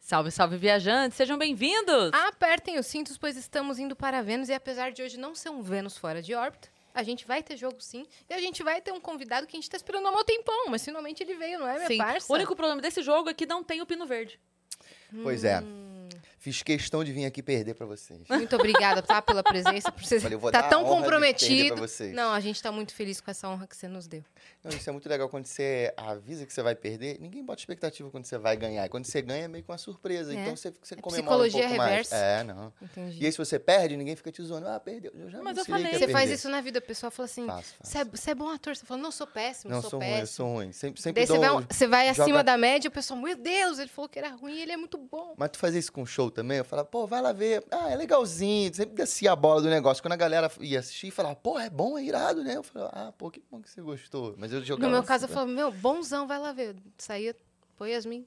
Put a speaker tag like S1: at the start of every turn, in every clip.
S1: Salve, salve, viajantes! Sejam bem-vindos!
S2: Apertem os cintos, pois estamos indo para Vênus. E apesar de hoje não ser um Vênus fora de órbita, a gente vai ter jogo sim. E a gente vai ter um convidado que a gente tá esperando há um tempão. Mas finalmente ele veio, não é, minha
S1: Sim.
S2: parça?
S1: O único problema desse jogo é que não tem o Pino Verde.
S3: Pois é.
S2: Hum.
S3: Fiz questão de vir aqui perder pra vocês.
S2: Muito obrigada, tá? Pela presença. Por você
S3: Falei, eu vou
S2: tá
S3: dar a
S2: tão
S3: honra de perder
S2: comprometido.
S3: pra vocês.
S2: Não, a gente tá muito feliz com essa honra que você nos deu.
S3: Não, isso é muito legal quando você avisa que você vai perder. Ninguém bota expectativa quando você vai ganhar. E Quando você ganha é meio que uma surpresa.
S2: É.
S3: Então você, você
S2: É
S3: comemora um
S2: psicologia
S3: pouco
S2: reversa.
S3: mais. É, não. E
S2: Entendi.
S3: aí se você perde, ninguém fica te zoando. Ah, perdeu. Eu já
S1: Mas
S3: me
S1: eu
S3: tirei que
S1: falei.
S3: ia
S2: Você faz
S3: perder.
S2: isso na vida, o pessoal fala assim:
S3: Faço, faço.
S2: você é, você é bom ator. Você fala, não, sou péssimo,
S3: Não,
S2: sou,
S3: sou ruim, eu
S2: péssimo.
S3: sou ruim. Sempre, sempre
S2: Daí você vai,
S3: dou...
S2: um- você vai
S3: joga-
S2: acima da média e o pessoal, meu Deus, ele falou que era ruim, ele é muito bom.
S3: Mas tu fazia isso com show também? Eu falava, pô, vai lá ver. Ah, é legalzinho. Sempre descia a bola do negócio. Quando a galera ia assistir, falava, pô, é bom, é irado, né? Eu falava, ah, pô, que bom que você gostou. Mas eu jogava...
S2: No meu caso, eu
S3: assim,
S2: falava, meu, bonzão, vai lá ver. Saía, pô, Yasmin.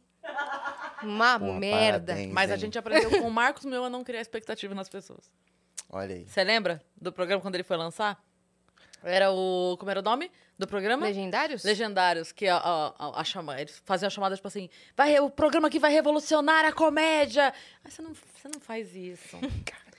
S2: Uma
S3: Porra,
S2: merda.
S3: parabéns,
S1: Mas a
S3: hein?
S1: gente aprendeu com o Marcos meu a não criar expectativa nas pessoas.
S3: Olha aí.
S1: Você lembra do programa quando ele foi lançar? Era o. Como era o nome do programa?
S2: Legendários?
S1: Legendários, que a, a, a- a chama, eles faziam a chamada tipo assim: vai, re- o programa que vai revolucionar a comédia. Aí você não, você não faz isso.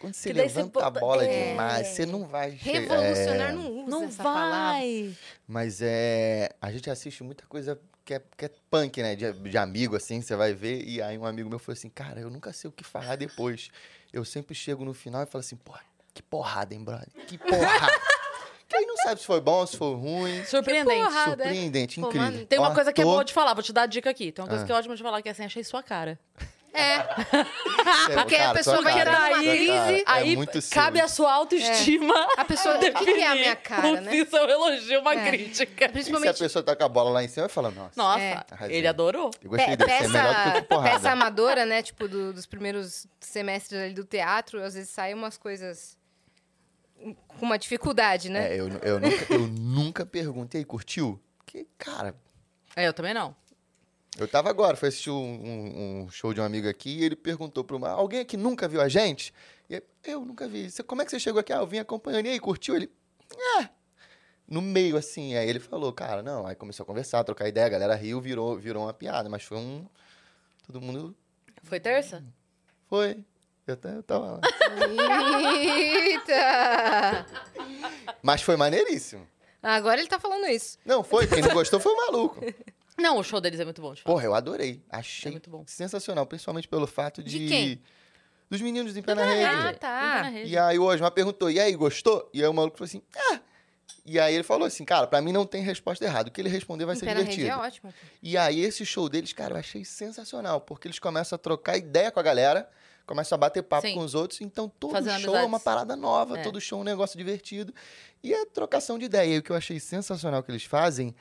S3: Quando você
S1: Que daí você
S3: levanta a
S1: bota-
S3: bola
S1: É.
S3: demais, você não vai... che-
S2: Revolucionar
S3: é.
S2: não usa
S1: não
S2: essa palavra.
S1: vai.
S3: Mas é... A gente assiste muita coisa que é, que é punk, né? De, de amigo, assim, você vai ver. E aí um amigo meu falou assim, cara, eu nunca sei o que falar depois. Eu sempre chego no final e falo assim, pô, que porrada, hein, brother? Que porrada. que aí não sabe se foi bom, se foi ruim.
S1: Surpreendente.
S2: porra. Porrada, é.
S3: Surpreendente,
S2: Pô,
S3: incrível.
S2: mano,
S1: Tem uma coisa que é
S3: Cortou,
S1: boa de falar, vou te dar a dica aqui. Tem uma coisa
S3: Ah.
S1: que é ótima de falar, que é assim, achei sua cara.
S2: É,
S3: é,
S2: porque a
S3: cara,
S2: pessoa
S3: sua
S2: vai
S3: cara,
S2: entrar numa
S3: sua cara.
S2: crise,
S3: É
S1: aí
S3: muito seu
S1: cabe
S3: isso.
S1: a sua autoestima.
S2: a pessoa, o que, que é a minha cara, né?
S1: Se isso é um elogio, ou uma
S2: É.
S1: crítica.
S3: Se a
S2: Principalmente
S3: pessoa tá com a bola lá em cima, vai falar, nossa,
S1: Nossa,
S2: É.
S3: Arrasou.
S1: ele adorou.
S3: eu
S2: pe-
S3: gostei desse, é melhor do que o
S2: peça,
S3: que porrada.
S2: peça amadora, né? Tipo, do- dos primeiros semestres ali do teatro, às vezes saem umas coisas com uma dificuldade, né?
S3: É, eu, nu- eu nunca, eu nunca perguntei, curtiu? Porque, cara,
S1: É, eu também não.
S3: eu tava agora, fui assistir um- um, um show de um amigo aqui e ele perguntou pra uma, alguém aqui nunca viu a gente? E eu, eu nunca vi. Você, como é que você chegou aqui? Ah, eu vim acompanhando e aí, curtiu? Ele, ah, no meio assim. Aí ele falou, cara, não. Aí começou a conversar, trocar ideia, a galera riu, virou, virou uma piada, mas foi um. Todo mundo
S1: Foi terça?
S3: foi. Eu, até, eu tava lá.
S2: Eita!
S3: mas foi maneiríssimo.
S2: Agora ele tá falando isso.
S3: Não, foi. Quem não gostou foi o maluco.
S1: Não, o show deles é muito bom. Tipo.
S3: Porra, eu adorei. Achei
S1: É muito bom.
S3: sensacional, principalmente pelo fato
S2: De
S3: de.
S2: quem?
S3: Dos meninos em pé na
S2: Ah,
S3: rede.
S2: tá.
S3: E é aí o Osmar perguntou, e aí, gostou? E aí o maluco falou assim, ah! E aí ele falou assim, cara, pra mim não tem resposta errada. O que ele responder vai
S2: Em
S3: ser
S2: pé na rede é
S3: divertido.
S2: ótimo.
S3: E aí esse show deles, cara, eu achei sensacional, porque eles começam a trocar ideia com a galera, começam a bater papo
S1: Sim.
S3: com os outros, então todo
S1: Fazendo
S3: show é
S1: amizades.
S3: uma parada nova,
S1: É.
S3: todo show é um negócio divertido. E é trocação de ideia. E o que eu achei sensacional que eles fazem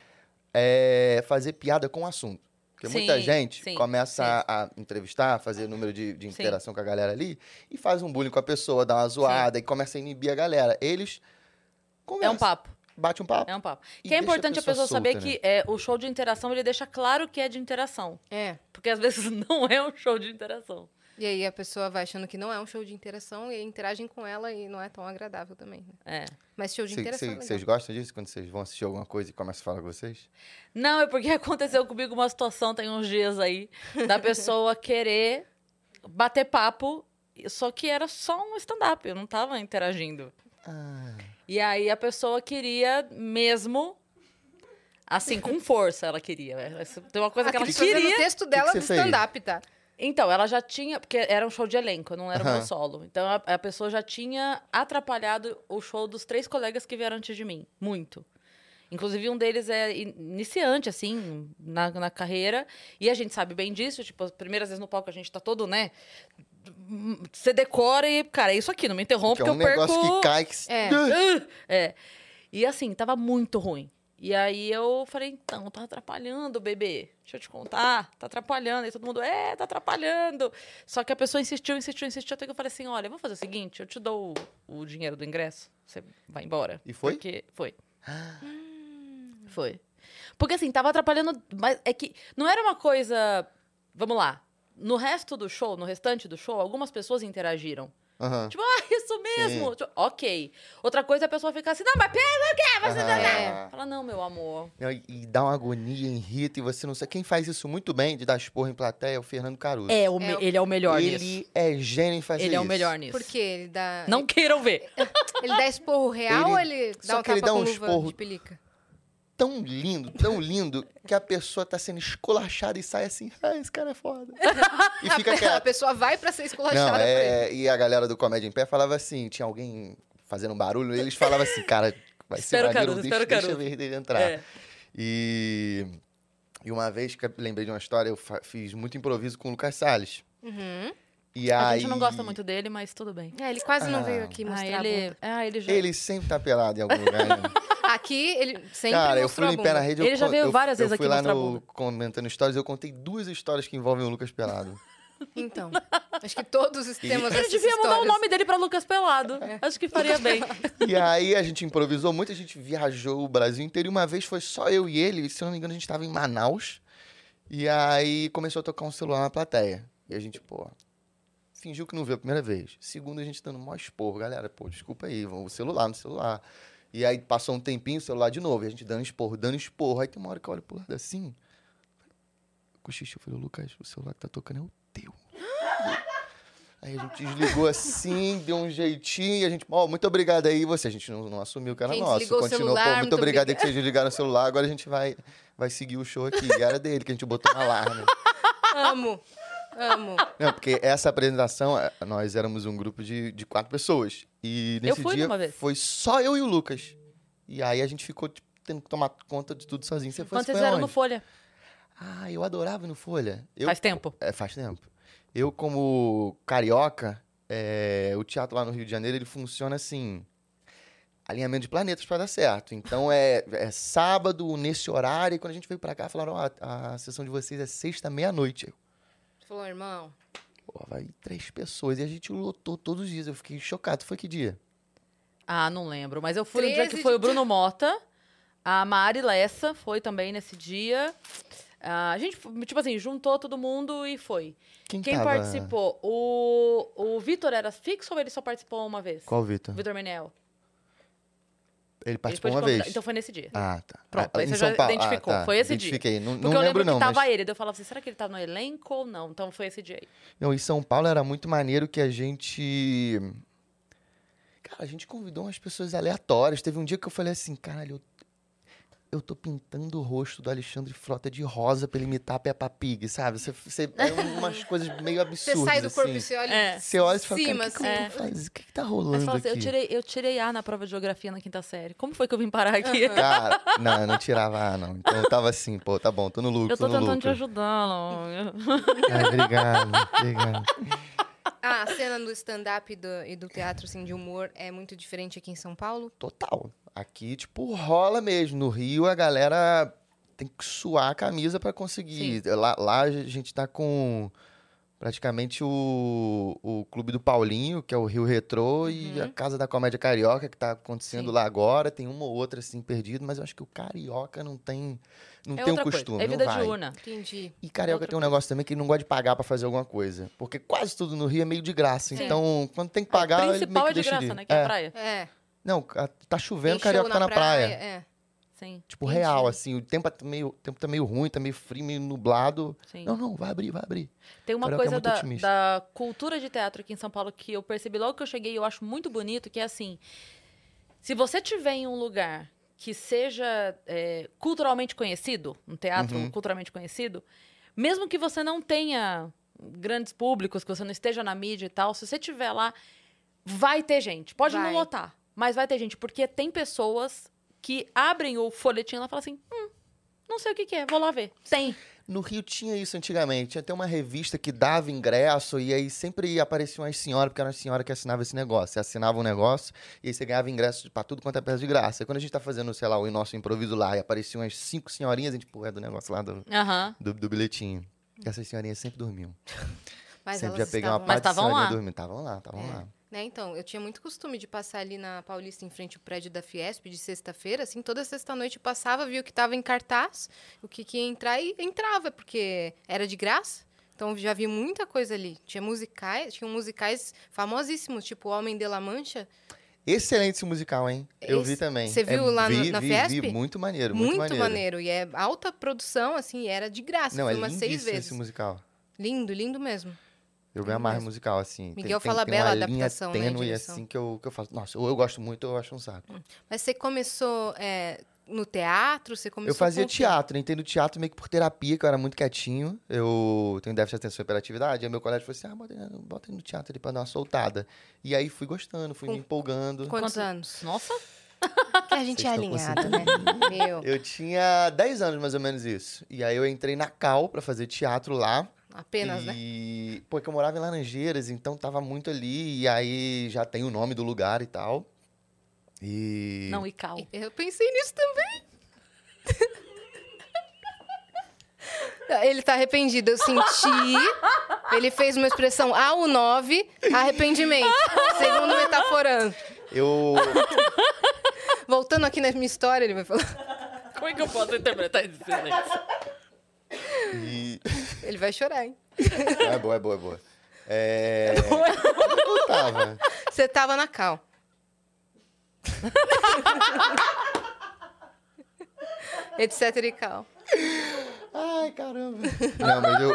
S3: é fazer piada com o assunto. Porque muita
S1: Sim,
S3: gente
S1: sim,
S3: começa
S1: sim.
S3: A, a entrevistar, fazer número de, de interação com a galera ali, e faz um bullying com a pessoa, dá uma zoada, e começa a inibir a galera.
S1: É
S3: Eles
S1: um
S3: conversam,
S1: papo,
S3: bate um papo.
S1: é um papo. que
S3: E
S1: é
S3: deixa a
S1: importante a pessoa,
S3: pessoa
S1: saber
S3: solta, né?
S1: que é, o show de interação, ele deixa claro que é de interação.
S2: É.
S1: Porque às vezes não é um show de interação.
S2: E aí a pessoa vai achando que não é um show de interação e interagem com ela e não é tão agradável também. né?
S1: É.
S2: Mas show de interação é
S1: né?
S2: legal.
S3: Vocês gostam disso quando vocês vão assistir alguma coisa e começam a falar com vocês?
S1: Não, é porque aconteceu comigo uma situação, tem uns dias aí, da pessoa querer bater papo, só que era só um stand-up, eu não tava interagindo.
S3: Ah,
S1: E aí a pessoa queria mesmo, assim, com força ela queria. né? Isso Tem uma coisa
S2: A
S1: que ela
S2: Cris fazendo
S1: queria.
S2: o texto dela
S3: que
S2: do
S3: você fez?
S2: stand-up, tá?
S1: Então, ela já tinha, porque era um show de elenco, não era o meu
S3: Aham.
S1: solo. Então a, a pessoa já tinha atrapalhado o show dos três colegas que vieram antes de mim, muito. Inclusive, um deles é in- iniciante, assim, na, na carreira. E a gente sabe bem disso. Tipo, as primeiras vezes no palco a gente tá todo, né? Você decora e, cara, é isso aqui, não me interrompe,
S3: que é um
S1: que eu perco.
S3: negócio que cai que... se-
S2: É.
S1: É. E assim, tava muito ruim. E aí eu falei, então, tá atrapalhando, bebê. Deixa eu te contar, tá atrapalhando. E todo mundo, é, tá atrapalhando. Só que a pessoa insistiu, insistiu, insistiu. Até que eu falei assim, olha, vamos fazer o seguinte, eu te dou o, o dinheiro do ingresso, você vai embora.
S3: E foi?
S1: Porque foi. Foi. Porque assim, tava atrapalhando, mas é que não era uma coisa, vamos lá, no resto do show, no restante do show, algumas pessoas interagiram.
S3: Aham.
S1: Tipo, ah, isso mesmo. Tipo, ok. Outra coisa é a pessoa ficar assim, não, mas pera, o quê? Você
S3: Aham.
S1: não-
S2: É.
S3: Ah.
S1: Fala, não, meu amor.
S3: Não, E, Ah, e dá uma agonia, irrita, e você não sabe. Quem faz isso muito bem, de dar esporro em plateia, é o Fernando Caruso.
S1: É, o me-
S2: É o-
S1: ele é o melhor
S3: ele
S1: nisso.
S3: é gênio em fazer
S1: Ele é o
S3: isso.
S1: melhor nisso.
S2: Porque ele dá.
S1: Não queiram ver.
S2: Ele dá esporro real
S3: Ele-
S2: ou ele dá
S3: só
S2: um
S3: que ele
S2: tapa
S3: dá
S2: com luva
S3: um esporro-
S2: de pelica?
S3: Tão lindo, tão lindo, que a pessoa tá sendo esculachada e sai assim, ah, esse cara é foda. e fica
S2: a, pe- a
S3: quieto.
S2: pessoa vai pra ser esculachada
S3: Não,
S2: pra ele.
S3: é... E a galera do Comédia em Pé falava assim, tinha alguém fazendo um barulho, eles falavam assim, cara, vai ser
S1: Espero o
S3: maneiro,
S1: Caruso,
S3: deixa,
S1: espero o
S3: deixa eu ver ele entrar.
S1: É.
S3: E... E uma vez que eu lembrei de uma história, eu fa- fiz muito improviso com o Lucas Salles.
S2: Uhum.
S3: E
S1: A
S3: aí...
S1: gente não gosta muito dele, mas tudo bem.
S2: É, ele quase
S3: Ah.
S2: não veio aqui
S1: Ah,
S2: mostrar a
S1: ele,
S2: bunda.
S1: ah, ele já.
S3: Ele sempre tá pelado em algum lugar. né?
S2: Aqui, ele sempre
S3: Cara, eu fui
S2: mostrou a
S3: limpar na
S2: bunda.
S3: rede.
S1: Ele
S3: eu
S1: já
S3: con-
S1: veio
S3: eu-
S1: várias vezes
S3: eu fui
S1: aqui
S3: lá
S1: mostrar a
S3: no
S1: bunda.
S3: comentando histórias. Eu contei duas histórias que envolvem o Lucas pelado.
S2: Então, acho que todos temos
S1: Ele
S2: essas
S1: devia mudar o
S2: histórias.
S1: nome dele pra Lucas Pelado. Acho que faria bem.
S3: e aí a gente improvisou muito. A gente viajou o Brasil inteiro. E uma vez foi só eu e ele. Se eu não me engano, a gente tava em Manaus. E aí começou a tocar um celular na plateia. E a gente, pô, fingiu que não viu a primeira vez. Segunda, a gente dando mó esporro. Galera, pô, desculpa aí, vão- o celular no celular. E aí passou um tempinho, o celular de novo. E a gente dando esporro, dando esporro. Aí tem uma hora que eu olho pro lado assim. Cochicho, eu falei, Lucas, o celular que tá tocando é o teu. Aí a gente desligou assim, deu um jeitinho. E a gente, ó, muito obrigado aí. e Você, a gente não, não assumiu que era
S2: Quem
S3: nosso.
S2: desligou o
S3: Continuou,
S2: celular,
S3: pô, muito
S2: muito
S3: obrigado aí
S2: obrigada.
S3: que vocês desligaram o celular. Agora a gente vai, vai seguir o show aqui. E era dele, que a gente botou um alarme.
S2: Amo, amo.
S3: Não, porque essa apresentação, eh, nós éramos um grupo de, de quatro pessoas. E
S1: Eu
S3: nesse
S1: fui
S3: dia
S1: numa vez.
S3: foi só eu e o Lucas. E aí a gente ficou tipo, tendo que tomar conta de tudo sozinho. Você foi,
S1: Quando
S3: você
S1: vocês
S3: foi
S1: eram
S3: aonde?
S1: no Folha.
S3: Ah, eu adorava ir no Folha. Eu,
S1: Faz tempo.
S3: é, faz tempo. Eu, como carioca, é, o teatro lá no Rio de Janeiro, ele funciona assim... Alinhamento de planetas pra dar certo. Então é, é sábado, nesse horário, e quando a gente veio pra cá, falaram: Ó, a, a sessão de vocês é sexta, meia-noite.
S2: Você falou, irmão,
S3: Pô, vai três pessoas. E a gente lotou todos os dias. Eu fiquei chocado. Foi que dia?
S1: Ah, não lembro. Mas eu fui no dia
S2: 13
S1: que
S2: de
S1: foi o Bruno Mota. A Mari Lessa foi também nesse dia. Ah, a gente, tipo assim, juntou todo mundo e foi. Quem
S3: tava?
S1: participou? O, o Vitor era fixo ou ele só participou uma vez?
S3: Qual o Vitor?
S1: Vitor Menel.
S3: Ele
S1: Ele foi
S3: participou
S1: de
S3: uma
S1: convidado.
S3: vez.
S1: Então foi nesse dia.
S3: Ah, tá.
S1: Pronto,
S3: ah,
S1: aí
S3: em
S1: você
S3: São
S1: já
S3: Paulo. Ah,
S1: identificou.
S3: tá.
S1: Foi esse dia.
S3: Identifiquei. Não,
S1: Porque
S3: não
S1: eu
S3: lembro,
S1: lembro que
S3: não.
S1: tava
S3: mas-
S1: ele. Daí eu falava assim, será que ele tá no elenco ou não? Então foi esse dia aí.
S3: Não, em São Paulo era muito maneiro que a gente. Cara, a gente convidou umas pessoas aleatórias. Teve um dia que eu falei assim, caralho, eu, eu tô pintando o rosto do Alexandre Frota de rosa pra ele imitar a Peppa Pig, sabe? Você, você, é umas coisas meio
S2: você
S3: absurdas.
S2: sai do corpo
S3: assim.
S2: e você olha.
S1: É.
S3: Você olha e fala, cara, o que,
S2: Cima,
S3: que eu
S1: assim.
S3: vou fazer? O que, que tá
S1: Mas
S3: rolando
S1: fala assim,
S3: aqui?
S1: eu tirei, eu tirei A na prova de geografia na quinta série. Como foi que eu vim parar aqui?
S3: Cara, não, eu não tirava A, não. Então eu tava assim, pô, tá bom, tô no lucro,
S1: Eu tô
S3: no
S1: tentando te
S3: lucro.
S1: ajudar. Não.
S3: Ai, obrigado, obrigado.
S2: Ah, a cena do stand-up e do, e do teatro assim, de humor é muito diferente aqui em São Paulo.
S3: Total. Aqui, tipo, rola mesmo. No Rio, a galera tem que suar a camisa pra conseguir. Lá, lá a gente tá com praticamente o, o Clube do Paulinho, que é o Rio Retrô, e a Casa da Comédia Carioca, que tá acontecendo
S1: Uhum. Sim.
S3: lá agora. Tem uma ou outra, assim, perdida, mas eu acho que o carioca não tem, não
S1: É
S3: tem o
S1: outra coisa.
S3: costume.
S1: É
S3: não
S1: vida
S3: vai.
S1: diurna.
S2: Entendi.
S3: E carioca
S1: Outra
S3: tem um negócio também que ele não gosta de pagar pra fazer alguma coisa. Porque quase tudo no Rio é meio de graça.
S2: Sim.
S3: Então, quando tem que pagar,
S1: o
S3: ele meio
S1: principal
S3: que
S1: é de
S3: deixa
S1: graça,
S3: ir.
S1: né? Que é,
S3: É.
S1: a praia.
S2: É.
S3: Não, ca- tá
S2: tem
S3: chovendo,
S2: show
S3: carioca tá na praia.
S2: É.
S1: Sim,
S3: Tipo,
S2: Entendi.
S3: real, assim. O tempo tá, meio, o tempo tá meio ruim, tá meio frio, meio nublado.
S1: sim.
S3: Não, não, vai abrir, vai abrir.
S1: Tem uma
S3: Carioca é
S1: coisa
S3: muito
S1: da,
S3: otimista.
S1: da cultura de teatro aqui em São Paulo que eu percebi logo que eu cheguei e eu acho muito bonito, que é assim, se você tiver em um lugar que seja é, culturalmente conhecido, um teatro
S3: Uhum.
S1: culturalmente conhecido, mesmo que você não tenha grandes públicos, que você não esteja na mídia e tal, se você tiver lá, vai ter gente. Pode
S2: Vai.
S1: não lotar, mas vai ter gente, porque tem pessoas que abrem o folhetinho lá e falam assim, hum, não sei o que que é, vou lá ver. Tem.
S3: No Rio tinha isso antigamente. Tinha até uma revista que dava ingresso e aí sempre apareciam as senhoras, porque era uma senhora que assinava esse negócio. Você assinava um negócio e aí você ganhava ingresso pra tudo quanto é peça de graça. E quando a gente tá fazendo, sei lá, o nosso improviso lá e apareciam as cinco senhorinhas, a gente, pô, é do negócio lá do,
S1: Aham.
S3: do, do bilhetinho. E essas senhorinhas sempre dormiam.
S2: Mas
S3: sempre
S2: elas
S3: já peguei uma
S2: estavam-
S1: Mas
S3: parte de
S1: estavam
S3: senhorinha
S1: lá.
S3: dormindo. Estavam lá, estavam
S2: É.
S3: lá.
S2: Né, então, eu tinha muito costume de passar ali na Paulista, em frente ao prédio da Fiesp, de sexta-feira, assim, toda sexta-noite eu passava, via o que tava em cartaz, o que, que ia entrar e entrava, porque era de graça. Então, já vi muita coisa ali. Tinha musicais, tinham musicais famosíssimos, tipo O Homem de La Mancha,
S3: Excelente esse musical, hein? Eu vi
S2: Esse-
S3: também. É,
S2: você viu lá no-
S3: vi,
S2: na
S3: vi,
S2: Fiesp?
S3: Vi, muito maneiro, muito,
S2: Muito
S3: maneiro.
S2: maneiro. E é alta produção, assim, e era de graça.
S3: Não,
S2: Foi
S3: é
S2: umas
S3: lindíssimo
S2: seis vezes.
S3: esse musical.
S2: Lindo, lindo mesmo.
S3: Eu me
S2: Lindo
S3: amarro em
S2: mesmo.
S3: musical, assim.
S2: Miguel
S3: tem, tem, tem
S2: Falabella,
S3: uma
S2: a
S3: linha
S2: adaptação, né,
S3: tênue,
S2: direção.
S3: assim, que eu, que eu faço. Nossa, ou eu gosto muito ou eu acho um saco.
S2: Mas você começou é, no teatro? Você começou
S3: eu fazia
S2: com o quê?
S3: teatro, entrei no teatro meio que por terapia, que eu era muito quietinho. Eu tenho déficit de atenção e hiperatividade. Aí meu colégio falou assim, ah, bota, ele- bota ele no teatro ali pra dar uma soltada. E aí fui gostando, fui
S2: Com-
S3: me empolgando.
S2: Quantos
S1: Quanto-
S2: anos?
S1: Nossa,
S2: Que a gente é
S3: Vocês estão
S2: alinhado, né? Meu,
S3: Eu tinha 10 anos, mais ou menos, isso. E aí eu entrei na Cal pra fazer teatro lá.
S2: apenas, né?
S3: e... né? Pô, é que eu morava em Laranjeiras, então tava muito ali. E aí já tem o nome do lugar e tal. E...
S1: não, e cal.
S2: Eu pensei nisso também. Ele tá arrependido, eu senti. Ele fez uma expressão AU9, arrependimento, segundo o metaforando.
S3: Eu...
S2: Voltando aqui na minha história, ele vai falar.
S1: Como é que eu posso interpretar isso?
S3: e-
S2: Ele vai chorar, hein?
S3: Não, é boa, é boa, é boa. É... Eu tava...
S2: Você tava na cal. Etc e cal.
S3: Ai, caramba. Não, mas eu,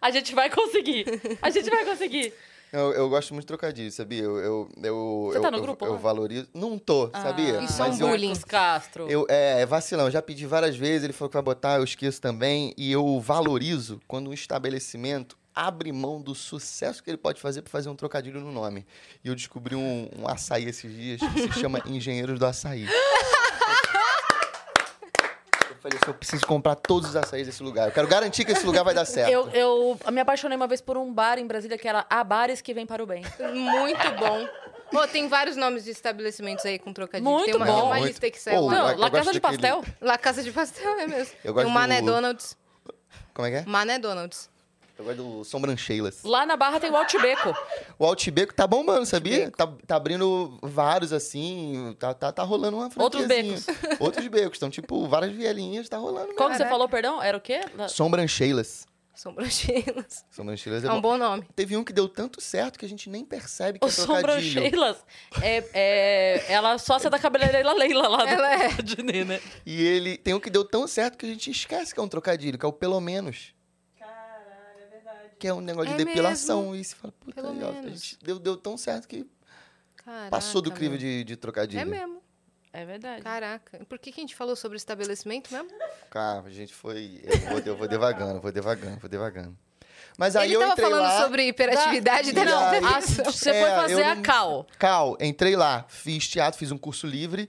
S1: A gente vai conseguir. A gente vai conseguir.
S3: eu, eu gosto muito de trocadilho, sabia? Eu, eu, eu,
S1: Você
S3: eu,
S1: tá no
S3: eu-
S1: grupo
S3: eu
S1: lá?
S3: valorizo. Não tô, sabia?
S1: Ah,
S2: Isso é um
S3: mas eu,
S2: bullying.
S1: Marcos Castro.
S3: eu é, é vacilão, eu já pedi várias vezes, ele falou que vai botar, eu esqueço também. E eu valorizo quando um estabelecimento abre mão do sucesso que ele pode fazer pra fazer um trocadilho no nome. E eu descobri um, um açaí esses dias que se chama Engenheiros do Açaí. Eu falei assim, eu preciso comprar todos os açaís desse lugar. Eu quero garantir que esse lugar vai dar certo.
S1: Eu, eu me apaixonei uma vez por um bar em Brasília que era Há Bares que Vem Para o Bem.
S2: Muito bom. Pô, tem vários nomes de estabelecimentos aí com trocadilho.
S1: Muito
S2: tem uma,
S1: bom.
S2: tem uma
S3: Muito.
S2: lista que saiu
S3: Pô,
S2: lá.
S1: Não,
S3: eu
S1: La
S3: gosto
S1: Casa de
S3: daquele-
S1: Pastel.
S2: La Casa de Pastel é mesmo.
S3: Eu gosto
S2: tem o Mané
S3: do-
S2: Donald's.
S3: Como é que é?
S2: Mané Donald's.
S3: Eu gosto do Sobrancheilas.
S1: Lá na Barra tem o Outbeco.
S3: O Altbeco tá bombando, sabia? Tá, tá abrindo vários, assim, tá, tá, tá rolando uma
S1: Outros
S3: franquiazinha. Outros becos. Então, tipo, várias vielinhas, tá rolando.
S1: Como você
S2: Caraca.
S1: falou, perdão? Era o quê? La-
S3: mesmo. Sobrancheilas.
S2: Sombrancheilas.
S3: Sobrancheilas é
S2: É um
S3: bom.
S2: bom nome.
S3: Teve um que deu tanto certo que a gente nem percebe que
S1: O
S3: é trocadilho.
S1: Sobrancheilas é, é. Ela é sócia da cabeleireira Leila lá do né?
S2: Ela é.
S1: de Nina.
S3: E ele tem um que deu tão certo que a gente esquece que é um trocadilho, que é o pelo menos. Que é um negócio de
S2: É
S3: depilação. E você fala, puta,
S2: Pelo
S3: aí, ó, a
S2: menos.
S3: gente deu, deu tão certo que
S2: Caraca,
S3: passou do crivo
S2: meu.
S3: de, de trocadilho.
S2: É mesmo.
S1: É verdade.
S2: Caraca. Por que, que a gente falou sobre estabelecimento mesmo?
S3: Cara, a gente foi. Eu vou, eu vou devagando, vou devagando, vou devagando. Mas aí
S2: ele
S3: eu
S2: tava
S3: entrei
S2: falando
S3: lá.
S2: sobre hiperatividade
S3: Da-
S2: da
S3: Não,
S2: não,
S1: Ah,
S2: depressão.
S1: você
S3: É,
S1: foi fazer
S3: eu
S1: a
S3: não-
S1: Cal.
S3: Cal, entrei lá, fiz teatro, fiz um curso livre.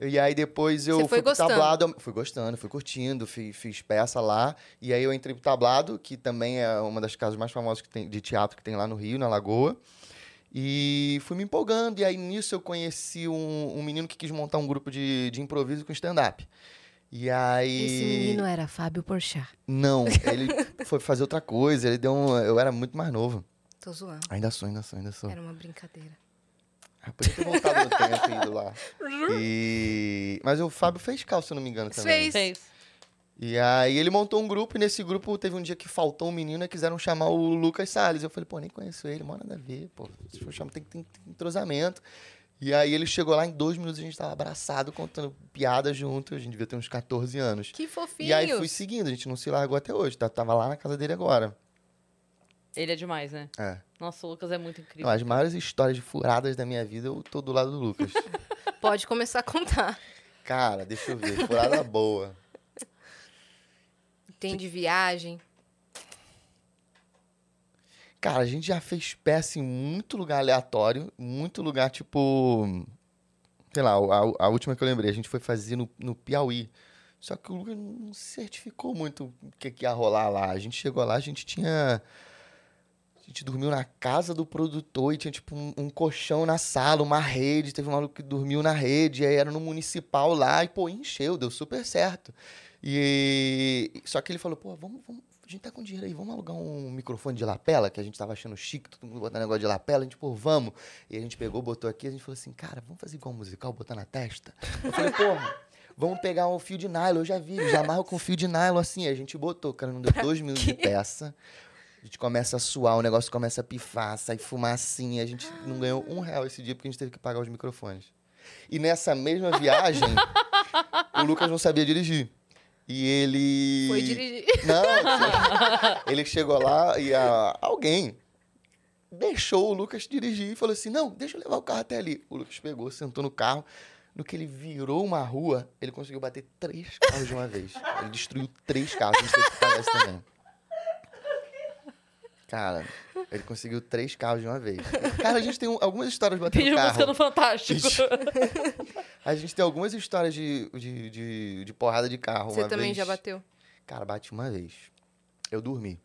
S3: E aí depois eu
S2: Você foi
S3: fui pro
S2: gostando.
S3: tablado. Fui gostando, fui curtindo, fiz, fiz peça lá. E aí eu entrei pro tablado, que também é uma das casas mais famosas que tem- de teatro que tem lá no Rio, na Lagoa. E fui me empolgando. E aí nisso eu conheci um, um menino que quis montar um grupo de, de improviso com stand-up. E aí.
S2: Esse menino era Fábio Porchat.
S3: Não, ele foi fazer outra coisa, ele deu um... Eu era muito mais novo.
S2: Tô zoando.
S3: Ainda sou, ainda sou, ainda sou.
S2: Era uma brincadeira.
S3: Eu podia ter voltado no tempo e ido lá. E... Mas o Fábio fez cal, se eu não me engano, também.
S2: Fez.
S1: Fez.
S3: E aí ele montou um grupo, e nesse grupo teve um dia que faltou um menino e quiseram chamar o Lucas Salles. Eu falei, pô, nem conheço ele, mora nada a ver, pô. Se for chamar, tem que ter entrosamento. E aí ele chegou lá, em dois minutos a gente tava abraçado, contando piada junto. A gente devia ter uns 14 anos.
S2: Que fofinho.
S3: E aí fui seguindo, a gente não se largou até hoje. tá- Tava lá na casa dele agora.
S1: Ele é demais, né?
S3: É.
S1: Nossa, o Lucas é muito
S3: Não,
S1: incrível.
S3: as maiores histórias de furadas da minha vida, eu tô do lado do Lucas.
S2: Pode começar a contar.
S3: Cara, deixa eu ver. Furada boa.
S2: Tem de viagem.
S3: Cara, a gente já fez peça em muito lugar aleatório. Muito lugar, tipo... Sei lá, a, a última que eu lembrei, a gente foi fazer no, no Piauí. Só que o Lucas não certificou muito o que, que ia rolar lá. A gente chegou lá, a gente tinha... A gente dormiu na casa do produtor e tinha, tipo, um, um colchão na sala, uma rede. Teve um maluco que dormiu na rede, aí era no municipal lá. E, pô, encheu, deu super certo. E... Só que ele falou, pô, vamos... vamos- a gente tá com dinheiro aí, vamos alugar um microfone de lapela, que a gente tava achando chique, todo mundo botando negócio de lapela, a gente, pô, vamos. E a gente pegou, botou aqui, a gente falou assim, cara, vamos fazer igual um musical, botar na testa? Eu falei, porra, vamos pegar um fio de nylon, eu já vi, já amarro com fio de nylon, assim. Aí a gente botou, cara, não deu dois minutos de peça. A gente começa a suar, o negócio começa a pifar, sai fumacinha. A gente não ganhou um real esse dia porque a gente teve que pagar os microfones. E nessa mesma viagem, o Lucas não sabia dirigir. E ele.
S2: Foi dirigir.
S3: Não, assim, ele chegou lá e a- alguém deixou o Lucas dirigir e falou assim: não, deixa eu levar o carro até ali. O Lucas pegou, sentou no carro. No que ele virou uma rua, ele conseguiu bater três carros de uma vez. Ele destruiu três carros, não sei se parece também. Cara, ele conseguiu três carros de uma vez. Cara, a gente tem um- algumas histórias batendo
S1: Pediu
S3: carro.
S1: música no Fantástico.
S3: Ixi. A gente tem algumas histórias de, de, de, de porrada de carro.
S2: Você
S3: uma
S2: também
S3: vez.
S2: já bateu?
S3: Cara, bati uma vez. Eu dormi.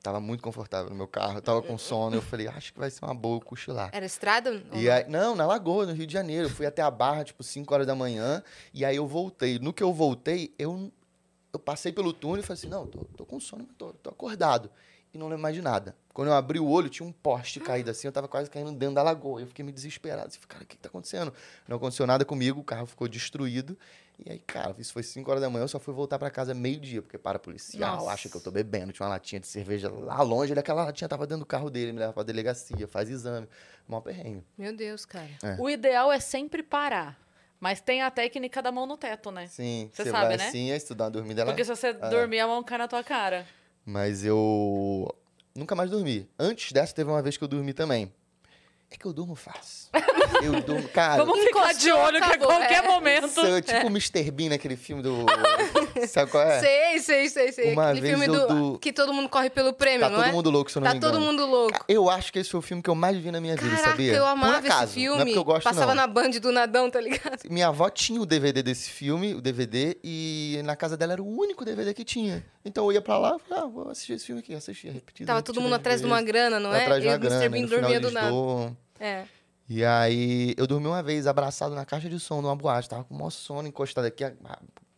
S3: Tava muito confortável no meu carro, eu tava com sono. Eu falei, acho que vai ser uma boa eu cochilar.
S2: Era estrada? ou
S3: E
S2: não?
S3: aí, não, na Lagoa, no Rio de Janeiro. Eu fui até a Barra, tipo, 5 horas da manhã. E aí eu voltei. No que eu voltei, eu, eu passei pelo túnel e falei assim, não, tô, tô com sono, mas tô, tô acordado. E não lembro mais de nada. Quando eu abri o olho, tinha um poste caído assim, eu tava quase caindo dentro da lagoa. Eu fiquei meio desesperado. Assim, cara, o que que tá acontecendo? Não aconteceu nada comigo, o carro ficou destruído. E aí, cara, isso foi 5 horas da manhã, eu só fui voltar pra casa meio-dia, porque para policial,
S1: Nossa.
S3: acha que eu tô bebendo. Tinha uma latinha de cerveja lá longe, ele, aquela latinha tava dentro do carro dele, me leva pra delegacia, faz exame. Mó perrengue.
S2: Meu Deus, cara.
S1: O ideal é sempre parar. Mas tem a técnica da mão no teto, né?
S3: Sim,
S1: Cê
S3: você
S1: sabe,
S3: vai
S1: né?
S3: assim, aí estudar uma dormida lá.
S1: Porque se você
S3: é.
S1: dormir, a mão cai na tua cara.
S3: Mas eu nunca mais dormi. Antes dessa, teve uma vez que eu dormi também. É que eu durmo fácil. Eu durmo, cara.
S1: Vamos ficar de olho que a
S2: acabou,
S1: qualquer
S2: é.
S1: momento.
S3: sou tipo o Mr. Bean naquele filme do. Sabe qual é?
S2: Sei, sei, sei, sei.
S3: Uma
S2: Aquele
S3: vez
S2: filme
S3: eu
S2: do...
S3: do-
S2: que todo mundo corre pelo prêmio,
S3: Tá
S2: não
S3: todo
S2: é?
S3: mundo louco, se eu não
S2: tá
S3: me engano.
S2: todo mundo louco.
S3: Eu acho que esse foi o filme que eu mais vi na minha vida,
S2: Caraca,
S3: sabia?
S2: eu
S3: Por
S2: amava
S3: acaso.
S2: esse
S3: Não é
S2: filme.
S3: porque eu gosto,
S2: Passava
S3: não.
S2: na Band do Nadão, tá ligado?
S3: Minha avó tinha o DVD desse filme, o DVD, e na casa dela era o único DVD que tinha. Então eu ia pra lá e falava, ah, vou assistir esse filme aqui, assistia, repetido.
S2: Tava todo
S3: repetido
S2: mundo
S3: duas
S2: atrás de
S3: vezes.
S2: uma grana, não é?
S3: atrás de
S2: e
S3: uma
S2: o Mr.
S3: grana,
S2: Bean
S3: no final
S2: dormia do
S3: eles
S2: nada.
S3: doam.
S2: É.
S3: E aí, eu dormi uma vez abraçado na caixa de som de uma boate. Tava com o maior sono encostado aqui. ah,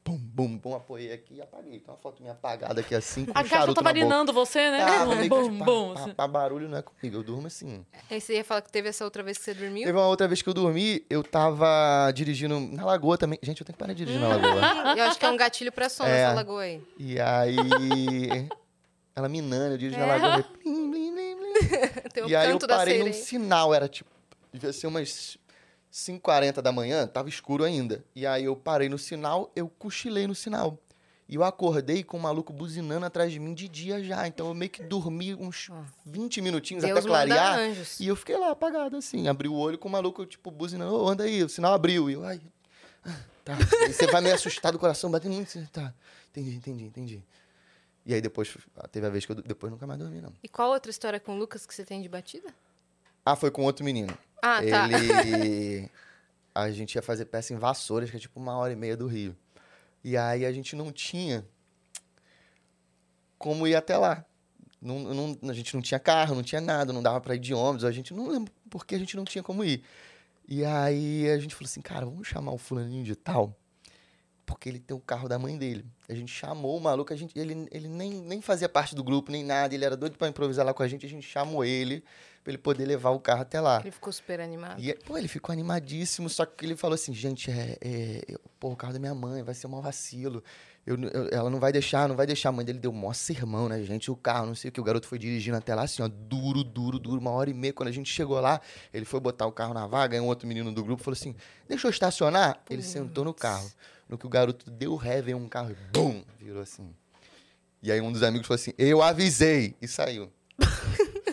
S3: Bum, bum, bum, apoiei aqui e apaguei. Tem uma foto minha apagada aqui assim, com
S1: A
S3: um
S1: caixa
S3: charuto
S1: tava
S3: na boca.
S1: ninando você, né?
S3: Tava
S1: bom,
S3: meio que,
S1: bom,
S3: tipo,
S1: bom.
S3: pá, pá, pá, barulho não é comigo. Eu durmo assim.
S2: assim. Aí você ia falar que teve essa outra vez que você dormiu?
S3: Teve uma outra vez que eu dormi, eu tava dirigindo na lagoa também. Gente, eu tenho que parar de dirigir
S2: Hum.
S3: na lagoa.
S2: Eu acho que é um gatilho pra sono
S3: É.
S2: essa lagoa aí.
S3: E aí... Ela minando, eu dirijo na
S1: É.
S3: lagoa. eu plim, plim, plim, plim.
S2: Tem o
S3: e aí eu
S2: canto da
S3: parei
S2: sereia.
S3: num sinal, era tipo, devia ser umas 5h40 da manhã, tava escuro ainda. E aí eu parei no sinal, eu cochilei no sinal. E eu acordei com o maluco buzinando atrás de mim de dia já. Então eu meio que dormi uns
S2: Ah.
S3: 20 minutinhos
S2: Deus
S3: até clarear.
S2: manda anjos.
S3: E eu fiquei lá apagado, assim. Abri o olho com o maluco, tipo, buzinando. Ô, anda aí, o sinal abriu. E eu, ai. ah, Tá. Aí você vai meio assustado, o coração batendo muito. você, Tá, entendi, entendi, entendi. E aí depois, teve a vez que eu. Depois nunca mais dormi, não.
S2: E qual outra história com o Lucas que você tem de batida?
S3: Ah, foi com outro menino.
S2: Ah, tá.
S3: Ele. A gente ia fazer peça em Vassouras, que é tipo uma hora e meia do Rio. E aí a gente não tinha como ir até lá. Não, não- a gente não tinha carro, não tinha nada, não dava pra ir de ônibus, a gente não lembro porque a gente não tinha como ir. E aí a gente falou assim, cara, vamos chamar o fulaninho de tal, porque ele tem o carro da mãe dele. A gente chamou o maluco, a gente, ele, ele nem, nem fazia parte do grupo, nem nada, ele era doido pra improvisar lá com a gente, a gente chamou ele pra ele poder levar o carro até lá.
S2: Ele ficou super animado.
S3: E, é, pô, ele ficou animadíssimo, só que ele falou assim, gente, é, é, eu- pô, o carro da minha mãe vai ser um maior vacilo. Eu n- eu- ela não vai deixar, não vai deixar. A mãe dele deu um maior sermão na gente, o carro, não sei o que. O garoto foi dirigindo até lá, assim, ó, duro, duro, duro, uma hora e meia. Quando a gente chegou lá, ele foi botar o carro na vaga, e um outro menino do grupo falou assim, deixa eu estacionar. Ele sentou no carro. No que o garoto deu ré, veio um carro e bum, virou assim. E aí um dos amigos falou assim, eu avisei, e saiu.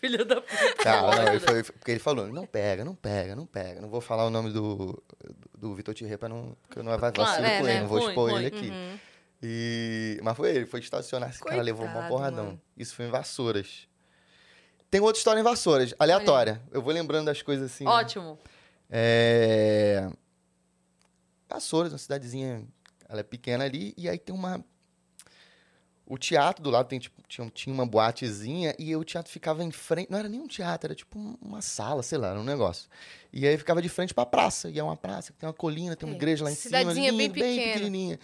S1: Filha da puta.
S3: Cara, Tá, não, ele foi, foi- porque ele falou, não pega, não pega, não pega. Não vou falar o nome do, do Vitor Tirré pra não... Porque eu não vai
S1: Claro,
S3: vacilo
S2: é,
S3: com
S2: né? Uhum.
S3: ele, não vou
S1: Ruim,
S3: expor
S1: ruim.
S3: ele aqui. E, mas foi ele, foi estacionar. Esse cara levou uma
S2: Coitado,
S3: porradão.
S2: mano.
S3: Isso foi em Vassouras. Tem outra história em Vassouras, aleatória. Eu vou lembrando das coisas assim.
S1: Ótimo.
S3: É... Vassouras, uma cidadezinha, ela é pequena ali, e aí tem uma... O teatro do lado tem, tipo, tinha, tinha uma boatezinha, e o teatro ficava em frente... Não era nem um teatro, era tipo um- uma sala, sei lá, era um negócio. E aí ficava de frente pra praça, e é uma praça, que tem uma colina, tem uma
S2: É,
S3: igreja lá em
S2: cidadezinha
S3: cima,
S2: bem
S3: linda, bem,
S2: pequena.
S3: pequenininha.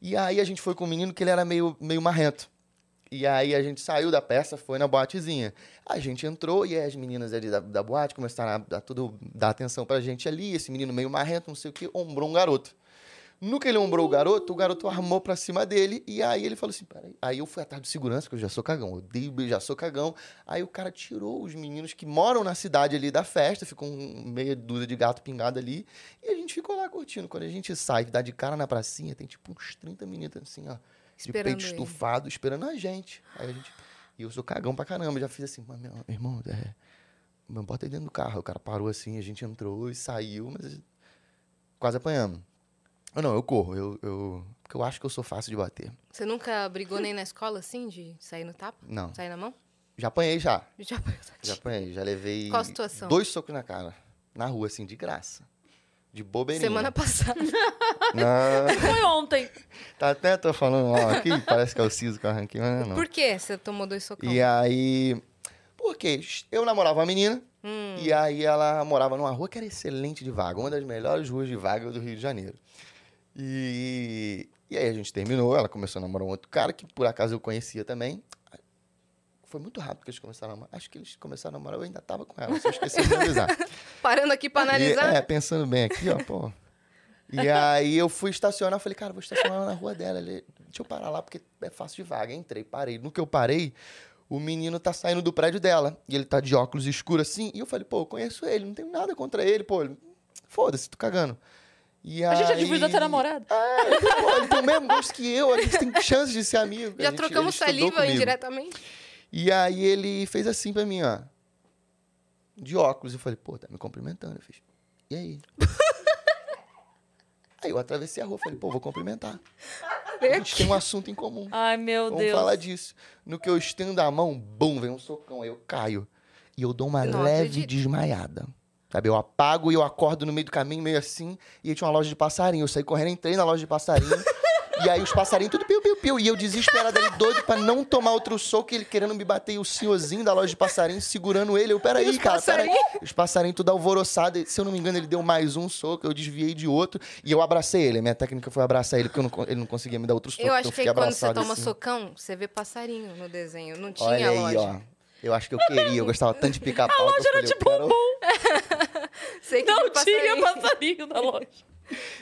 S3: E aí a gente foi com um menino que ele era meio, meio marrento. E aí a gente saiu da peça, foi na boatezinha. A gente entrou e aí as meninas ali da, da boate começaram a dar, tudo, dar atenção pra gente ali. Esse menino meio marrento, não sei o quê, ombrou um garoto. No que ele ombrou o garoto, o garoto armou pra cima dele. E aí ele falou assim: peraí. Aí eu fui atrás do segurança, que eu já sou cagão. Eu dei, eu já sou cagão. Aí o cara tirou os meninos que moram na cidade ali da festa, ficou um- meia dúzia de gato pingado ali. E a gente ficou lá curtindo. Quando a gente sai, dá de cara na pracinha, tem tipo uns 30 meninos assim, ó. De
S2: Esperando
S3: peito
S2: ele.
S3: estufado, esperando a gente. Aí a gente. E eu sou cagão pra caramba. Já fiz assim, mas meu irmão, é, mas bota ele dentro do carro. O cara parou assim, a gente entrou e saiu, mas quase apanhamos. Eu não, eu corro, eu, eu, porque eu acho que eu sou fácil de bater.
S2: Você nunca brigou nem na escola, assim, de sair no tapa?
S3: Não,
S2: Sair na mão?
S3: já apanhei já.
S2: Já...
S3: Já apanhei, já levei
S2: Qual a situação?
S3: dois socos na cara, na rua, assim, de graça. De bobeirinha.
S2: Semana passada.
S3: Não,
S1: Foi ontem.
S3: tá até tô falando mal aqui, parece que é o siso que eu arranquei, mas não. é não.
S2: Por que você tomou dois socão?
S3: E é- aí, porque eu namorava uma menina,
S2: Hum,
S3: E aí ela morava numa rua que era excelente de vaga, uma das melhores ruas de vaga do Rio de Janeiro. E, e aí a gente terminou, ela começou a namorar um outro cara que por acaso eu conhecia também. Foi muito rápido que eles começaram a namorar. Acho que eles começaram a namorar, eu ainda tava com ela, só esqueci de avisar.
S2: Parando aqui pra analisar.
S3: E, é, pensando bem aqui, ó, pô. E aí eu fui estacionar, falei, cara, vou estacionar na rua dela. Ele, Deixa eu parar lá, porque é fácil de vaga. Entrei, parei. No que eu parei, o menino tá saindo do prédio dela. E ele tá de óculos escuro assim. E eu falei, pô, eu conheço ele, não tenho nada contra ele, pô. ele- Foda-se, tô cagando. E
S1: A gente já
S3: aí-
S1: devia ter namorado.
S3: É, ele, pô, ele tem o mesmo gosto que eu, a gente tem chance de ser amigo. A
S2: Já
S3: gente-
S2: trocamos
S3: ele estudou
S2: saliva
S3: comigo.
S2: indiretamente.
S3: E aí ele fez assim pra mim, ó. De óculos. Eu falei, pô, tá me cumprimentando. Eu fiz, e aí? aí eu atravessei a rua, falei, pô, vou cumprimentar. A gente tem um assunto em comum.
S1: Ai, meu
S3: Vamos
S1: Deus.
S3: falar disso. No que eu estendo a mão, bum, vem um socão, aí eu caio. E eu dou uma
S2: Não
S3: leve
S2: acredito.
S3: desmaiada. Sabe, eu apago e eu acordo no meio do caminho, meio assim, e aí tinha uma loja de passarinho. Eu saí correndo, entrei na loja de passarinho. e aí os passarinhos tudo piu, piu, piu. E eu desesperado ali, doido pra não tomar outro soco, ele querendo me bater. E o senhorzinho da loja de passarinho segurando ele. Eu, peraí, cara, peraí. Os passarinhos tudo alvoroçado. e, Se eu não me engano, ele deu mais um soco, eu desviei de outro. E eu abracei ele. A minha técnica foi abraçar ele, porque eu não con- ele não conseguia me dar outro soco.
S2: Eu
S3: então
S2: acho que
S3: fiquei
S2: aí quando você
S3: abraçado
S2: toma
S3: assim.
S2: socão, você vê passarinho no desenho. Não tinha
S3: Olha aí,
S2: loja.
S3: ó. Eu acho que eu queria, eu gostava tanto de picar pau. A
S1: loja era tipo um de
S2: Sei que
S1: Não
S2: viu
S1: tinha
S2: passarinho.
S1: passarinho na loja.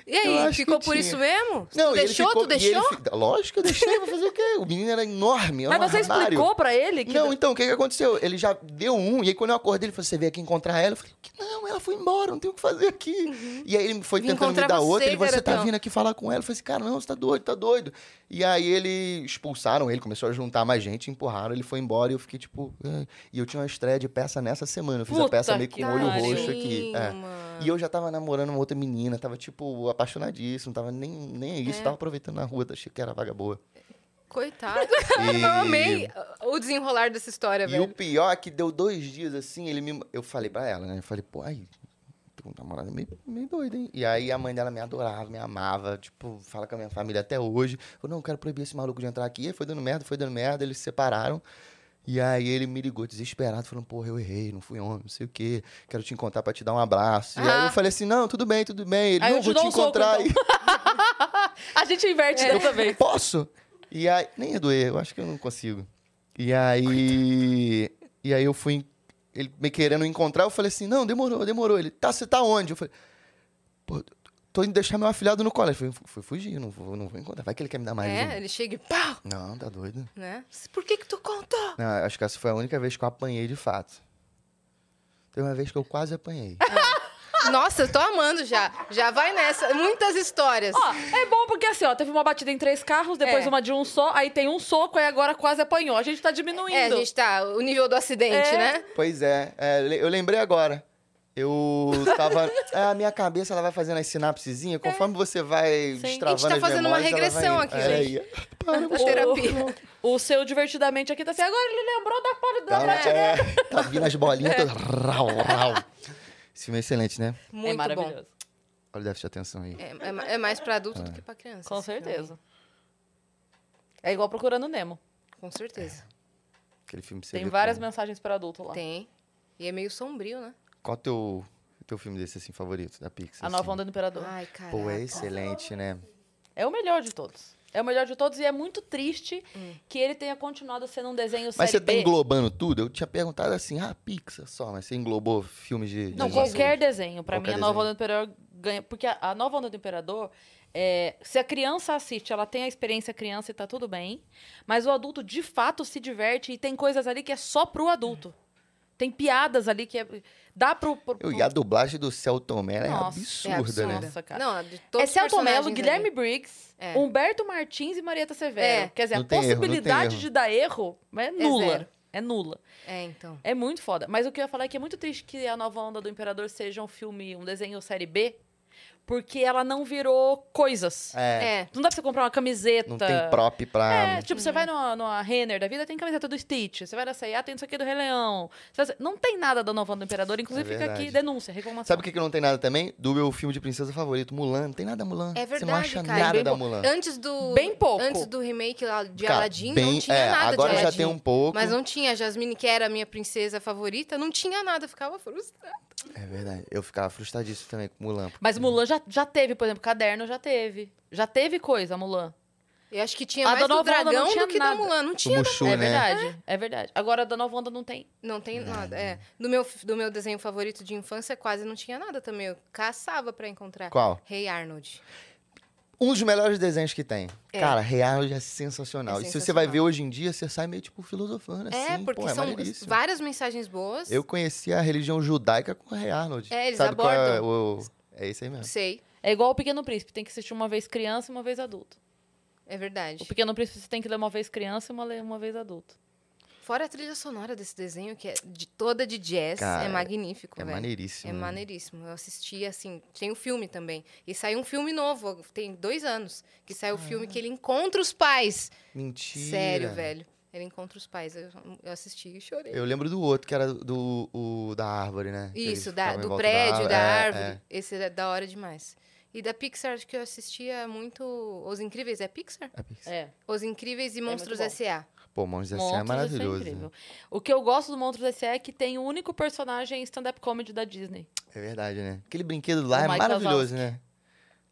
S2: E
S3: Eu
S2: aí,
S3: acho
S2: ficou
S3: que
S2: por
S3: tinha.
S2: isso mesmo? Tu
S3: Não, e ele
S2: deixou?
S3: ficou-
S2: tu
S3: e ele
S2: deixou?
S3: fi- Lógico que eu deixei, vou fazer o quê? O menino era enorme, era
S1: Mas
S3: um
S1: você
S3: armário.
S1: explicou pra ele que.
S3: Não, então, o que, que aconteceu? Ele já deu um, e aí quando eu acordei, ele falou, você veio aqui encontrar ela? Eu falei, que não, ela foi embora, não tem o que fazer aqui.
S1: Uhum.
S3: E aí ele foi
S2: Vim
S3: tentando me
S2: encontrar
S3: dar
S2: você,
S3: outra, ele, você tá
S2: garotão."
S3: vindo aqui falar com ela? Eu falei assim, cara, não, você tá doido, tá doido. E aí ele, expulsaram ele, começou a juntar mais gente, empurraram, ele foi embora, e eu fiquei tipo... "Ah." E eu tinha uma estreia de peça nessa semana, eu fiz a
S1: Puta
S3: peça meio com
S1: que
S3: o olho
S1: pariu.
S3: roxo aqui. É.
S2: Mano.
S3: E eu já tava namorando uma outra menina, tava, tipo, apaixonadíssimo, tava nem, nem isso, tava aproveitando na rua, achei que era vaga boa.
S2: Coitado.
S3: E-
S2: Eu amei o desenrolar dessa história,
S3: E o
S2: velho.
S3: pior é que deu dois dias, assim, ele me... Eu falei pra ela, né? Eu falei, pô, aí, tem um namorado meio, meio doido, hein? E aí a mãe dela me adorava, me amava, tipo, fala com a minha família até hoje. Eu, não, eu quero proibir esse maluco de entrar aqui. E foi dando merda, foi dando merda, eles se separaram. E aí ele me ligou desesperado, falando, porra, eu errei, não fui homem, não sei o quê. Quero te encontrar pra te dar um abraço. E aí
S2: Ah.
S3: eu falei assim, não, tudo bem, tudo bem. Ele,
S1: Aí
S3: não,
S1: eu te
S3: vou
S1: dou
S3: te
S1: um soco,
S3: encontrar aí.
S1: A gente inverte dessa vez.
S3: Posso? E aí, nem ia doer, eu acho que eu não consigo. E aí, e aí eu fui, ele me querendo encontrar, eu falei assim, não, demorou, demorou. Ele, tá, você tá onde? Eu falei, pô, tô indo deixar meu afilhado no colégio. Eu falei, fui fugir, não vou, não vou encontrar, vai que ele quer me dar mais
S2: É,
S3: um.
S2: ele chega e pau,
S3: Não, tá doido.
S2: né? Por que que tu contou?
S3: Não, acho que essa foi a única vez que eu apanhei de fato. Teve uma vez que eu quase apanhei.
S2: Nossa, eu tô amando já. Já vai nessa. Muitas histórias.
S1: Ó, é bom porque assim, ó, teve uma batida em três carros, depois
S2: É.
S1: uma de um só, aí tem um soco, aí agora quase apanhou. A gente tá diminuindo.
S2: é, a gente tá... O nível do acidente,
S1: É.
S2: né?
S3: Pois é, é, le- eu lembrei agora. Eu tava. a minha cabeça ela vai fazendo as sinapsezinhas, conforme você vai destravando
S2: A gente tá
S3: as
S2: fazendo uma
S3: memórias, ela vai é,
S2: regressão
S3: indo.
S2: aqui,
S3: Olha
S2: gente.
S3: aí. Para,
S1: tá
S2: Da
S3: pô.
S2: terapia.
S1: O seu divertidamente aqui tá assim, agora ele lembrou da parte da
S3: Tá,
S1: da-
S3: é, tá vindo as bolinhas todas. Rau, rau. Esse filme é excelente, né?
S1: É
S2: Muito bom.
S1: maravilhoso.
S3: Olha o déficit de atenção aí.
S2: É, é ma- é mais pra adulto do que pra criança. assim, né?
S1: Com
S2: esse filme.
S1: certeza. É igual procurando Nemo.
S2: Com certeza.
S1: É.
S3: Aquele filme que você
S1: Tem
S3: vê
S1: várias
S3: com-
S1: mensagens pra adulto lá.
S2: Tem. E é meio sombrio, né?
S3: Qual o teu, teu filme desse, assim, favorito da Pixar?
S1: A nova
S3: assim?
S1: onda do imperador.
S2: Ai, cara.
S3: Pô, é excelente, né?
S1: É o melhor de todos. É o melhor de todos e é muito triste que ele tenha continuado sendo um desenho
S3: Mas você
S1: série
S3: tá
S1: B.
S3: englobando tudo? Eu tinha perguntado assim, ah, Pixar só, mas você englobou filmes de.
S1: Não,
S3: de-
S1: qualquer desenho. Pra
S3: Qualquer
S1: mim, a nova
S3: desenho.
S1: onda do imperador ganha. Porque a, a nova onda do imperador. é, se a criança assiste, ela tem a experiência criança e tá tudo bem. Mas o adulto, de fato, se diverte e tem coisas ali que é só pro adulto. Tem piadas ali que é, dá pro. pro,
S3: Eu, e a dublagem do Celton Mello é
S1: Nossa,
S3: absurda,
S2: absurda.
S3: né?
S1: Nossa, cara.
S2: Não, de
S1: É
S2: todos os
S1: Celton Mello,
S2: personagens
S1: Guilherme
S2: ali.
S1: Briggs,
S2: É.
S1: Humberto Martins e Marieta Severo.
S2: É.
S1: Quer dizer,
S3: Não
S1: a
S3: tem erro, não tem
S1: possibilidade
S3: erro.
S1: de dar erro é
S2: zero.
S1: nula. É, nula.
S2: É, então.
S1: É muito foda. Mas o que eu ia falar é que é muito triste que a nova onda do Imperador seja um filme, um desenho série B, porque ela não virou coisas.
S3: É,
S2: É.
S1: Não dá pra você comprar uma camiseta.
S3: não tem prop pra...
S1: É, tipo, você vai numa, numa Renner da vida, tem camiseta do Stitch. Você vai na C&A, tem isso aqui do Rei Leão. Você vai- Não tem nada da nova onda do Imperador. Inclusive, fica
S3: É verdade.
S1: aqui denúncia, reclamação.
S3: Sabe o que, que não tem nada também? Do meu filme de princesa favorito, Mulan. Não tem nada Mulan.
S2: É
S3: Você não
S2: verdade,
S3: acha
S2: cara.
S3: nada
S2: Bem
S3: da
S2: pou-
S3: Mulan.
S2: Antes do.
S1: Bem pouco.
S2: Antes do remake lá de
S3: Cara,
S2: Aladdin,
S3: bem-
S2: não tinha
S3: é,
S2: nada
S3: agora
S2: de
S3: já
S2: Aladdin.
S3: tem um pouco.
S2: Mas não tinha. A Jasmine, que era a minha princesa favorita, não tinha nada. eu Ficava frustrada.
S3: É verdade. Eu ficava frustradíssimo também com Mulan.
S1: Mas Mulan já, já teve, por exemplo, caderno já teve. Já teve coisa, Mulan.
S2: Eu acho que tinha
S1: A
S2: mais
S1: da
S2: do
S1: Nova Onda não
S2: dragão
S1: tinha
S2: do que
S1: nada.
S2: da Mulan. Não
S3: O
S2: tinha.
S3: Mushu,
S1: é
S3: né?
S1: verdade, é verdade. Agora, a da Nova Onda não tem.
S2: Não tem nada. É. Do meu, do meu desenho favorito de infância, quase não tinha nada também. Eu caçava pra encontrar.
S3: Qual?
S2: Rei Arnold.
S3: Um dos melhores desenhos que tem.
S2: É.
S3: Cara, Real é sensacional.
S2: É
S3: E se você vai
S2: sensacional.
S3: ver hoje em dia, você sai meio tipo filosofando, assim.
S2: é, porque
S3: Pô, é
S2: são
S3: maneiríssimo.
S2: várias mensagens boas.
S3: Eu conheci a religião judaica com o Rei Arnold.
S2: É, eles
S3: Sabe qual é
S2: abordam.
S3: o... É isso aí mesmo.
S2: Sei,
S1: É igual o Pequeno Príncipe, tem que assistir uma vez criança e uma vez adulto.
S2: é verdade.
S1: O Pequeno Príncipe você tem que ler uma vez criança e uma, le- uma vez adulto.
S2: Fora a trilha sonora desse desenho, que é de- toda de jazz,
S3: Cara,
S2: é magnífico,
S3: É
S2: velho.
S3: maneiríssimo.
S2: É
S3: né?
S2: maneiríssimo. Eu assisti, assim, tem um filme também. E saiu um filme novo, tem dois anos, que saiu o
S3: Ah.
S2: filme que ele encontra os pais.
S3: Mentira.
S2: Sério, velho. Ele encontra os pais. Eu, eu assisti e chorei.
S3: Eu lembro do outro, que era do, o- da árvore, né? Que eles
S2: Isso, da-
S3: ficavam em
S2: do
S3: volta
S2: prédio, da árvore.
S3: É, é.
S2: Esse é da hora demais. E da Pixar, acho que eu assistia muito Os Incríveis. É Pixar?
S3: É Pixar.
S1: É,
S2: Os Incríveis e Monstros
S1: muito bom.
S2: S.A.
S3: Pô, Monstros S.A. é
S1: Monstros,
S3: maravilhoso.
S1: isso é incrível. O que eu gosto do Monstros S.A. é que tem o único personagem em stand-up comedy da Disney.
S3: É verdade, né? Aquele brinquedo lá
S1: O
S3: é
S1: Mike
S3: maravilhoso, né?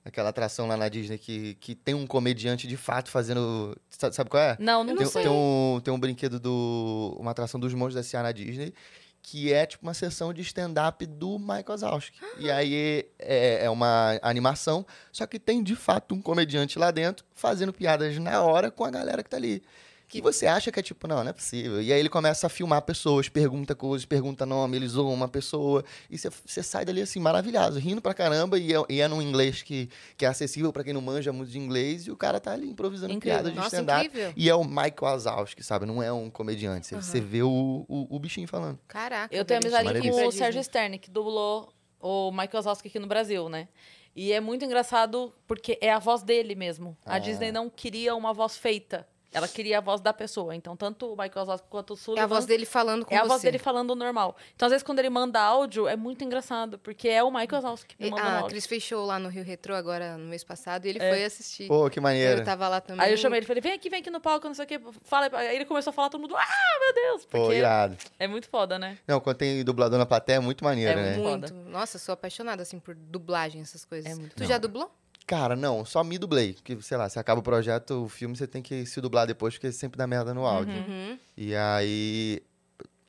S3: Aquela atração lá na Disney que, que tem um comediante de fato fazendo. Sabe, sabe qual é?
S1: Não, não
S2: Eu
S3: tem,
S1: sei.
S3: tem um, tem um brinquedo do. Uma atração dos monstros da Ciara na Disney. Que é tipo uma sessão de stand-up do Michael Wazowski. E aí é, é uma animação, só que tem de fato um comediante lá dentro fazendo piadas na hora com a galera que tá ali.
S2: Que-
S3: E você acha que é tipo, não, não é possível. E aí ele começa a filmar pessoas, pergunta coisas, pergunta nome, ele zoa uma pessoa. E você- você sai dali assim, maravilhado, rindo pra caramba. E é, e é num inglês que, que é acessível pra quem não manja muito de inglês. E o cara tá ali improvisando
S1: Incrível.
S3: piadas de
S2: Nossa,
S3: stand-up.
S2: incrível.
S3: E é o Michael Wazowski, sabe? Não é um comediante. Você-
S2: Aham.
S3: Você vê o, o, o bichinho falando.
S2: Caraca.
S1: Eu tenho
S2: velho,
S1: amizade
S3: Maravilha.
S1: com
S2: Disney.
S1: o Sérgio Stern, que dublou o Michael Wazowski aqui no Brasil, né? E é muito engraçado porque é a voz dele mesmo. A
S3: Ah.
S1: Disney não queria uma voz feita. Ela queria a voz da pessoa. Então, tanto o Michael Wazowski quanto o
S2: É
S1: Sullivan...
S2: a voz dele falando com
S1: é a
S2: você.
S1: voz dele falando normal. Então, às vezes, quando ele manda áudio, é muito engraçado, porque é o Michael Wazowski que
S2: E-
S1: manda
S2: Ah,
S1: áudio.
S2: Cris fechou lá no Rio Retrô agora no mês passado e ele
S1: É.
S2: foi assistir.
S3: Pô, que
S2: eu
S3: maneiro.
S2: tava lá também.
S1: Aí eu chamei ele, falei, vem aqui, vem aqui no palco, não sei o quê. Fala. Aí ele começou a falar, todo mundo, ah, meu Deus!
S3: Pô,
S1: Porque
S3: irado.
S1: é muito foda, né?
S3: Não, quando tem dublador na plateia é muito maneiro,
S1: É
S3: né?
S1: muito-
S2: muito. Nossa, sou apaixonada assim por dublagem, essas coisas.
S1: É muito
S2: tu
S3: bom.
S2: já dublou?
S3: Cara, não, só me dublei. Que, sei lá, você acaba o projeto, o filme, você tem que se dublar depois, porque sempre dá merda no áudio.
S2: Uhum.
S3: E aí.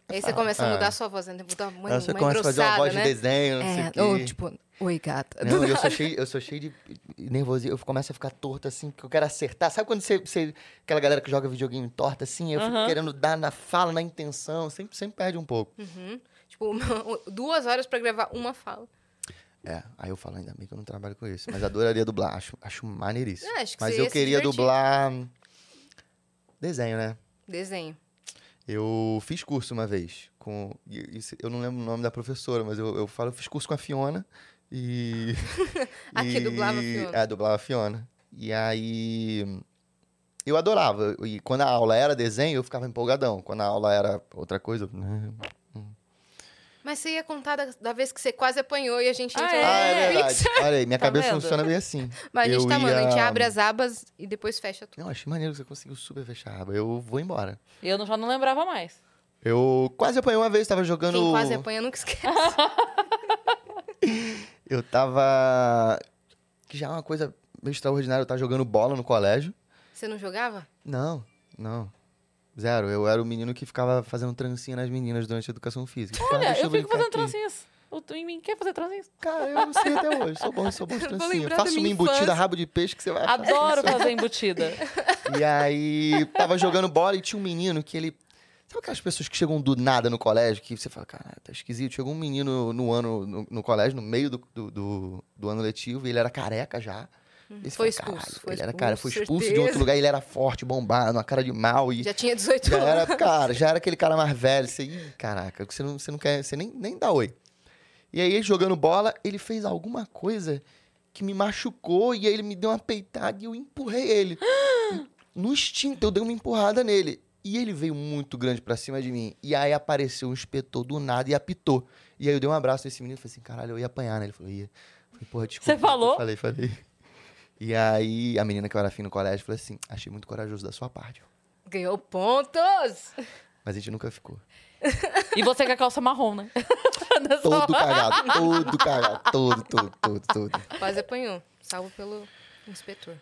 S2: Aí você começa a
S3: Ah.
S2: mudar a sua voz, né? Mudar uma,
S3: aí você
S2: uma
S3: começa a fazer uma
S2: engrossada,
S3: voz
S2: né?
S3: de desenho, não sei o
S2: é,
S3: quê.
S2: ou tipo, oi gata.
S3: Não, e eu sou cheio, eu sou cheio de nervoso, eu começo a ficar torto assim, porque eu quero acertar. Sabe quando você, você- aquela galera que joga videogame torta assim, eu fico
S1: Aham.
S3: querendo dar na fala, na intenção, sempre sempre perde um pouco.
S2: Uhum. Tipo, uma- duas horas pra gravar uma fala.
S3: É, aí eu falo ainda bem que eu não trabalho com isso, mas adoraria dublar, acho, acho maneiríssimo.
S2: É, acho que
S3: mas
S2: você ia
S3: eu
S2: se
S3: queria
S2: divertir.
S3: dublar hum, desenho, né?
S2: Desenho.
S3: Eu fiz curso uma vez com. e- isso- Eu não lembro o nome da professora, mas eu, eu falo, eu fiz curso com a Fiona e.
S2: Ah, que dublava a
S3: e-
S2: Fiona.
S3: É, dublava a Fiona. E aí. Eu adorava. E quando a aula era desenho, eu ficava empolgadão. Quando a aula era outra coisa. eu- né?
S2: Mas você ia contar da, da vez que você quase apanhou e a gente
S1: Ah,
S2: entrou
S1: é?
S2: lá
S3: Ah,
S2: no
S3: é
S2: Pix.
S3: verdade. Olha aí, minha
S1: Tá
S3: cabeça
S1: vendo?
S3: funciona meio assim.
S2: Mas a
S3: Eu
S2: gente tá, mano, a gente
S3: ia-
S2: abre as abas e depois fecha tudo.
S3: Eu achei maneiro que você conseguiu super fechar a aba. Eu vou embora.
S1: E eu não- já não lembrava mais.
S3: Ah, Eu quase apanhei uma vez, tava
S2: Quem
S3: jogando.
S2: quase apanha nunca esquece.
S3: Eu tava. Que já é uma coisa meio extraordinária. Eu tava jogando bola no colégio.
S2: Você não jogava?
S3: Não, não. Zero. Eu era o menino que ficava fazendo trancinha nas meninas durante a educação física. Ficava,
S1: Olha,
S3: "Deixa
S1: "É, eu fico
S3: brincar
S1: fazendo
S3: aqui".
S1: trancinhas. o tu em mim quer fazer trancinha.
S3: Cara, eu não sei até hoje. Sou bom, sou bom de
S2: Vou
S3: trancinha.
S2: lembrar da
S3: Faço uma
S2: minha
S3: embutida,
S2: infância.
S3: rabo de peixe que você vai achar
S1: Adoro
S3: sensacional.
S1: fazer embutida.
S3: E aí, tava jogando bola e tinha um menino que ele. Sabe aquelas pessoas que chegam do nada no colégio, que você fala, cara, tá esquisito. Chegou um menino no ano, no, no colégio, no meio do, do, do- do ano letivo, e ele era careca já. E você
S2: Uhum. Foi
S3: "Caralho",
S2: expulso, foi
S3: ele era cara, foi
S2: expulso,
S3: expulso de
S2: certeza.
S3: outro lugar, ele era forte, bombado, uma cara de mal. E
S2: Já tinha 18
S3: já
S2: anos.
S3: era, cara, já era aquele cara mais velho. Você, Ih, caraca, você não, você não quer, você nem, nem dá oi. E aí, ele jogando bola, ele fez alguma coisa que me machucou e aí ele me deu uma peitada e eu empurrei ele. no instinto, eu dei uma empurrada nele. E ele veio muito grande pra cima de mim. E aí apareceu um inspetor do nada e apitou. E aí eu dei um abraço nesse menino e falei assim: caralho, eu ia apanhar, né? Ele falou: ia. Eu Falei, porra, desculpa.
S1: Você falou?
S3: Falei, falei. E aí a menina que eu era afim no colégio falou assim: achei muito corajoso da sua parte.
S2: Ganhou pontos!
S3: Mas a gente nunca ficou.
S1: E você com a calça marrom, né? Nessa
S3: Todo
S1: hora.
S3: cagado, todo cagado, todo, todo, todo, todo.
S2: Quase apanhou. Salvo pelo inspetor.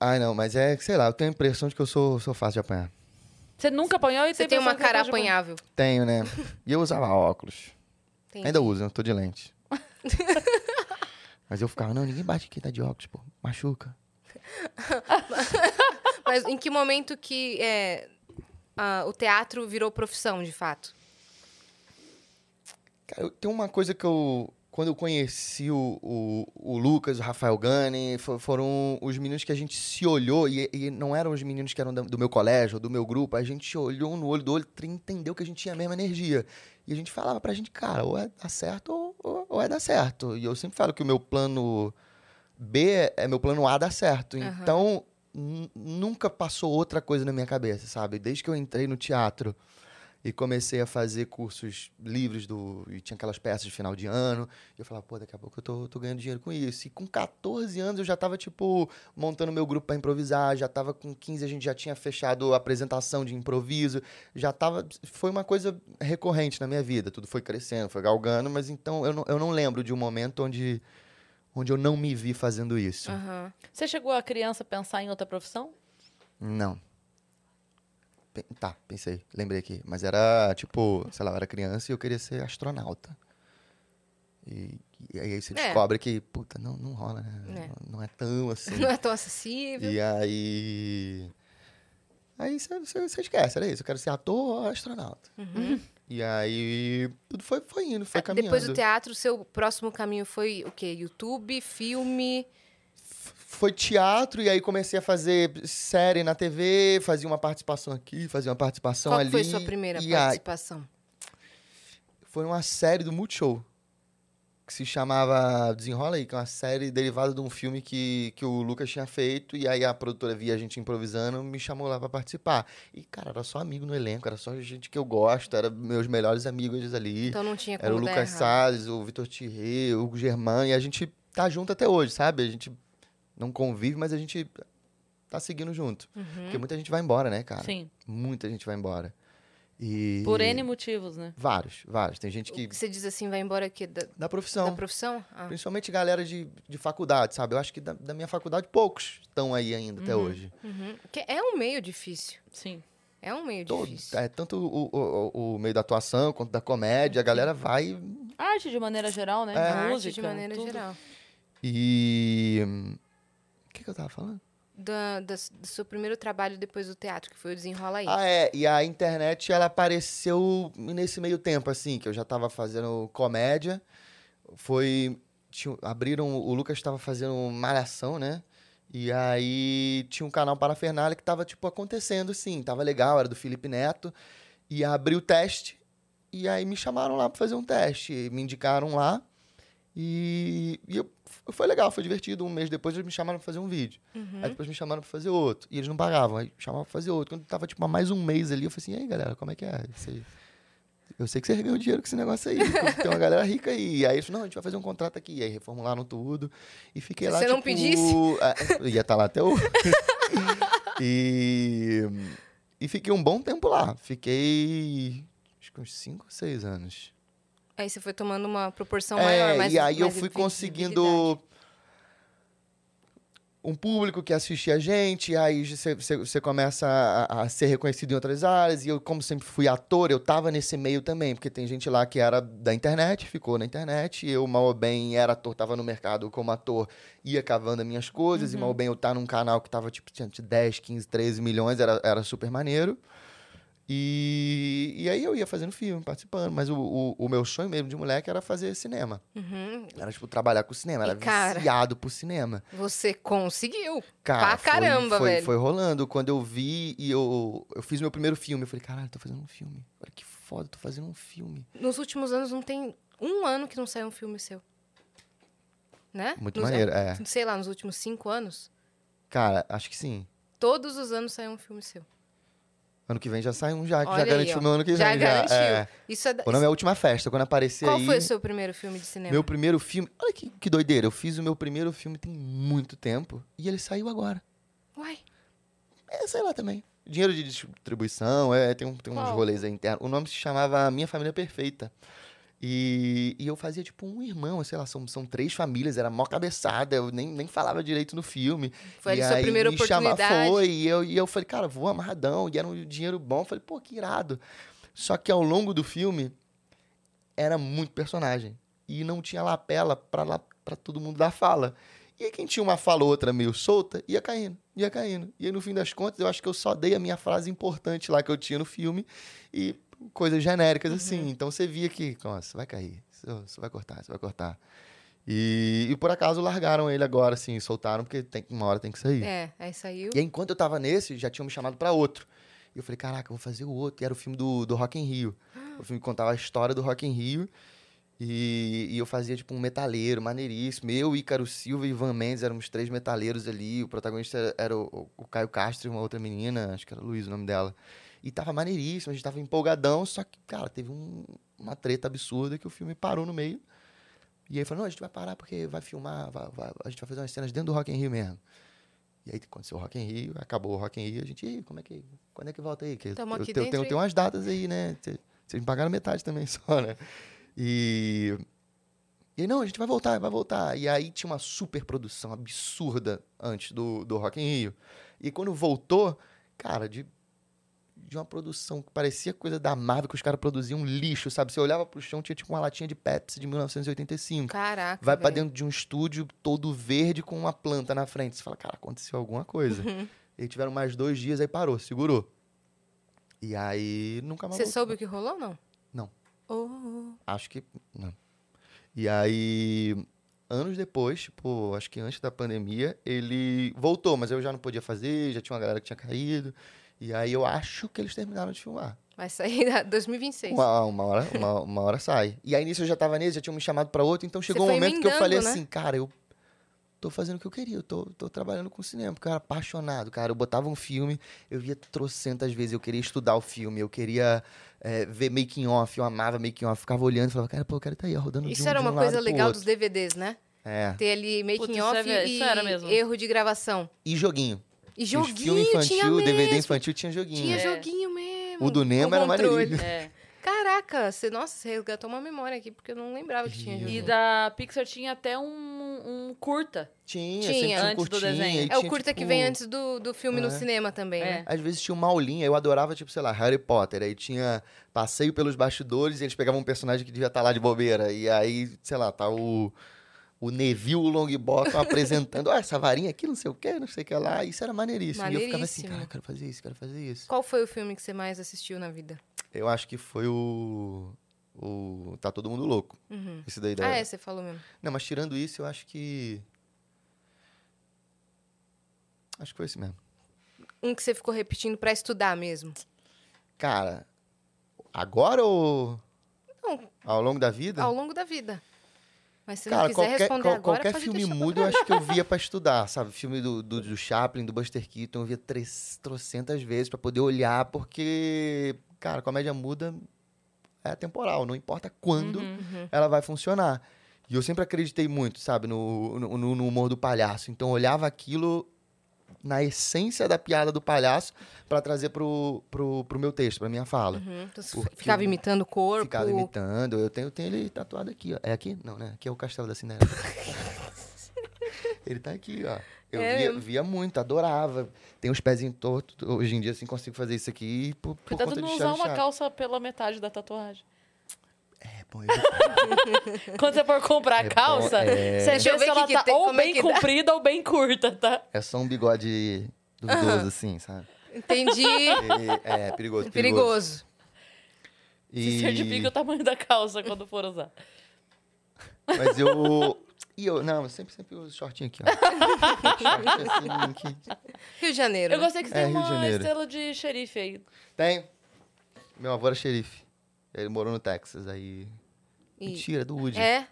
S3: Ai, não, mas é, que, sei lá, eu tenho a impressão de que eu sou, sou fácil de apanhar.
S1: Você nunca apanhou e
S2: Você tem é uma
S1: pessoa que
S2: cara
S1: apanha de bom.
S2: apanhável.
S3: Tenho, né? E eu usava óculos.
S2: Tem.
S3: Ainda uso, eu tô de lente. mas eu ficava, não, ninguém bate aqui, tá de óculos, pô. Machuca.
S2: Mas em que momento que é, ah, o teatro virou profissão, de fato?
S3: Cara, eu, tem uma coisa que eu. Quando eu conheci o, o, o Lucas, o Rafael Gani, fo- foram os meninos que a gente se olhou, e, e não eram os meninos que eram da- do meu colégio, do meu grupo, a gente olhou um no olho do outro e entendeu que a gente tinha a mesma energia. E a gente falava pra gente, cara, ou é dar certo ou, ou, ou é dar certo. E eu sempre falo que o meu plano B é meu plano A dar certo.
S2: Aham.
S3: Então, nu- nunca passou outra coisa na minha cabeça, sabe? Desde que eu entrei no teatro e comecei a fazer cursos livres do. E tinha aquelas peças de final de ano. E eu falava, pô, daqui a pouco eu tô, tô ganhando dinheiro com isso. E com 14 anos eu já tava, tipo, montando meu grupo pra improvisar. Já tava com 15, a gente já tinha fechado a apresentação de improviso. Já tava. Foi uma coisa recorrente na minha vida. Tudo foi crescendo, foi galgando, mas então eu não, eu não lembro de um momento onde. Onde eu não me vi fazendo isso.
S2: Aham.
S1: Você chegou a criança a pensar em outra profissão?
S3: Não. Pe- Tá, pensei, lembrei aqui. Mas era tipo, sei lá, eu era criança e eu queria ser astronauta. E, e aí você
S2: É.
S3: descobre que, puta, não, não rola, né?
S2: É.
S3: Não, não é tão assim.
S2: Não é tão acessível.
S3: e aí. Aí você- você você esquece, era isso. Eu quero ser ator ou astronauta.
S2: Uhum.
S3: E aí tudo foi, foi indo, foi
S2: Ah,
S3: caminhando.
S2: Depois do teatro, seu próximo caminho foi o quê? YouTube, filme.
S3: foi teatro e aí comecei a fazer série na TV, fazia uma participação aqui, fazia uma participação
S2: Qual que
S3: ali.
S2: foi sua primeira
S3: e aí-
S2: participação?
S3: foi uma série do Multishow. Que se chamava Desenrola aí, que é uma série derivada de um filme que, que o Lucas tinha feito. E aí a produtora via a gente improvisando, me chamou lá pra participar. E, cara, era só amigo no elenco, era só gente que eu gosto, era meus melhores amigos ali.
S2: Então não tinha como
S3: Era o
S2: dar
S3: Lucas
S2: errado.
S3: Salles, o Vitor Thierry, o Hugo Germán, e a gente tá junto até hoje, sabe? A gente não convive, mas a gente tá seguindo junto.
S2: Uhum.
S3: Porque muita gente vai embora, né, cara?
S1: Sim.
S3: Muita gente vai embora. E...
S1: Por N motivos, né?
S3: Vários, vários. Tem gente
S2: O
S3: que
S2: que Você diz assim, vai embora aqui da,
S3: da
S2: da
S3: profissão.
S2: profissão? Ah.
S3: Principalmente galera de, de faculdade, sabe? Eu acho que da, da minha faculdade poucos estão aí ainda até hoje.
S2: Uhum. Porque é um meio difícil.
S1: Sim.
S2: É um meio
S3: Todo,
S2: difícil.
S3: é, tanto o, o, o meio da atuação quanto da comédia, a galera vai
S1: Arte de maneira geral, né?
S3: É.
S2: A arte
S1: Música,
S2: de maneira
S1: tudo.
S2: geral.
S3: e. hum, O que, que eu tava falando?
S2: Da, da- do seu primeiro trabalho depois do teatro, que foi o Desenrola aí.
S3: Ah, é. E a internet, ela apareceu nesse meio tempo, assim, que eu já tava fazendo comédia. Foi. tinha- abriram. O Lucas tava fazendo malhação, né? E aí tinha um canal Parafernália que tava, tipo, acontecendo, assim. Tava legal, era do Felipe Neto. E abri o teste. E aí me chamaram lá pra fazer um teste. Me indicaram lá. E, e eu- foi legal, foi divertido. Um mês depois eles me chamaram pra fazer um vídeo.
S2: Uhum.
S3: Aí depois me chamaram pra fazer outro. E eles não pagavam. Aí chamavam pra fazer outro. Quando tava, tipo, há mais um mês ali, eu falei assim, e aí, galera, como é que é? Você- Eu sei que vocês ganham dinheiro com esse negócio aí. que Tem uma galera rica aí. E aí eles, não, a gente vai fazer um contrato aqui. E aí reformularam tudo. E fiquei
S2: Se
S3: lá,
S2: você não
S3: tipo,
S2: pedisse?
S3: ah, eu ia estar lá até hoje. e... E fiquei um bom tempo lá. Fiquei... Acho que uns 5 ou 6 anos
S2: Aí você foi tomando Então, uma proporção
S3: é,
S2: maior, mas
S3: E aí eu fui conseguindo um público que assistia a gente, aí você- você você começa a, a ser reconhecido em outras áreas. E eu, como sempre fui ator, eu tava nesse meio também, porque tem gente lá que era da internet, ficou na internet. e Eu, mal ou bem, era ator, tava no mercado como ator, ia cavando as minhas coisas. E mal ou bem, eu tá num canal que tava tipo tinha 10, 15, 13 milhões, era, era super maneiro. E, e aí eu ia fazendo filme, participando. Mas o, o, o meu sonho mesmo de moleque era fazer cinema.
S2: Uhum.
S3: Era, tipo, trabalhar com cinema.
S2: E,
S3: Era
S2: cara,
S3: viciado por cinema.
S2: Você conseguiu. pra
S3: Cara, foi-
S2: caramba,
S3: foi,
S2: velho.
S3: Foi rolando. Quando eu vi e eu, eu fiz meu primeiro filme, eu falei, caralho, tô fazendo um filme. Olha que foda, tô fazendo um filme.
S2: Nos últimos anos não tem um ano que não saiu um filme seu. Né?
S3: Muito
S2: Nos-
S3: maneiro, é.
S2: Sei lá, nos últimos cinco anos,
S3: Cara, acho que sim.
S2: todos os anos saiu um filme seu.
S3: Ano que vem já sai um, já, já
S2: Olha aí,
S3: garantiu
S2: ó.
S3: meu ano que vem.
S2: Já garantiu.
S3: é.
S2: Isso é da-
S3: O nome é A Última Festa. Quando aparecer
S2: Qual
S3: aí...
S2: foi o seu primeiro filme de cinema?
S3: Meu primeiro filme... Olha que, que doideira. Eu fiz o meu primeiro filme tem muito tempo e ele saiu agora.
S2: Uai,
S3: É, sei lá também. Dinheiro de distribuição, é, tem, um- tem uns
S2: Qual?
S3: rolês aí internos. O nome se chamava Minha Família Perfeita. E, e eu fazia tipo um irmão, sei lá, são, são três famílias, era mó cabeçada, eu nem, nem falava direito no filme.
S2: foi
S3: e
S2: a sua
S3: aí
S2: primeira
S3: me chama-
S2: oportunidade.
S3: foi, e eu, e eu falei, cara, vou amarradão, e era um dinheiro bom, eu falei, pô, que irado. Só que ao longo do filme, era muito personagem. E não tinha lapela pra, lá, pra todo mundo dar fala. E aí quem tinha uma fala ou outra meio solta, ia caindo, ia caindo. E aí no fim das contas, eu acho que eu só dei a minha frase importante lá que eu tinha no filme e coisas genéricas assim. Então você via que, nossa, vai cair, isso- isso vai cortar, isso vai cortar. E, e por acaso largaram ele agora, assim, soltaram, porque tem, uma hora tem que sair.
S2: É, aí saiu.
S3: E aí, enquanto eu tava nesse, já tinham me chamado pra outro. E eu falei, caraca, eu vou fazer o outro. E era o filme do, do Rock in Rio. O filme que contava a história do Rock in Rio. E, e eu fazia, tipo, um metaleiro maneiríssimo. Eu, Ícaro Silva e Ivan Mendes éramos três metaleiros ali. O protagonista era, era o, o Caio Castro e uma outra menina, acho que era Luiz o nome dela. E tava maneiríssimo, a gente tava empolgadão. Só que, cara, teve um- uma treta absurda que o filme parou no meio. E aí falou, não, a gente vai parar porque vai filmar, vai- vai- a gente vai fazer umas cenas dentro do Rock in Rio mesmo. E aí aconteceu o Rock in Rio, acabou o Rock in Rio, a gente, e aí, como é que, quando é que volta aí? Que eu,
S2: Tamo aqui
S3: tenho- tenho,
S2: dentro,
S3: tenho umas datas aí, né? Cê- Vocês me pagaram metade também só, né? E... E aí, não, a gente vai voltar, vai voltar. E aí tinha uma super produção absurda antes do, do Rock in Rio. E quando voltou, cara, de, de uma produção que parecia coisa da Marvel, que os caras produziam um lixo, sabe? Você olhava pro chão, tinha tipo uma latinha de Pepsi de 1985.
S2: Caraca.
S3: Vai pra
S2: velho.
S3: dentro de um estúdio todo verde com uma planta na frente. Você fala, cara, aconteceu alguma coisa. E tiveram mais dois dias, aí parou, segurou. E aí nunca mais
S2: Você
S3: voltou.
S2: soube o que rolou, não?
S3: Não.
S2: Oh,
S3: Acho que não. E aí, anos depois, tipo, acho que antes da pandemia, ele voltou, mas eu já não podia fazer, já tinha uma galera que tinha caído. E aí eu acho que eles terminaram de filmar.
S2: vai sair em 2026.
S3: Uma, uma hora, uma, uma hora sai. E aí nisso eu já tava nesse, já tinham me chamado pra outro, então chegou um
S2: foi
S3: momento que eu
S2: emendando,
S3: falei
S2: né?
S3: assim, cara, eu tô fazendo o que eu queria, eu tô, tô trabalhando com cinema, porque eu era apaixonado, cara. Eu botava um filme, eu via trocentas vezes, eu queria estudar o filme, eu queria é, ver making off, eu amava making off, ficava olhando e falava, cara, pô, eu quero tá aí, ó, rodando de
S2: Isso
S3: um-
S2: era
S3: de um
S2: uma coisa
S3: lado pro
S2: legal
S3: outro.
S2: dos DVDs, né?
S3: É.
S2: Ter ali
S1: Puta,
S2: making
S1: isso
S2: off
S1: é ver-
S2: e
S1: isso era mesmo.
S2: erro de gravação.
S3: E joguinho.
S2: E
S3: Tinha
S2: joguinho,
S3: filme infantil,
S2: tinha mesmo.
S3: DVD infantil tinha joguinho.
S2: Tinha
S1: É.
S2: joguinho mesmo.
S3: O do Nemo
S2: com
S3: era
S2: controle.
S3: maneirinho.
S1: É.
S2: Caraca, você, nossa, você resgatou uma memória aqui, porque eu não lembrava que tinha
S3: E-
S1: E
S2: joguinho.
S1: da Pixar tinha até um, um curta.
S2: Tinha.
S3: Tinha, sempre tinha um
S1: Antes do
S3: curtinha,
S1: desenho.
S3: e
S2: É o
S3: tinha,
S2: curta que
S3: tipo,
S2: vem antes do, do filme no
S3: é.
S2: cinema também,
S1: É.
S2: né?
S3: Às vezes tinha uma aulinha, eu adorava, tipo, sei lá, Harry Potter. Aí tinha passeio pelos bastidores e eles pegavam um personagem que devia estar lá de bobeira. E aí, sei lá, tá o, o Neville Longbottom apresentando, ó, essa varinha aqui, não sei o quê, não sei o que lá. Isso era maneiríssimo. E eu ficava assim,
S2: Maneiríssimo.
S3: cara, eu quero fazer isso, quero fazer isso.
S2: Qual foi o filme que você mais assistiu na vida?
S3: Eu acho que foi o. o tá todo mundo louco.
S2: Uhum.
S3: Esse daí da.
S2: Ah, é, você falou mesmo.
S3: Não, mas tirando isso, eu acho que. Acho que foi esse mesmo.
S2: Um que você ficou repetindo pra estudar mesmo.
S3: Cara, agora ou
S2: Não.
S3: ao longo da vida?
S2: Ao longo da vida. Mas se não
S3: Cara,
S2: quiser
S3: qualquer,
S2: responder
S3: qual-
S2: agora,
S3: qualquer
S2: pode
S3: filme
S2: deixar pra
S3: mudo eu acho que eu via pra estudar, sabe? Filme do, do, do Chaplin, do Buster Keaton, eu via três, trocentas vezes pra poder olhar, porque, cara, comédia muda é atemporal, não importa quando
S1: Uhum.
S3: ela vai funcionar. E eu sempre acreditei muito, sabe, no, no, no- no humor do palhaço. Então eu olhava aquilo na essência da piada do palhaço pra trazer pro, pro, pro meu texto, pra minha fala.
S2: Uhum. Então, você
S3: Porque
S2: ficava
S3: eu
S2: imitando o corpo.
S3: Ficava imitando. Eu tenho, eu tenho ele tatuado aqui, ó. É aqui? Não, né? Aqui é o Castelo da Cinderela. Ele tá aqui, ó. Eu
S1: É
S3: via,
S1: mesmo.
S3: via muito, adorava. Tem os pezinhos tortos. Hoje em dia, assim, consigo fazer isso aqui por, por
S1: Portanto,
S3: conta de
S1: não
S3: chave
S1: usar uma
S3: chave.
S1: calça pela metade da tatuagem.
S3: É, bom, eu-
S1: Quando você for comprar
S3: É
S1: a calça,
S3: bom, é.
S1: você vê
S2: Deixa eu
S1: se
S2: ver
S1: ela
S2: que que
S1: tá
S2: tem-
S1: ou
S2: como é
S1: bem
S2: que dá.
S1: comprida ou bem curta, tá?
S3: é só um bigode duvidoso,
S2: Aham.
S3: assim, sabe?
S2: Entendi.
S3: Ele- é, perigoso, perigoso.
S2: Perigoso.
S1: Se
S3: E...
S1: certifica o tamanho da calça quando for usar.
S3: Mas eu... E eu, não, eu sempre, sempre uso shortinho aqui, ó. Shortinho assim, que...
S2: Rio de Janeiro.
S1: Eu gostei que você
S3: É,
S1: tem
S3: Rio de
S1: uma
S3: Janeiro.
S1: estrela de xerife aí.
S3: Tem. Meu avô era xerife. Ele morou no Texas, aí...
S2: E-
S3: Mentira, é do Woody.
S2: É.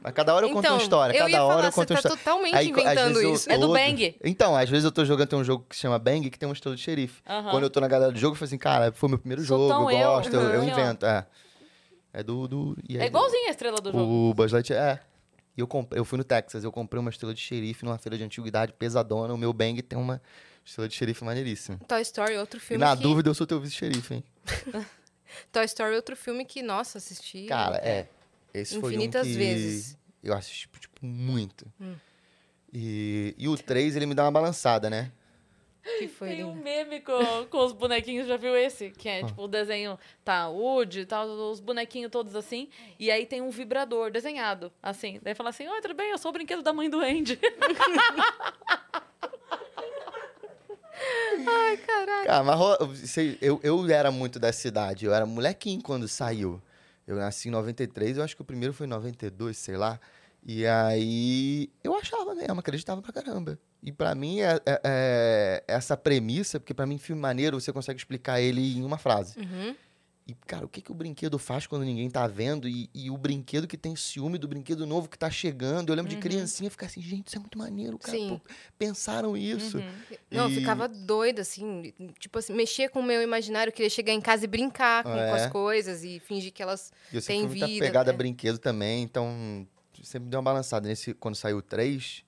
S3: Mas cada hora eu conto
S2: Então,
S3: uma história.
S2: eu
S3: Cada
S2: ia
S3: hora
S2: falar,
S3: eu conto
S2: você
S3: uma
S2: tá
S3: história.
S2: totalmente
S3: Aí, co- às
S2: inventando
S3: vezes eu
S2: isso.
S1: É do
S3: todo-
S1: Bang.
S3: Então, às vezes eu tô jogando, tem um jogo que se chama Bang, que tem um estilo de xerife.
S1: Aham.
S3: Quando eu tô na galera do jogo, eu falo assim, cara, foi meu primeiro
S1: Sou tão
S3: jogo, eu
S1: eu,
S3: gosto, eu, eu
S2: assim,
S1: aham.
S3: invento. É, é do... do e aí-
S1: É igualzinho a estrela do jogo.
S3: O Buzz Lightyear, é. E eu, comprei, eu fui no Texas, eu comprei uma estrela de xerife numa feira de antiguidade pesadona. O meu Bang tem uma estrela de xerife maneiríssima.
S2: Toy Story, outro
S3: E
S2: filme
S3: na
S2: que...
S3: dúvida, eu sou teu vice-xerife, hein?
S2: Toy Story, outro filme que, nossa, assisti.
S3: Cara, é. Esse
S2: Infinitas
S3: foi um que
S2: vezes. Hum.
S3: Eu assisti, tipo, tipo, muito. E, e o 3, ele me dá uma balançada, né?
S2: Que foi
S1: Tem um
S2: lindo.
S1: meme com, com os bonequinhos, já viu esse? Que
S3: Ah.
S1: é tipo o desenho, tá, Woody e tal, os bonequinhos todos assim. E aí tem um vibrador desenhado, assim. Daí fala assim: Oi, tudo bem? Eu sou o brinquedo da mãe do Andy.
S2: Ai, caralho.
S3: Cara, mas rola- sei- eu, eu era muito dessa idade. Eu era molequinho quando saiu. Eu nasci em 93, eu acho que o primeiro foi em 92, sei lá. E aí eu achava mesmo, acreditava pra caramba. E pra mim, é, é- é- essa premissa, porque pra mim, filme maneiro, você consegue explicar ele em uma frase.
S2: Uhum.
S3: E, cara, o que, que o brinquedo faz quando ninguém tá vendo? E, e o brinquedo que tem ciúme do brinquedo novo que tá chegando. Eu lembro
S1: Uhum.
S3: de criancinha ficar assim, gente, isso é muito maneiro, cara.
S2: Sim.
S3: pô, pensaram isso.
S1: Uhum.
S2: Não, eu
S3: E-
S2: ficava doida, assim. Tipo assim, mexia com o meu imaginário. Eu queria chegar em casa e brincar com,
S3: É.
S2: com as coisas e fingir que elas...
S3: E eu sempre
S2: Tem
S3: fui muito
S2: vida,
S3: apegado a
S2: né?
S3: brinquedo também, então sempre deu uma balançada. Nesse, quando saiu o 3,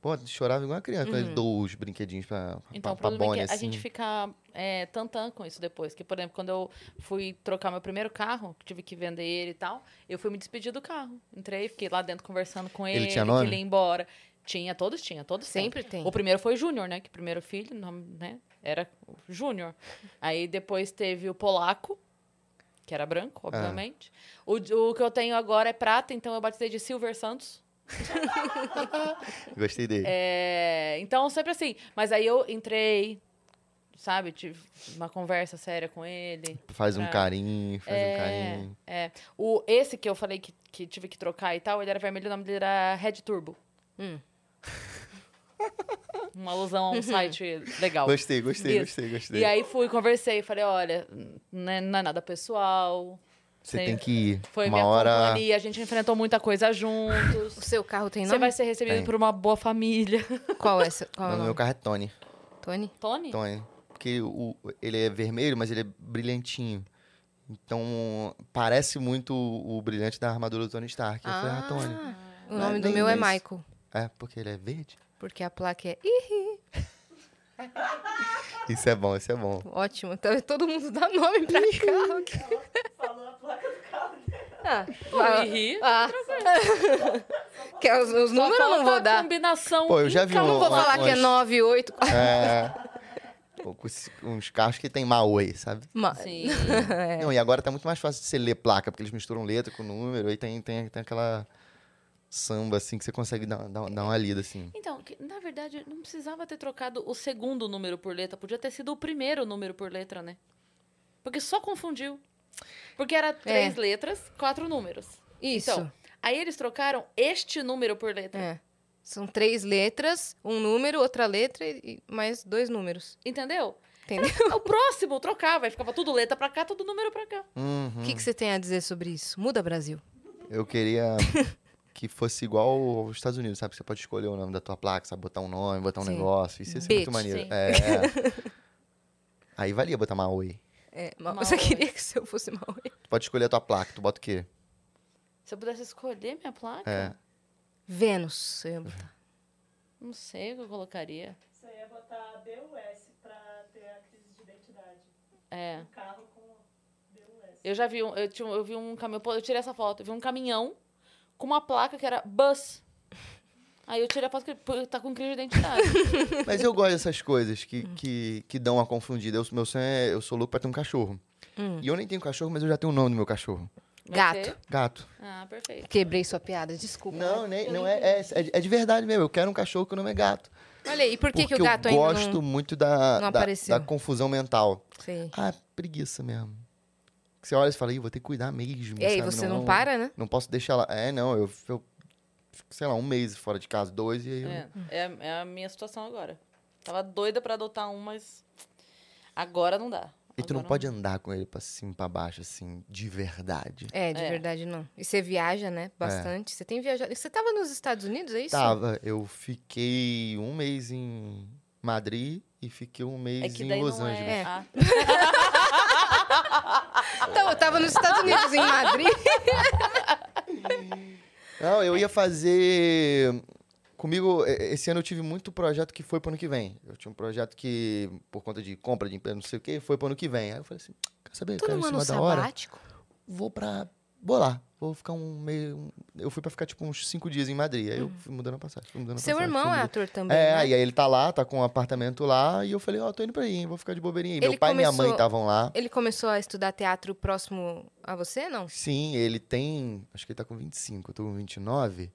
S3: pô, chorava igual uma criança quando ele dou os brinquedinhos pra,
S1: Uhum. Então, o
S3: pra, pra
S1: problema
S3: Bonnie,
S1: é que a
S3: assim.
S1: gente fica é, tantã com isso depois. Que, por exemplo, quando eu fui trocar meu primeiro carro, que tive que vender ele e tal, eu fui me despedir do carro. Entrei, fiquei lá dentro conversando com
S3: Ele
S1: ele,
S3: tinha
S1: que
S3: nome?
S1: ele ia embora. Tinha, todos tinha, todos sempre.
S2: Sempre tem.
S1: O primeiro foi Júnior, né? Que primeiro filho, nome, né? Era o Júnior. Aí depois teve o Polaco, que era branco,
S3: Ah.
S1: obviamente. O, d- o que eu tenho agora é prata, então eu batizei de Silver Santos.
S3: Gostei dele.
S1: É, então, sempre assim. Mas aí eu entrei, sabe? Tive uma conversa séria com ele.
S3: Faz um
S1: pra-
S3: carinho, faz
S1: Ah.
S3: um
S1: É,
S3: carinho.
S1: É. O, esse que eu falei que, que tive que trocar e tal, ele era vermelho, o nome dele era Red Turbo.
S2: Hum. Uhum.
S1: Uma alusão a um site legal.
S3: Gostei, gostei,
S1: Isso.
S3: gostei, gostei.
S1: E aí fui, conversei, falei, olha, não é, não é nada pessoal.
S3: Você
S1: sei-
S3: tem que ir.
S1: né, Foi
S3: uma
S1: minha
S3: hora.
S1: companhia, a gente enfrentou muita coisa
S2: O
S1: juntos.
S2: seu carro tem
S1: Você
S2: nome?
S1: vai ser recebido
S3: Tem.
S1: por uma boa família.
S2: Qual é? seu- Qual é
S3: Não,
S2: o
S3: meu
S2: nome?
S3: carro é Tony.
S2: Tony?
S1: Tony?
S3: Tony. Então, é, Porque o, ele é vermelho, mas ele é brilhantinho. Então, parece muito o, o brilhante da armadura do Tony Stark. Eu falei, ah, Tony.
S2: O
S3: Não é
S2: nome do
S3: nem
S2: meu é
S3: isso.
S2: Michael.
S3: É, porque ele é verde?
S2: Porque a placa é... Ih,
S3: Isso é bom, isso é bom.
S2: ótimo. Então, todo mundo dá nome pra carro. aqui. Ah,
S1: Ah,
S2: ah, ah. Que é os, os números eu não vou dar.
S1: combinação.
S3: Pô, eu já vi
S1: incrível.
S2: Não vou
S3: Uma-
S2: falar que é
S3: umas-
S2: 9, 8,
S3: É. Pô, com esse- uns carros que tem Maui, sabe?
S1: Sim.
S3: Não, e agora tá muito mais fácil de você ler placa, porque eles misturam letra com número, aí tem, tem, tem aquela samba, assim, que você consegue dar, dar, dar uma lida, assim.
S1: Então, que, na verdade, não precisava ter trocado o segundo número por letra. Podia ter sido o primeiro número por letra, né? Porque só confundiu. Porque era três letras, quatro números.
S2: Isso.
S1: Então, aí eles trocaram este número por letra.
S2: É. São três letras, um número, outra letra e e mais dois números.
S1: Entendeu?
S2: Entendeu?
S1: O próximo trocava, aí ficava tudo letra pra cá, tudo número pra cá.
S3: Uhum.
S2: O que, que você tem a dizer sobre isso? Muda Brasil.
S3: Eu queria que fosse igual aos Estados Unidos, sabe? Você pode escolher o nome da tua placa, sabe? Botar um nome, botar um
S2: Sim.
S3: negócio. Isso ia ser
S2: Bitch,
S3: muito maneiro.
S1: sim.
S3: É, é. Aí valia botar Maui.
S2: É, ma-
S1: Maui.
S2: Você queria que se eu fosse Maui.
S3: Tu pode escolher a tua placa, tu bota o quê?
S1: Se eu pudesse escolher minha placa,
S3: É.
S2: Vênus, eu ia botar.
S1: não sei o que eu colocaria.
S4: Você ia botar BUS pra ter a crise de identidade.
S1: É.
S4: Um carro com BUS.
S1: Eu já vi um, eu, tinha, um- eu vi um caminhão, pô, eu tirei essa foto, eu vi um caminhão com uma placa que era bus. Aí eu tirei a foto que ele pô, tá com crise de identidade.
S3: Mas eu gosto dessas coisas que,
S2: Hum.
S3: que, que dão uma confundida. Eu, meu sonho é, eu sou louco pra ter um cachorro.
S2: Hum.
S3: E eu nem tenho cachorro, mas eu já tenho o nome do meu cachorro.
S1: Vai
S2: Gato.
S1: ser?
S3: Gato.
S1: Ah, perfeito.
S2: Quebrei sua piada, desculpa.
S3: Não, nem, não é, é, é de- é de verdade mesmo. Eu quero um cachorro que o nome é gato.
S2: Olha aí, e por que,
S3: porque
S2: que o gato
S3: eu
S2: ainda
S3: gosto
S2: não...
S3: muito da,
S2: não
S3: da,
S2: apareceu?
S3: da confusão mental.
S2: Sei.
S3: Ah, preguiça mesmo. Você olha e fala, Ih, vou ter que cuidar mesmo.
S2: E aí,
S3: sabe?
S2: você não, para, né?
S3: Não posso deixar ela. É, não, eu, eu fico, sei lá, um mês fora de casa, dois, e aí eu-
S1: É, é, é a minha situação agora. Tava doida pra adotar um, mas agora não dá.
S3: E tu não
S1: Agora um
S3: pode andar com ele pra cima e pra baixo, assim, de verdade.
S2: É, de
S1: É.
S2: verdade não. E você viaja, né? Bastante. Você tem viajado. Você tava nos Estados Unidos, é isso?
S3: É. Tava, eu fiquei um mês em Madrid e fiquei um mês
S1: É que
S3: em
S1: daí
S3: Los
S1: não
S3: Angeles.
S1: é...
S2: Angeles.
S1: Ah,
S2: Então, eu tava nos Estados Unidos, em Madrid.
S3: Não, eu ia fazer. Comigo, eh, esse ano eu tive muito projeto que foi pro ano que vem. Eu tinha um projeto que, por conta de compra de empresa, não sei o quê, foi pro ano que vem. Aí eu falei assim: quer saber?
S2: Tu
S3: Cara, em
S2: não ano
S3: cima da hora,
S2: sabático?
S3: vou pra. Vou lá. Vou ficar um meio. um- Eu fui pra ficar tipo uns cinco dias em Madrid. Aí eu fui mudando a passagem. Fui mudando a
S2: Uhum. Seu
S3: passagem, fui
S2: irmão é
S3: mudando.
S2: ator também,
S3: É,
S2: né?
S3: e aí ele tá lá, tá com um apartamento lá, e eu falei, ó, tô indo pra aí, hein, vou ficar de bobeirinha aí.
S2: Ele
S3: Meu pai e minha mãe
S2: começou-
S3: estavam lá.
S2: Ele começou a estudar teatro próximo a você, não?
S3: Sim, ele tem. Acho que ele tá com 25, eu tô com 29.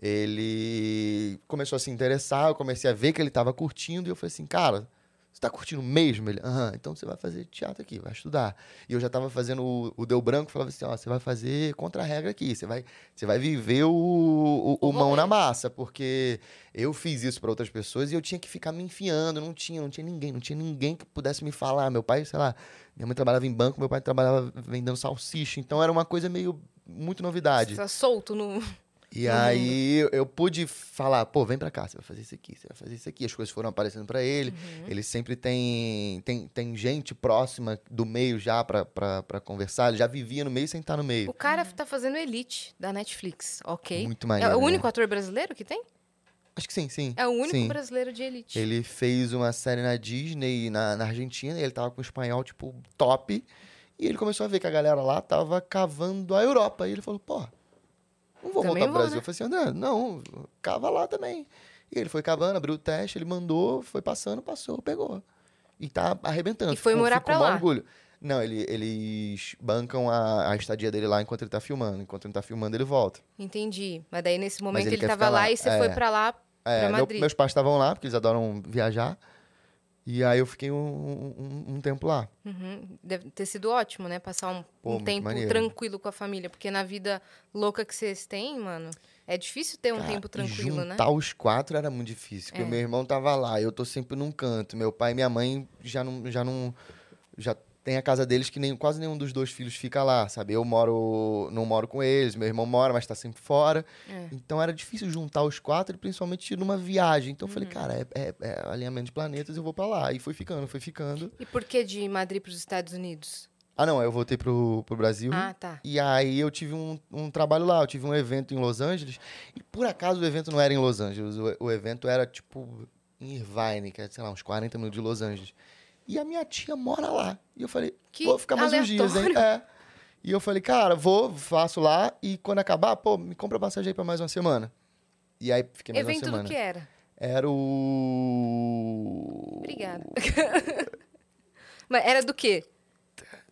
S3: Ele começou a se interessar, eu comecei a ver que ele tava curtindo, e eu falei assim, cara, você tá curtindo mesmo? Ele, aham, então você vai fazer teatro aqui, vai estudar. E eu já tava fazendo o, o Deu Branco, falava assim, ó, você vai fazer contra-regra aqui, você vai, você vai viver o, o- o
S1: O
S3: mão
S1: rolê.
S3: na massa, porque eu fiz isso pra outras pessoas e eu tinha que ficar me enfiando, não tinha, não tinha ninguém, não tinha ninguém que pudesse me falar. Meu pai, sei lá, minha mãe trabalhava em banco, meu pai trabalhava vendendo salsicha, então era uma coisa meio, muito novidade.
S2: Tá solto no...
S3: E aí eu, eu pude falar, pô, vem pra cá, você vai fazer isso aqui, você vai fazer isso aqui. As coisas foram aparecendo pra ele.
S2: Uhum.
S3: Ele sempre tem, tem tem gente próxima do meio já pra, pra, pra conversar. Ele já vivia no meio sem estar no meio.
S2: O cara tá fazendo Elite, da Netflix, ok?
S3: Muito
S2: é
S3: maneiro.
S2: o único
S3: né?
S2: ator brasileiro que tem?
S3: Acho que sim, sim.
S2: É o único
S3: sim.
S2: brasileiro de Elite.
S3: Ele fez uma série na Disney, na, na Argentina, e ele tava com o espanhol, tipo, top. E ele começou a ver que a galera lá tava cavando a Europa. E ele falou, pô, não vou
S2: Também
S3: voltar
S2: vou,
S3: pro Brasil.
S2: né?
S3: Eu falei assim, André, não, cava lá também. E ele foi cavando, abriu o teste, ele mandou, foi passando, passou, pegou. E tá arrebentando.
S2: E foi
S3: Fico-
S2: morar
S3: fico
S2: pra
S3: com maior
S2: lá.
S3: orgulho. Não, ele- eles bancam a, a estadia dele lá enquanto ele tá filmando. Enquanto ele tá filmando, ele volta.
S2: Entendi. Mas daí, nesse momento,
S3: ele
S2: ele,
S3: quer
S2: tava
S3: ficar
S2: lá
S3: lá.
S2: e você
S3: É.
S2: foi pra lá.
S3: É,
S2: Pra
S3: meu-
S2: Madrid.
S3: meus pais estavam lá, porque eles adoram viajar. E aí eu fiquei um, um- um tempo lá.
S2: Uhum. Deve ter sido ótimo, né? Passar um,
S3: Pô,
S2: um
S3: muito
S2: tempo
S3: maneiro.
S2: tranquilo com a família. Porque na vida louca que vocês têm, mano, é difícil ter um
S3: Cara,
S2: tempo
S3: e
S2: tranquilo, né?
S3: juntar os quatro era muito difícil, porque
S2: É.
S3: meu irmão tava lá, eu tô sempre num canto. Meu pai e minha mãe já não. Já não já tem a casa deles que nem, quase nenhum dos dois filhos fica lá, sabe? Eu moro. não moro com eles, meu irmão mora, mas tá sempre fora.
S2: É.
S3: Então era difícil juntar os quatro, principalmente numa viagem. Então eu
S2: Uhum.
S3: falei, cara, é, é- é alinhamento de planetas, eu vou pra lá. E fui ficando, fui ficando.
S2: E por que de Madrid pros Estados Unidos?
S3: Ah, não, aí eu voltei pro, pro Brasil.
S2: Ah, tá.
S3: E aí eu tive um, um trabalho lá, eu tive um evento em Los Angeles. E por acaso o evento não era em Los Angeles, o, o evento era tipo em Irvine, que é, sei lá, uns 40 minutos de Los Angeles. E a minha tia mora lá. E eu falei,
S2: Que
S3: vou ficar mais uns dias, hein? É. E eu falei, cara, vou, faço lá e quando acabar, pô, me compra passagem aí pra mais uma semana. E aí fiquei mais
S2: Evento
S3: uma semana. Uh.
S2: do que era?
S3: Era o.
S2: Obrigada. Mas era do quê?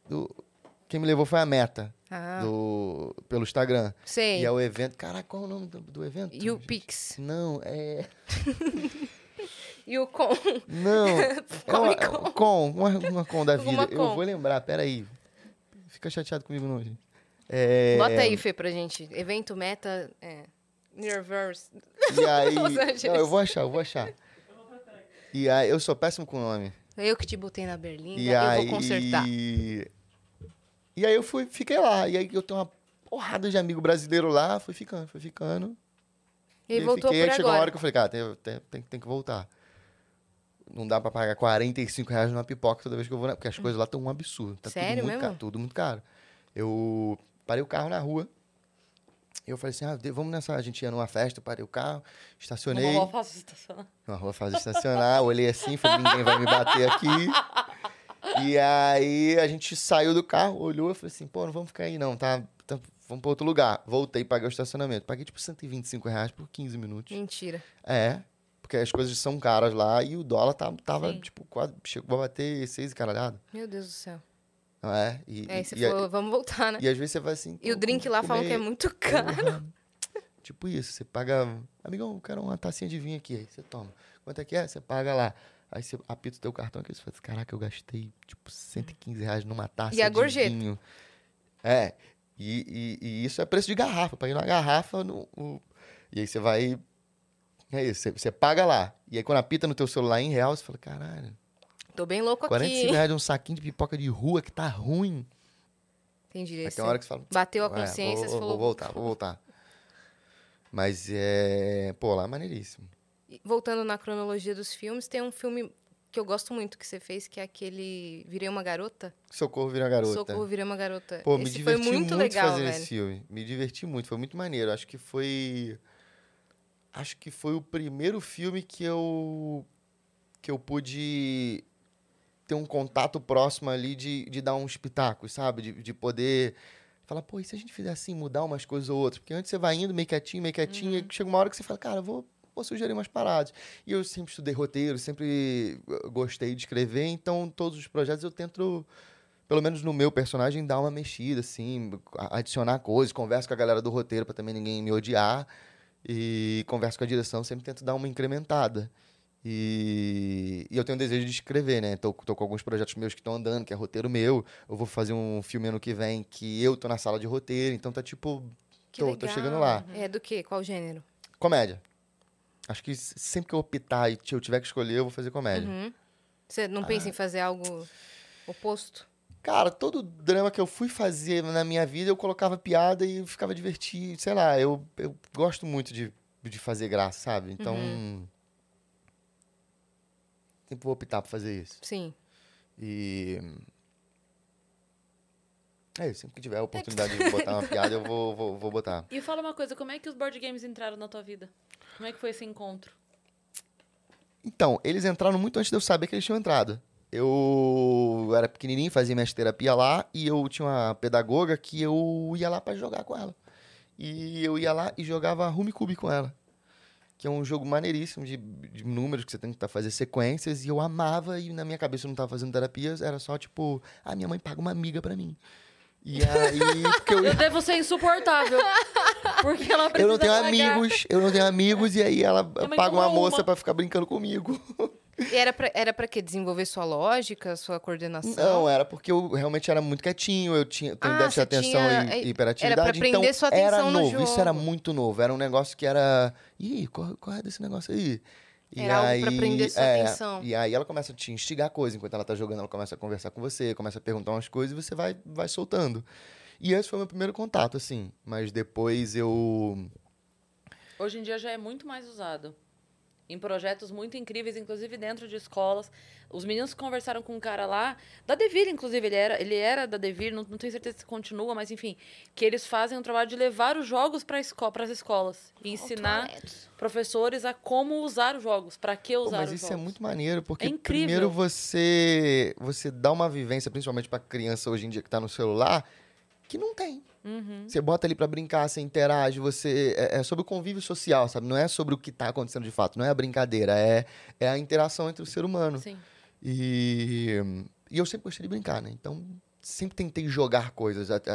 S3: do- Quem me levou foi a meta
S2: Ah,
S3: do... pelo Instagram.
S2: sei.
S3: E é o evento. Caraca, qual é o nome do, do evento?
S2: E o
S3: gente?
S2: Pix.
S3: Não, é.
S2: E o Com.
S3: Não. é uma,
S2: Comic Con.
S3: com, uma, uma com da vida.
S2: Alguma
S3: Eu
S2: con.
S3: vou lembrar, peraí. Fica chateado comigo, não, gente. É,
S2: Bota aí, Fê, pra gente. Evento, meta, é... Nerverse.
S3: E aí.
S2: Los Angeles.
S3: não, eu vou achar, eu vou achar. E aí, eu sou péssimo com o nome.
S2: Eu que te botei na berlinda,
S3: E
S2: eu
S3: aí.
S2: vou consertar.
S3: E aí eu fui, fiquei lá. E aí eu tenho uma porrada de amigo brasileiro lá, fui ficando, fui ficando.
S2: E aí
S3: eu
S2: voltou
S3: fiquei,
S2: por
S3: aí chegou uma
S2: agora.
S3: hora que eu falei, cara, tem, tem, tem, tem que voltar. Não dá pra pagar 45 reais numa pipoca toda vez que eu vou na... Porque as coisas lá estão um absurdo. Tá
S2: Sério
S3: tudo muito
S2: mesmo?
S3: caro, tudo muito caro. Eu parei o carro na rua. E eu falei assim, ah, de- vamos nessa... A gente ia numa festa, eu parei o carro, estacionei.
S1: Não posso estacionar.
S3: Uma rua fácil de estacionar, olhei assim, falei, ninguém vai me bater aqui. E aí a gente saiu do carro, olhou e falou assim, pô, não vamos ficar aí não, tá? tá- vamos pra outro lugar. Voltei pagar o estacionamento. Paguei tipo 125 reais por 15 minutos.
S2: Mentira.
S3: É, porque as coisas são caras lá e o dólar tava, tava
S1: Sim.
S3: tipo, quase. Chegou a bater 6 e caralhada.
S2: Meu Deus do céu.
S3: Não é?
S2: É,
S3: E, e-
S2: aí você
S3: e, a-
S2: falou, vamos voltar, né?
S3: e às vezes você vai assim.
S2: E o
S3: pô,
S2: drink
S3: vou
S2: lá falam
S3: comer-
S2: que é muito caro.
S3: Porra. Tipo isso, você paga. Amigão, eu quero uma tacinha de vinho aqui. Aí você toma. Quanto é que é? Você paga lá. Aí você apita o teu cartão aqui. Você fala assim, caraca, eu gastei tipo 115 reais numa taça
S2: E a
S3: de
S2: gorjeta.
S3: vinho. É. E, e- e isso é preço de garrafa. Eu Paguei uma garrafa no. o- E aí você vai. É isso, você, você paga lá. E aí quando apita no teu celular em real, você fala, caralho, um
S2: Tô bem louco
S3: 45
S2: aqui.
S3: reais de um saquinho de pipoca de rua que tá ruim.
S2: Entendi.
S3: Aí
S2: Aí
S3: tem
S2: você
S3: uma hora que você fala,
S2: Bateu a
S3: É,
S2: consciência,
S3: vou,
S2: você
S3: vou-
S2: falou.
S3: vou voltar, vou voltar. Mas é. Pô, lá é maneiríssimo.
S2: E Voltando na cronologia dos filmes, tem um filme que eu gosto muito que você fez, que é aquele Virei uma Garota.
S3: Socorro vira garota.
S2: Socorro, Virei uma Garota.
S3: Pô, me
S2: Esse foi
S3: diverti
S2: muito,
S3: muito,
S2: legal,
S3: fazendo
S2: velho.
S3: esse filme. Me diverti muito, foi muito maneiro. Acho que foi. Acho que foi o primeiro filme que eu. que eu pude ter um contato próximo ali de, de dar uns pitacos, sabe? De, de poder falar, pô, e se a gente fizer assim, mudar umas coisas ou outras? Porque antes você vai indo meio quietinho, meio quietinho,
S2: Uhum.
S3: e chega uma hora que você fala, cara, vou, vou sugerir umas paradas. E eu sempre estudei roteiro, sempre eh, gostei de escrever, então todos os projetos eu tento pelo menos no meu personagem, dar uma mexida, assim, a- adicionar coisas, converso com a galera do roteiro pra também ninguém me odiar. E converso com a direção, sempre tento dar uma incrementada. E, e eu tenho um desejo de escrever, né? Tô, tô com alguns projetos meus que estão andando, que é roteiro meu. Eu vou fazer um filme ano que vem que eu tô na sala de roteiro, então tá tipo.
S2: Que
S3: Tô, tô chegando lá.
S2: legal. É do quê? Qual gênero?
S3: Comédia. Acho que s- sempre que eu optar e t- eu tiver que escolher, eu vou fazer comédia.
S2: Uhum. Você
S3: Ah.
S2: não pensa em fazer algo oposto?
S3: Cara, todo drama que eu fui fazer na minha vida, eu colocava piada e ficava divertido. Sei lá, eu, eu gosto muito de, de fazer graça, sabe? Então. Sempre vou optar por fazer isso.
S2: Sim.
S3: E. É isso, sempre que tiver a oportunidade de botar uma piada, eu vou, vou, vou botar.
S1: E fala uma coisa, como é que os board games entraram na tua vida? Como é que foi esse encontro?
S3: Então, eles entraram muito antes de eu saber que eles tinham entrado. Eu era pequenininho, fazia minhas terapia lá e eu tinha uma pedagoga que eu ia lá pra jogar com ela. E eu ia lá e jogava Rumi Cube com ela, que é um jogo maneiríssimo de, de números que você tem que tá- fazer sequências e eu amava e na minha cabeça eu não tava fazendo terapia, era só tipo, ah, minha mãe paga uma amiga pra mim. E aí, porque eu
S1: Eu devo ser insuportável. Porque ela precisa
S3: eu não tenho
S1: pagar.
S3: amigos, eu não tenho amigos e aí ela
S1: mãe
S3: paga uma
S1: compra uma.
S3: moça pra ficar brincando comigo.
S2: E era pra, era pra quê? Desenvolver sua lógica, sua coordenação?
S3: Não, era porque eu realmente era muito quietinho, eu tinha, eu tenho
S2: Ah,
S3: déficit
S2: você
S3: de atenção
S2: tinha-
S3: e-
S2: é,
S3: e hiperatividade.
S2: era pra prender
S3: então,
S2: sua
S3: era
S2: atenção no
S3: novo, isso era
S2: jogo.
S3: muito novo. Era um negócio que era. Ih, corre, corre desse negócio aí. E
S2: Era algo pra
S3: aí-
S2: prender sua
S3: é,
S2: atenção.
S3: E aí ela começa a te instigar coisa. Enquanto ela tá jogando, ela começa a conversar com você, começa a perguntar umas coisas e você vai, vai soltando. E esse foi o meu primeiro contato, assim. Mas depois eu.
S1: Hoje em dia já é muito mais usado. Em projetos muito incríveis, inclusive dentro de escolas. Os meninos conversaram com um cara lá, da Devir, inclusive, ele era, ele era da Devir, não, não tenho certeza se continua, mas enfim. Que eles fazem o trabalho de levar os jogos para as escolas. E
S3: é
S1: ensinar professores a como usar os jogos, para que
S3: Pô,
S1: usar
S3: mas
S1: os
S3: isso é
S1: jogos.
S3: muito maneiro, porque
S1: É incrível.
S3: primeiro você você dá uma vivência, principalmente pra criança hoje em dia que tá no celular, que não tem.
S1: Uhum.
S3: Você bota ali pra brincar, você interage, você é, é sobre o convívio social, sabe? Não é sobre o que tá acontecendo de fato, não é a brincadeira, é, é a interação entre o ser humano.
S1: Sim.
S3: E, e eu sempre gostei de brincar, né? Então, sempre tentei jogar coisas. Até-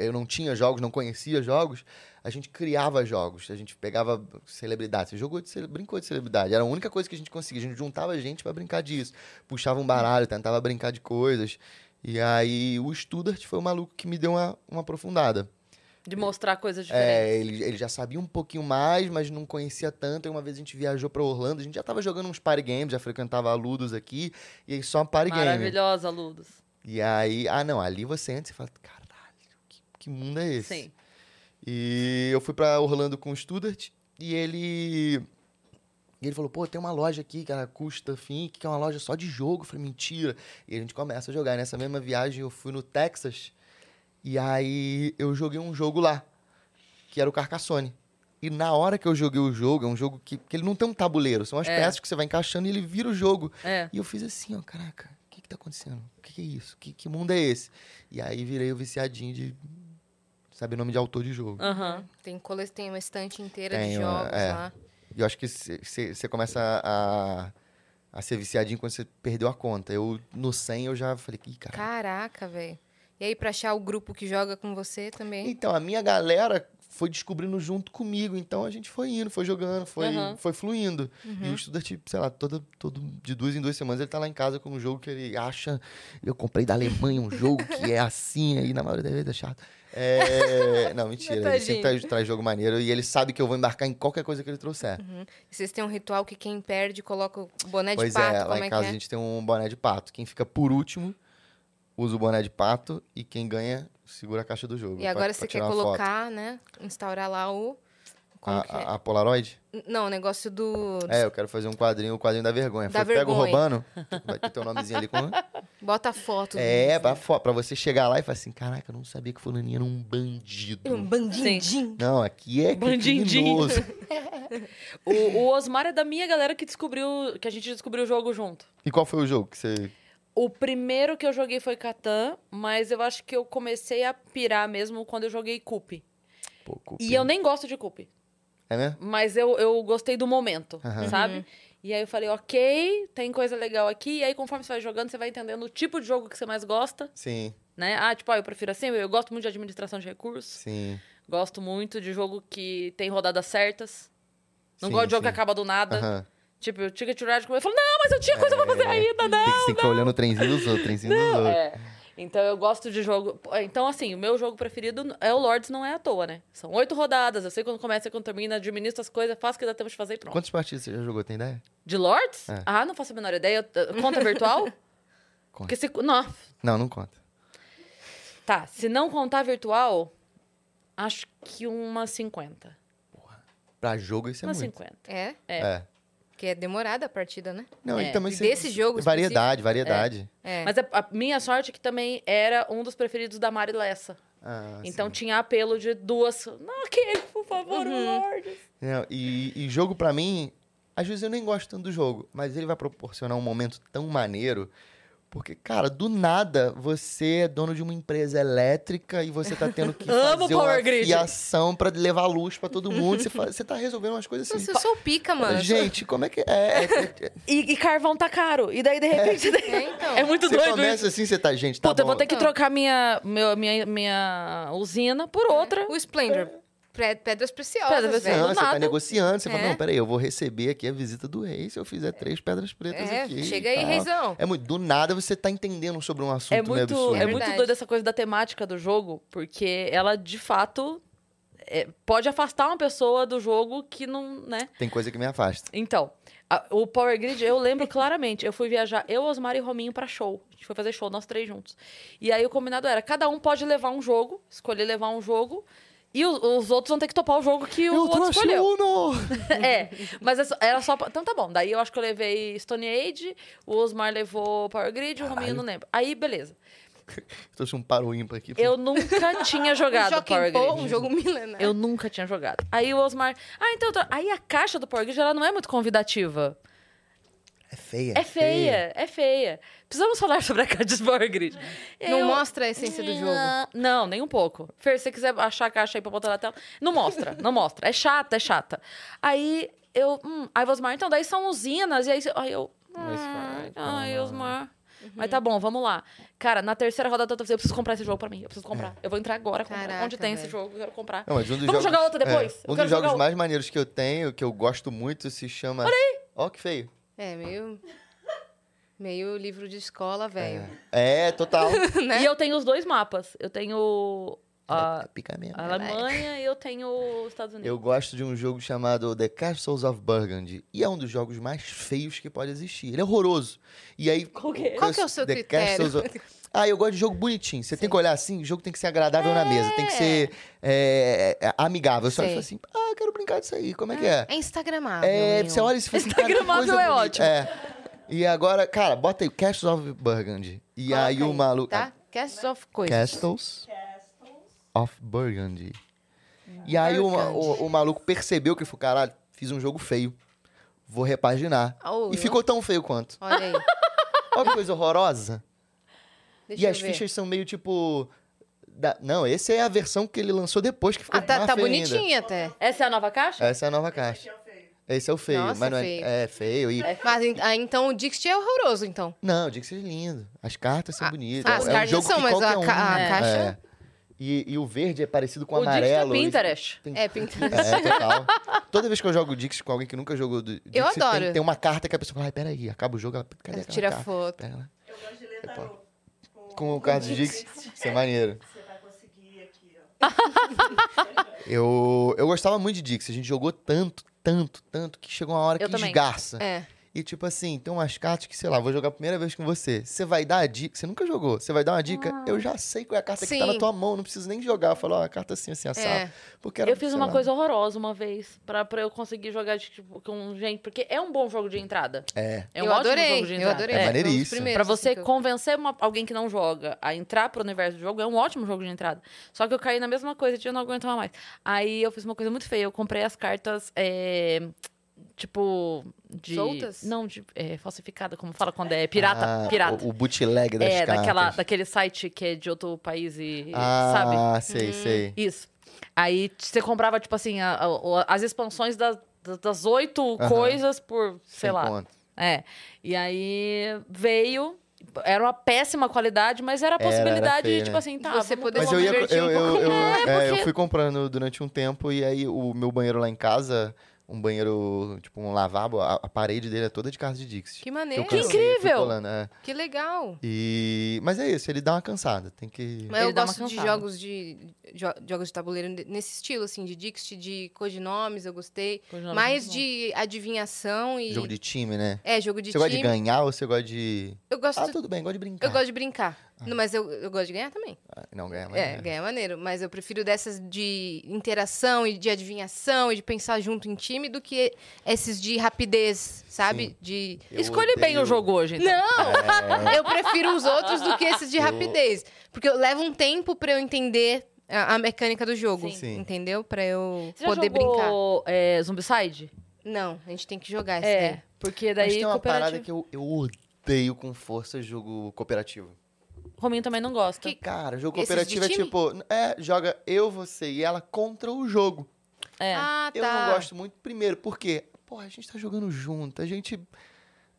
S3: é, Eu não tinha jogos, não conhecia jogos. A gente criava jogos. A gente pegava celebridades. Você jogou de cele... brincou de celebridade. Era a única coisa que a gente conseguia. A gente juntava gente pra brincar disso. Puxava um baralho, tentava brincar de coisas. E aí, o Studart foi o maluco que me deu uma, uma aprofundada.
S1: De mostrar coisas diferentes.
S3: É, ele, ele já sabia um pouquinho mais, mas não conhecia tanto. E uma vez a gente viajou pra Orlando, a gente já tava jogando uns party games, já frequentava a Ludos aqui, e aí só party game.
S1: Maravilhosa, Ludos.
S3: E aí, ah não, ali você entra e fala, caralho, que, que mundo é esse?
S1: Sim.
S3: E eu fui pra Orlando com o Studart e ele. E ele falou, pô, tem uma loja aqui que era Custa Fink, que é uma loja só de jogo. Eu falei, mentira. E a gente começa a jogar. E Nessa mesma viagem eu fui no Texas e aí eu joguei um jogo lá, que era o Carcassone. E na hora que eu joguei o jogo, é um jogo que, que ele não tem um tabuleiro, são as
S1: É.
S3: peças que você vai encaixando e ele vira o jogo.
S1: É.
S3: E eu fiz assim, ó, caraca, o que que tá acontecendo? O que que é isso? Que, que mundo é esse? E aí virei o viciadinho de, Sabe nome de autor de jogo.
S1: Aham.
S2: Tem, cole... tem uma estante inteira de
S3: Tem uma-
S2: jogos
S3: é.
S2: lá.
S3: E eu acho que você começa a, a ser viciadinho quando você perdeu a conta. Eu, no 100, eu já falei, ih, cara.
S2: Caraca, velho. E aí, pra achar o grupo que joga com você também.
S3: Então, a minha galera foi descobrindo junto comigo. Então, a gente foi indo, foi jogando, foi,
S1: Aham.
S3: foi fluindo. E
S2: Uhum.
S3: o estudante, sei lá, todo, todo, de duas em duas semanas, ele tá lá em casa com um jogo que ele acha... Eu comprei da Alemanha um jogo que é assim, aí na maioria das vezes é chato. É, Não, mentira. Ele
S1: Tadinho.
S3: sempre traz, traz jogo maneiro e ele sabe que eu vou embarcar em qualquer coisa que ele trouxer.
S2: E Vocês têm um ritual que quem perde coloca o boné de
S3: pois
S2: pato,
S3: é,
S2: como
S3: lá em
S2: é
S3: casa a
S2: que é?
S3: gente tem um boné de pato. Quem fica por último usa o boné de pato e quem ganha segura a caixa do jogo.
S2: E
S3: pra-
S2: agora
S3: pra
S2: você quer
S3: tirar uma foto.
S2: colocar, né? Instaurar lá o. Como que
S3: a,
S2: é?
S3: a- a Polaroid?
S2: Não, o negócio do.
S3: ah. É, eu quero fazer um quadrinho, o quadrinho da vergonha.
S2: Da
S3: Foi pego
S2: vergonha.
S3: roubando, vai ter teu nomezinho ali com.
S2: Bota foto.
S3: É, pra,
S2: bafo.
S3: fo- pra você chegar lá e falar assim: caraca, eu não sabia que Fulaninha era um bandido.
S2: Um bandidinho.
S3: Não, aqui é
S1: Bandidinho.
S3: criminoso.
S1: O, o Osmar é da minha galera que descobriu. Que a gente descobriu o jogo junto.
S3: E qual foi o jogo que você.
S1: O primeiro que eu joguei foi Catan, mas eu acho que eu comecei a pirar mesmo quando eu joguei Coupe.
S3: Pô, culpa.
S1: E eu nem gosto de Coupe.
S3: É mesmo?
S1: Mas eu, eu gostei do momento,
S3: Aham.
S1: sabe? E aí eu falei, ok, tem coisa legal aqui. E aí, conforme você vai jogando, você vai entendendo o tipo de jogo que você mais gosta,
S3: Sim,
S1: né? Ah, tipo, ah, eu prefiro assim, eu gosto muito de administração de recursos.
S3: sim.
S1: Gosto muito de jogo que tem rodadas certas. Não
S3: Sim,
S1: gosto de jogo
S3: sim.
S1: que acaba do nada.
S3: Aham. É.
S1: Tipo, eu tinha que tirar de comer. Eu falo, não, mas eu tinha coisa pra fazer ainda, né?
S3: Tem que- tem que ficar olhando o trenzinho dos outros, o trenzinho dos outros.
S1: É. Então eu gosto de jogo. Pô, Então, assim, o meu jogo preferido é o Lords, não é à toa, né? São oito rodadas, eu sei quando começa e quando termina, administro as coisas, faço o que dá tempo de fazer e pronto.
S3: Quantas partidas você já jogou, tem ideia?
S1: De Lords?
S3: É.
S1: Ah, não faço a menor ideia. T- Conta virtual? Porque se. Não.
S3: Não, não conta.
S1: Tá, se não contar virtual, acho que umas 50.
S3: Pra jogo isso é
S1: umas
S3: muito.
S1: 50.
S2: É,
S3: É.
S2: porque é demorada a partida, né?
S3: Não,
S1: É.
S3: e também
S2: E
S3: você-
S2: desse jogo
S3: Variedade, variedade.
S2: É.
S1: Mas a, a minha sorte é que também era um dos preferidos da Mari Lessa.
S3: Ah,
S1: então
S3: sim.
S1: tinha apelo de duas. Não, aquele, por favor,
S3: Uhum.
S1: o Lords.
S3: Não, e, Né? e jogo pra mim, às vezes eu nem gosto tanto do jogo, mas ele vai proporcionar um momento tão maneiro. Porque, cara, do nada você é dono de uma empresa elétrica e você tá tendo que
S1: Amo
S3: fazer
S1: Power
S3: uma
S1: Grid.
S3: fiação pra levar luz pra todo mundo. Você, fa- você tá resolvendo umas coisas assim.
S2: Nossa, eu sou pica, mano.
S3: Gente, como é que é? é- é-
S1: E, e carvão tá caro. E daí, de repente.
S2: É, então.
S1: É, muito
S3: Você
S1: doido isso.
S3: começa assim, você tá, gente, tá
S1: Puta, eu
S3: bom.
S1: vou ter que trocar minha, meu, minha, minha usina
S3: É.
S1: por outra.
S2: O Splendor. Pre- Pedras
S1: Pedras
S2: preciosas,
S1: preciosas.
S2: velho.
S1: do
S3: Não, você
S1: nada.
S3: tá negociando, você
S2: É.
S3: fala, não, peraí, eu vou receber aqui a visita do rei se eu fizer três pedras pretas
S2: É,
S3: aqui.
S2: chega
S3: e
S2: aí,
S3: tal.
S2: reizão.
S3: É muito, do nada você tá entendendo sobre um assunto
S1: É
S3: meio
S1: muito,
S3: absurdo.
S1: é
S2: absurdo.
S1: muito
S2: Verdade.
S1: doida essa coisa da temática do jogo, porque ela, de fato, é, pode afastar uma pessoa do jogo que não, né?
S3: Tem coisa que me afasta.
S1: Então, a- o Power Grid, eu lembro claramente. Eu fui viajar, eu, Osmar e Rominho, pra show. A gente foi fazer show, nós três juntos. E aí o combinado era, cada um pode levar um jogo, escolher levar um jogo... E o- os outros vão ter que topar o jogo que o outro escolheu.
S3: um. Uno!
S1: É, mas é só- era só. pra- Então tá bom. Daí eu acho que eu levei Stone Age, o Osmar levou Power Grid, o Rominho
S3: Caralho.
S1: não lembro. Aí, beleza.
S3: Trouxe um paro ímpar aqui.
S1: Eu nunca tinha
S2: Um
S1: jogado Power
S2: Joaquim Pô, um
S1: Grid.
S2: jogo milenar.
S1: Eu nunca tinha jogado. Aí o Osmar. Ah, então. eu tro- Aí a caixa do Power Grid ela não é muito convidativa.
S3: É feia.
S1: É feia, é feia. Precisamos falar sobre a caixa do Power Grid. E aí
S2: Não
S1: eu-
S2: mostra a essência do jogo.
S1: Não, nem um pouco. Fer, se você quiser achar a caixa aí pra botar na tela. Não mostra, não mostra. É chata, é chata. Aí eu. Hum, aí Osmar, então, daí são usinas, e aí, você- aí eu. "Ah,
S3: Mas,
S1: Ai,
S3: cara, calma.
S1: ai, Osmar.
S2: Uhum.
S1: Mas tá bom, vamos lá. Cara, na terceira rodada eu tô falando, eu preciso comprar esse jogo pra mim. Eu preciso comprar. Eu vou entrar agora. comprar.
S2: É. Caraca,
S1: Onde tem esse
S2: velho.
S1: jogo? Eu quero comprar.
S3: Não, mas um dos
S1: Vamos
S3: jogos-
S1: jogar outra depois?
S3: é,
S1: Eu
S3: um
S1: quero
S3: dos jogos
S1: jogar o-
S3: mais maneiros que eu tenho, que eu gosto muito, se chama... Olha aí! Ó, que feio.
S2: É, meio. Meio livro de escola, velho.
S3: É, total.
S2: Né?
S1: E eu tenho os dois mapas. Eu tenho a,
S3: É, pica mesmo.
S1: a Alemanha e eu tenho os Estados Unidos.
S3: Eu gosto de um jogo chamado The Castles of Burgundy. E é um dos jogos mais feios que pode existir. Ele é horroroso. E aí.
S1: Qual que é?
S2: Qual que é o seu
S3: The
S2: critério?
S3: Castles of- Ah, eu gosto de jogo bonitinho. Você tem que olhar assim, o jogo tem que ser agradável na mesa, tem que ser é, é, é, amigável. Só
S2: Sei.
S3: falo assim, ah, eu quero brincar disso aí, como é que é?
S2: É Instagramável.
S3: É,
S2: meu. Tá
S3: você olha e você fala assim, cara, que
S1: Instagramável
S3: coisa
S1: é
S3: bonita.
S1: ótimo.
S3: É. E agora, cara, bota aí Castles of Burgundy. E
S2: Coloca
S3: aí o maluco.
S2: Tá? Cast of coisas.
S3: Castles
S4: Castles.
S3: of Burgundy. E aí o, ma- o- o maluco percebeu que ele falou, caralho, fiz um jogo feio. Vou repaginar.
S2: Oh,
S3: e
S2: eu-
S3: ficou tão feio quanto.
S2: Olha aí.
S3: Olha que coisa horrorosa.
S2: Deixa
S3: e
S2: eu
S3: as
S2: ver.
S3: fichas são meio tipo da- Não, essa é a versão que ele lançou depois, que ficou
S2: Ah, tá,
S3: mais
S2: tá
S3: feia ainda.
S2: bonitinha até.
S1: Essa é a nova caixa?
S3: Essa é a nova
S4: Esse
S3: caixa.
S4: é o feio.
S3: Esse é o feio.
S2: Nossa,
S3: mas não é,
S2: feio.
S3: é feio. E...
S2: Mas en- ah, então o Dixit é horroroso, então.
S3: Não, eu digo que seja lindo. As cartas são
S2: Ah,
S3: bonitas.
S2: ah, as
S3: é um
S2: cartas
S3: jogo
S2: são,
S3: que
S2: mas a
S3: qualquer um,
S2: ca- a
S3: né?
S2: caixa-
S3: É. E, e o verde é parecido com o
S1: o Dixit é
S3: amarelo. e-
S1: Pinterest.
S3: Tem-
S2: É, pinta.
S3: É, total. Toda vez que eu jogo Dixit com alguém que nunca jogou do- Dixit,
S2: adoro.
S3: Tem, tem uma carta que a pessoa fala, ai, peraí, acaba o jogo, ela, tá? cadê aquela
S2: Tira
S3: carta?
S2: foto.
S3: Pega lá.
S4: Eu gosto de ler tarô.
S3: Com o card de Dixit, isso é maneiro.
S4: Você vai conseguir aqui, ó.
S3: Eu, eu gostava muito de Dixit, a gente jogou tanto, tanto, tanto, que chegou uma hora
S1: Eu
S3: que
S1: também.
S3: esgarça.
S2: É.
S3: E tipo assim, tem umas cartas que, sei lá, vou jogar a primeira vez com você. Você vai dar a dica, você nunca jogou, você vai dar uma dica, eu já sei qual é a carta que tá na
S2: Sim.
S3: tua mão, não preciso nem jogar. Eu falo, ó, a carta assim, assim, assado.
S2: É.
S3: Porque era,
S1: eu fiz
S3: sei
S1: uma
S3: lá,
S1: coisa horrorosa uma vez pra, pra eu conseguir jogar de, tipo, com gente. Porque é um bom jogo de entrada.
S3: É.
S1: É um
S2: eu
S1: ótimo
S2: adorei,
S1: jogo de
S2: eu
S1: entrada.
S2: adorei.
S3: É
S2: Foi um dos
S3: maneiríssimo.
S1: Pra
S2: primeiros,
S1: você
S2: assim, que eu-
S1: convencer uma- alguém que não joga a entrar pro universo do jogo, é um ótimo jogo de entrada. Só que eu caí na mesma coisa, eu não aguentava mais. Aí eu fiz uma coisa muito feia, eu comprei as cartas, é, tipo... De,
S2: Soltas?
S1: Não, de, é, falsificada, como fala quando é pirata.
S3: Ah,
S1: pirata.
S3: O, o bootleg das
S1: é,
S3: cartas.
S1: daquela, daquele site que é de outro país e... sabe?
S3: Ah, sei, sei.
S1: Isso. Aí t- você comprava, tipo assim, a- a- o- as expansões das, das- das oito
S3: Aham.
S1: coisas por, sei
S3: Sem
S1: lá.
S3: conta.
S1: É. E aí veio. Era uma péssima qualidade, mas era a
S3: Era, era
S1: possibilidade
S3: feio,
S1: de, tipo
S3: né?
S1: assim, tá.
S2: Você
S1: vamos
S2: poder
S1: dar
S3: Mas
S1: uma
S3: eu ia.
S1: divertida.
S2: divertir
S3: Eu,
S2: um
S3: eu, eu, é, eu
S1: porque-
S3: fui comprando durante um tempo e aí o meu banheiro lá em casa, um banheiro, tipo um lavabo, a, a parede dele é toda de cartas de Dixit.
S2: Que
S3: Que eu
S2: maneiro.
S1: Que
S3: cansei,
S2: Que,
S1: incrível!
S3: fui colando, é.
S2: legal.
S3: E... Mas é isso, ele dá uma cansada. Tem que.
S2: Mas
S1: Ele
S2: eu
S1: dá uma
S2: gosto de
S1: cansada.
S2: jogos de, jo- jogos de tabuleiro nesse estilo, assim, de Dixit, de codinomes, eu gostei.
S1: Continua,
S2: Mais
S1: continua.
S2: de adivinhação e.
S3: Jogo de time, né?
S2: É, jogo de
S3: você
S2: time.
S3: gosta de ganhar ou você gosta de.
S2: Eu gosto.
S3: Ah, tudo bem, gosto de brincar.
S2: Eu gosto de brincar. Não, mas eu, eu gosto de ganhar também.
S3: Ah, Não, ganhar mas
S2: É, ganhar é maneiro. Mas eu prefiro dessas de interação e de adivinhação e de pensar junto em time do que esses de rapidez, sabe?
S3: Sim.
S2: De.
S3: Eu
S1: Escolhe bem o
S3: odeio-
S1: jogo hoje, então.
S2: Não!
S3: É,
S2: Eu prefiro os outros do que esses de
S3: Eu-
S2: rapidez. Porque eu- leva um tempo pra eu entender a, a mecânica do jogo.
S3: Sim. Sim.
S2: Entendeu? Pra eu
S1: Você
S2: poder
S1: já
S2: brincar.
S1: jogou, É, Zombicide?
S2: Não, a gente tem que jogar esse
S1: É,
S2: daí.
S1: porque
S3: Mas
S1: daí
S3: tem uma parada
S1: cooperativo.
S3: que eu, eu odeio com força jogo cooperativo. Então,
S1: Rominho também não gosta.
S2: Que-
S3: Cara, jogo
S2: Esses de
S3: cooperativo é
S2: time?
S3: tipo, é, joga eu, você e ela contra o jogo.
S1: É.
S2: Ah, tá.
S3: Eu não gosto muito, primeiro, porque, porra, a gente tá jogando junto, a gente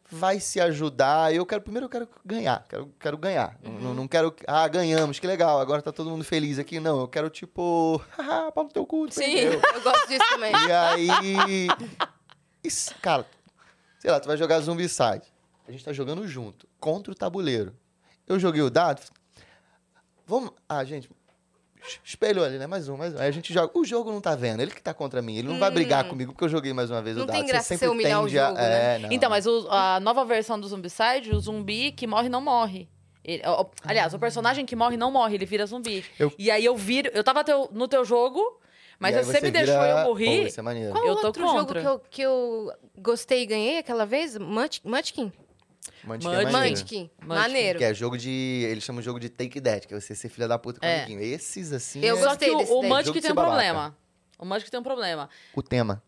S3: vai se ajudar. Eu quero, primeiro eu quero ganhar, quero, quero ganhar. Não-
S2: Uhum.
S3: Não, não quero, ah, ganhamos, que legal, agora tá todo mundo feliz aqui. Não, eu quero tipo, haha, pau no teu cu, tu
S2: Sim,
S3: perdeu.
S2: eu gosto disso também.
S3: E aí. Isso, cara, sei lá, tu vai jogar Zombicide. A gente tá jogando junto, contra o tabuleiro. Eu joguei o dado. Vamos. Ah, gente. es- Espelhou ali, né? Mais um, mais um. Aí a gente joga. O jogo não tá vendo. Ele que tá contra mim. Ele não vai brigar comigo porque eu joguei mais uma vez
S2: Hum. Não
S3: o dado.
S2: tem graça
S3: Você
S2: você
S3: sempre
S2: humilhar o
S3: tende a-
S2: jogo, né?
S3: é, não.
S1: Então, mas o- a nova versão do Zombicide, o zumbi que morre não morre. Ele- ó, ó, aliás, o personagem que morre não morre, ele vira zumbi.
S3: Eu-
S1: E aí eu viro. Eu tava teu- no teu jogo, mas
S3: E aí
S1: você, me
S3: vira-
S1: deixou eu
S3: Pô,
S1: morrer.
S3: isso é maneiro.
S2: Qual
S1: Eu tô
S2: outro
S1: contra.
S2: jogo que eu, que eu gostei e ganhei aquela vez? Munch- Munchkin?
S3: Mantic é
S1: Mantic.
S3: maneiro.
S2: Munchkin.
S1: Munchkin.
S2: Maneiro.
S3: Que é jogo de. Eles chamam de jogo de take that, que é você ser filha da puta com o
S1: É.
S3: amiguinho. Esses, assim.
S2: Eu
S3: é
S1: Só que
S2: gostei
S1: o,
S2: desse
S1: o
S2: daí.
S1: Munch
S3: Jogo
S1: que tem
S3: de
S1: um
S3: ser babaca.
S1: problema. O Munch que tem um problema.
S3: o tema.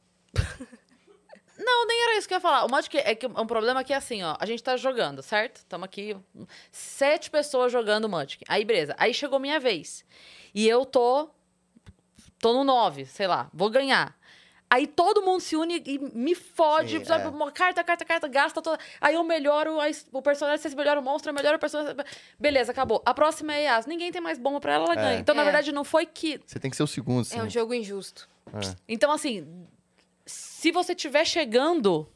S1: Não, nem era isso que eu ia falar. O Magic é, que é um problema que é assim, ó. A gente tá jogando, certo? Estamos aqui hum, sete pessoas jogando Magic. Aí, beleza. Aí chegou minha vez. E eu tô... Tô no nove, sei lá. Vou ganhar. Aí todo mundo se une e me fode.
S3: Sim,
S1: sabe?
S3: é.
S1: Uma carta, carta, carta, gasta toda. Aí eu melhoro a es- o personagem, vocês melhoram o monstro, eu melhoro o personagem. Beleza, acabou. A próxima é Yas. Ninguém tem mais bomba pra ela, ela
S3: É.
S1: ganha. Então, na
S2: É.
S1: verdade, não foi que...
S3: Você tem que ser o segundo, sim. Ah.
S2: É um jogo injusto.
S1: Então, assim, se você estiver chegando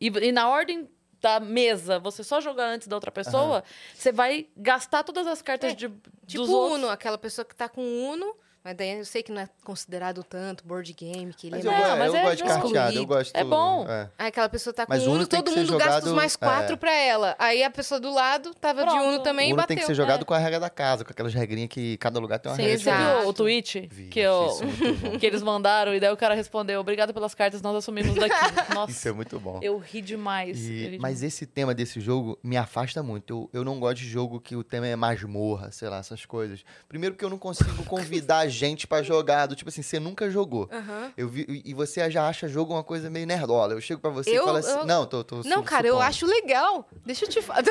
S1: e, e na ordem da mesa você só jogar antes da outra pessoa, você vai gastar todas as cartas
S2: É,
S1: de,
S2: Tipo
S1: dos outros.
S2: Uno, aquela pessoa que tá com Uno, mas daí eu sei que não é considerado tanto board game, que ele
S3: Mas
S2: é
S3: eu,
S2: mais-
S1: É,
S3: gosto-
S1: mas
S3: eu
S1: é
S3: gosto de
S1: jogo.
S3: carteado, eu gosto.
S1: É bom.
S3: é.
S2: Aí aquela pessoa tá com
S3: Mas
S2: Uno,
S3: Uno tem que
S2: todo
S3: ser
S2: mundo gasta os
S3: jogado-
S2: mais quatro
S3: é.
S2: pra ela. Aí a pessoa do lado tava de
S1: Pronto.
S2: Uno também
S3: O
S2: e
S3: Uno
S2: bateu. né?
S3: tem que ser jogado com a regra da casa, com aquelas regrinhas que cada lugar
S2: Então,
S3: tem
S1: Sim,
S2: é
S3: uma regra.
S1: você
S2: Exato.
S1: viu o tweet
S3: Vi,
S1: que, eu-
S3: achei isso é muito bom.
S1: que eles mandaram e daí o cara respondeu: Obrigado pelas cartas, nós assumimos daqui. Nossa,
S3: Isso é muito bom.
S1: eu ri demais.
S3: E-
S1: eu ri
S3: mas
S1: demais.
S3: esse tema desse jogo me afasta muito. Eu, eu não gosto de jogo que o tema é masmorra, sei lá, essas coisas. Primeiro porque eu não consigo convidar gente pra jogar. do tipo assim, você nunca jogou.
S2: É. Aham.
S3: Eu vi, e- e você já acha jogo uma coisa meio nerdola. Eu chego pra você e
S2: Eu-
S3: falo assim...
S2: eu-
S3: Não, tô, tô
S2: Não,
S3: su-
S2: cara, eu
S3: supondo.
S2: acho legal. Deixa eu te falar.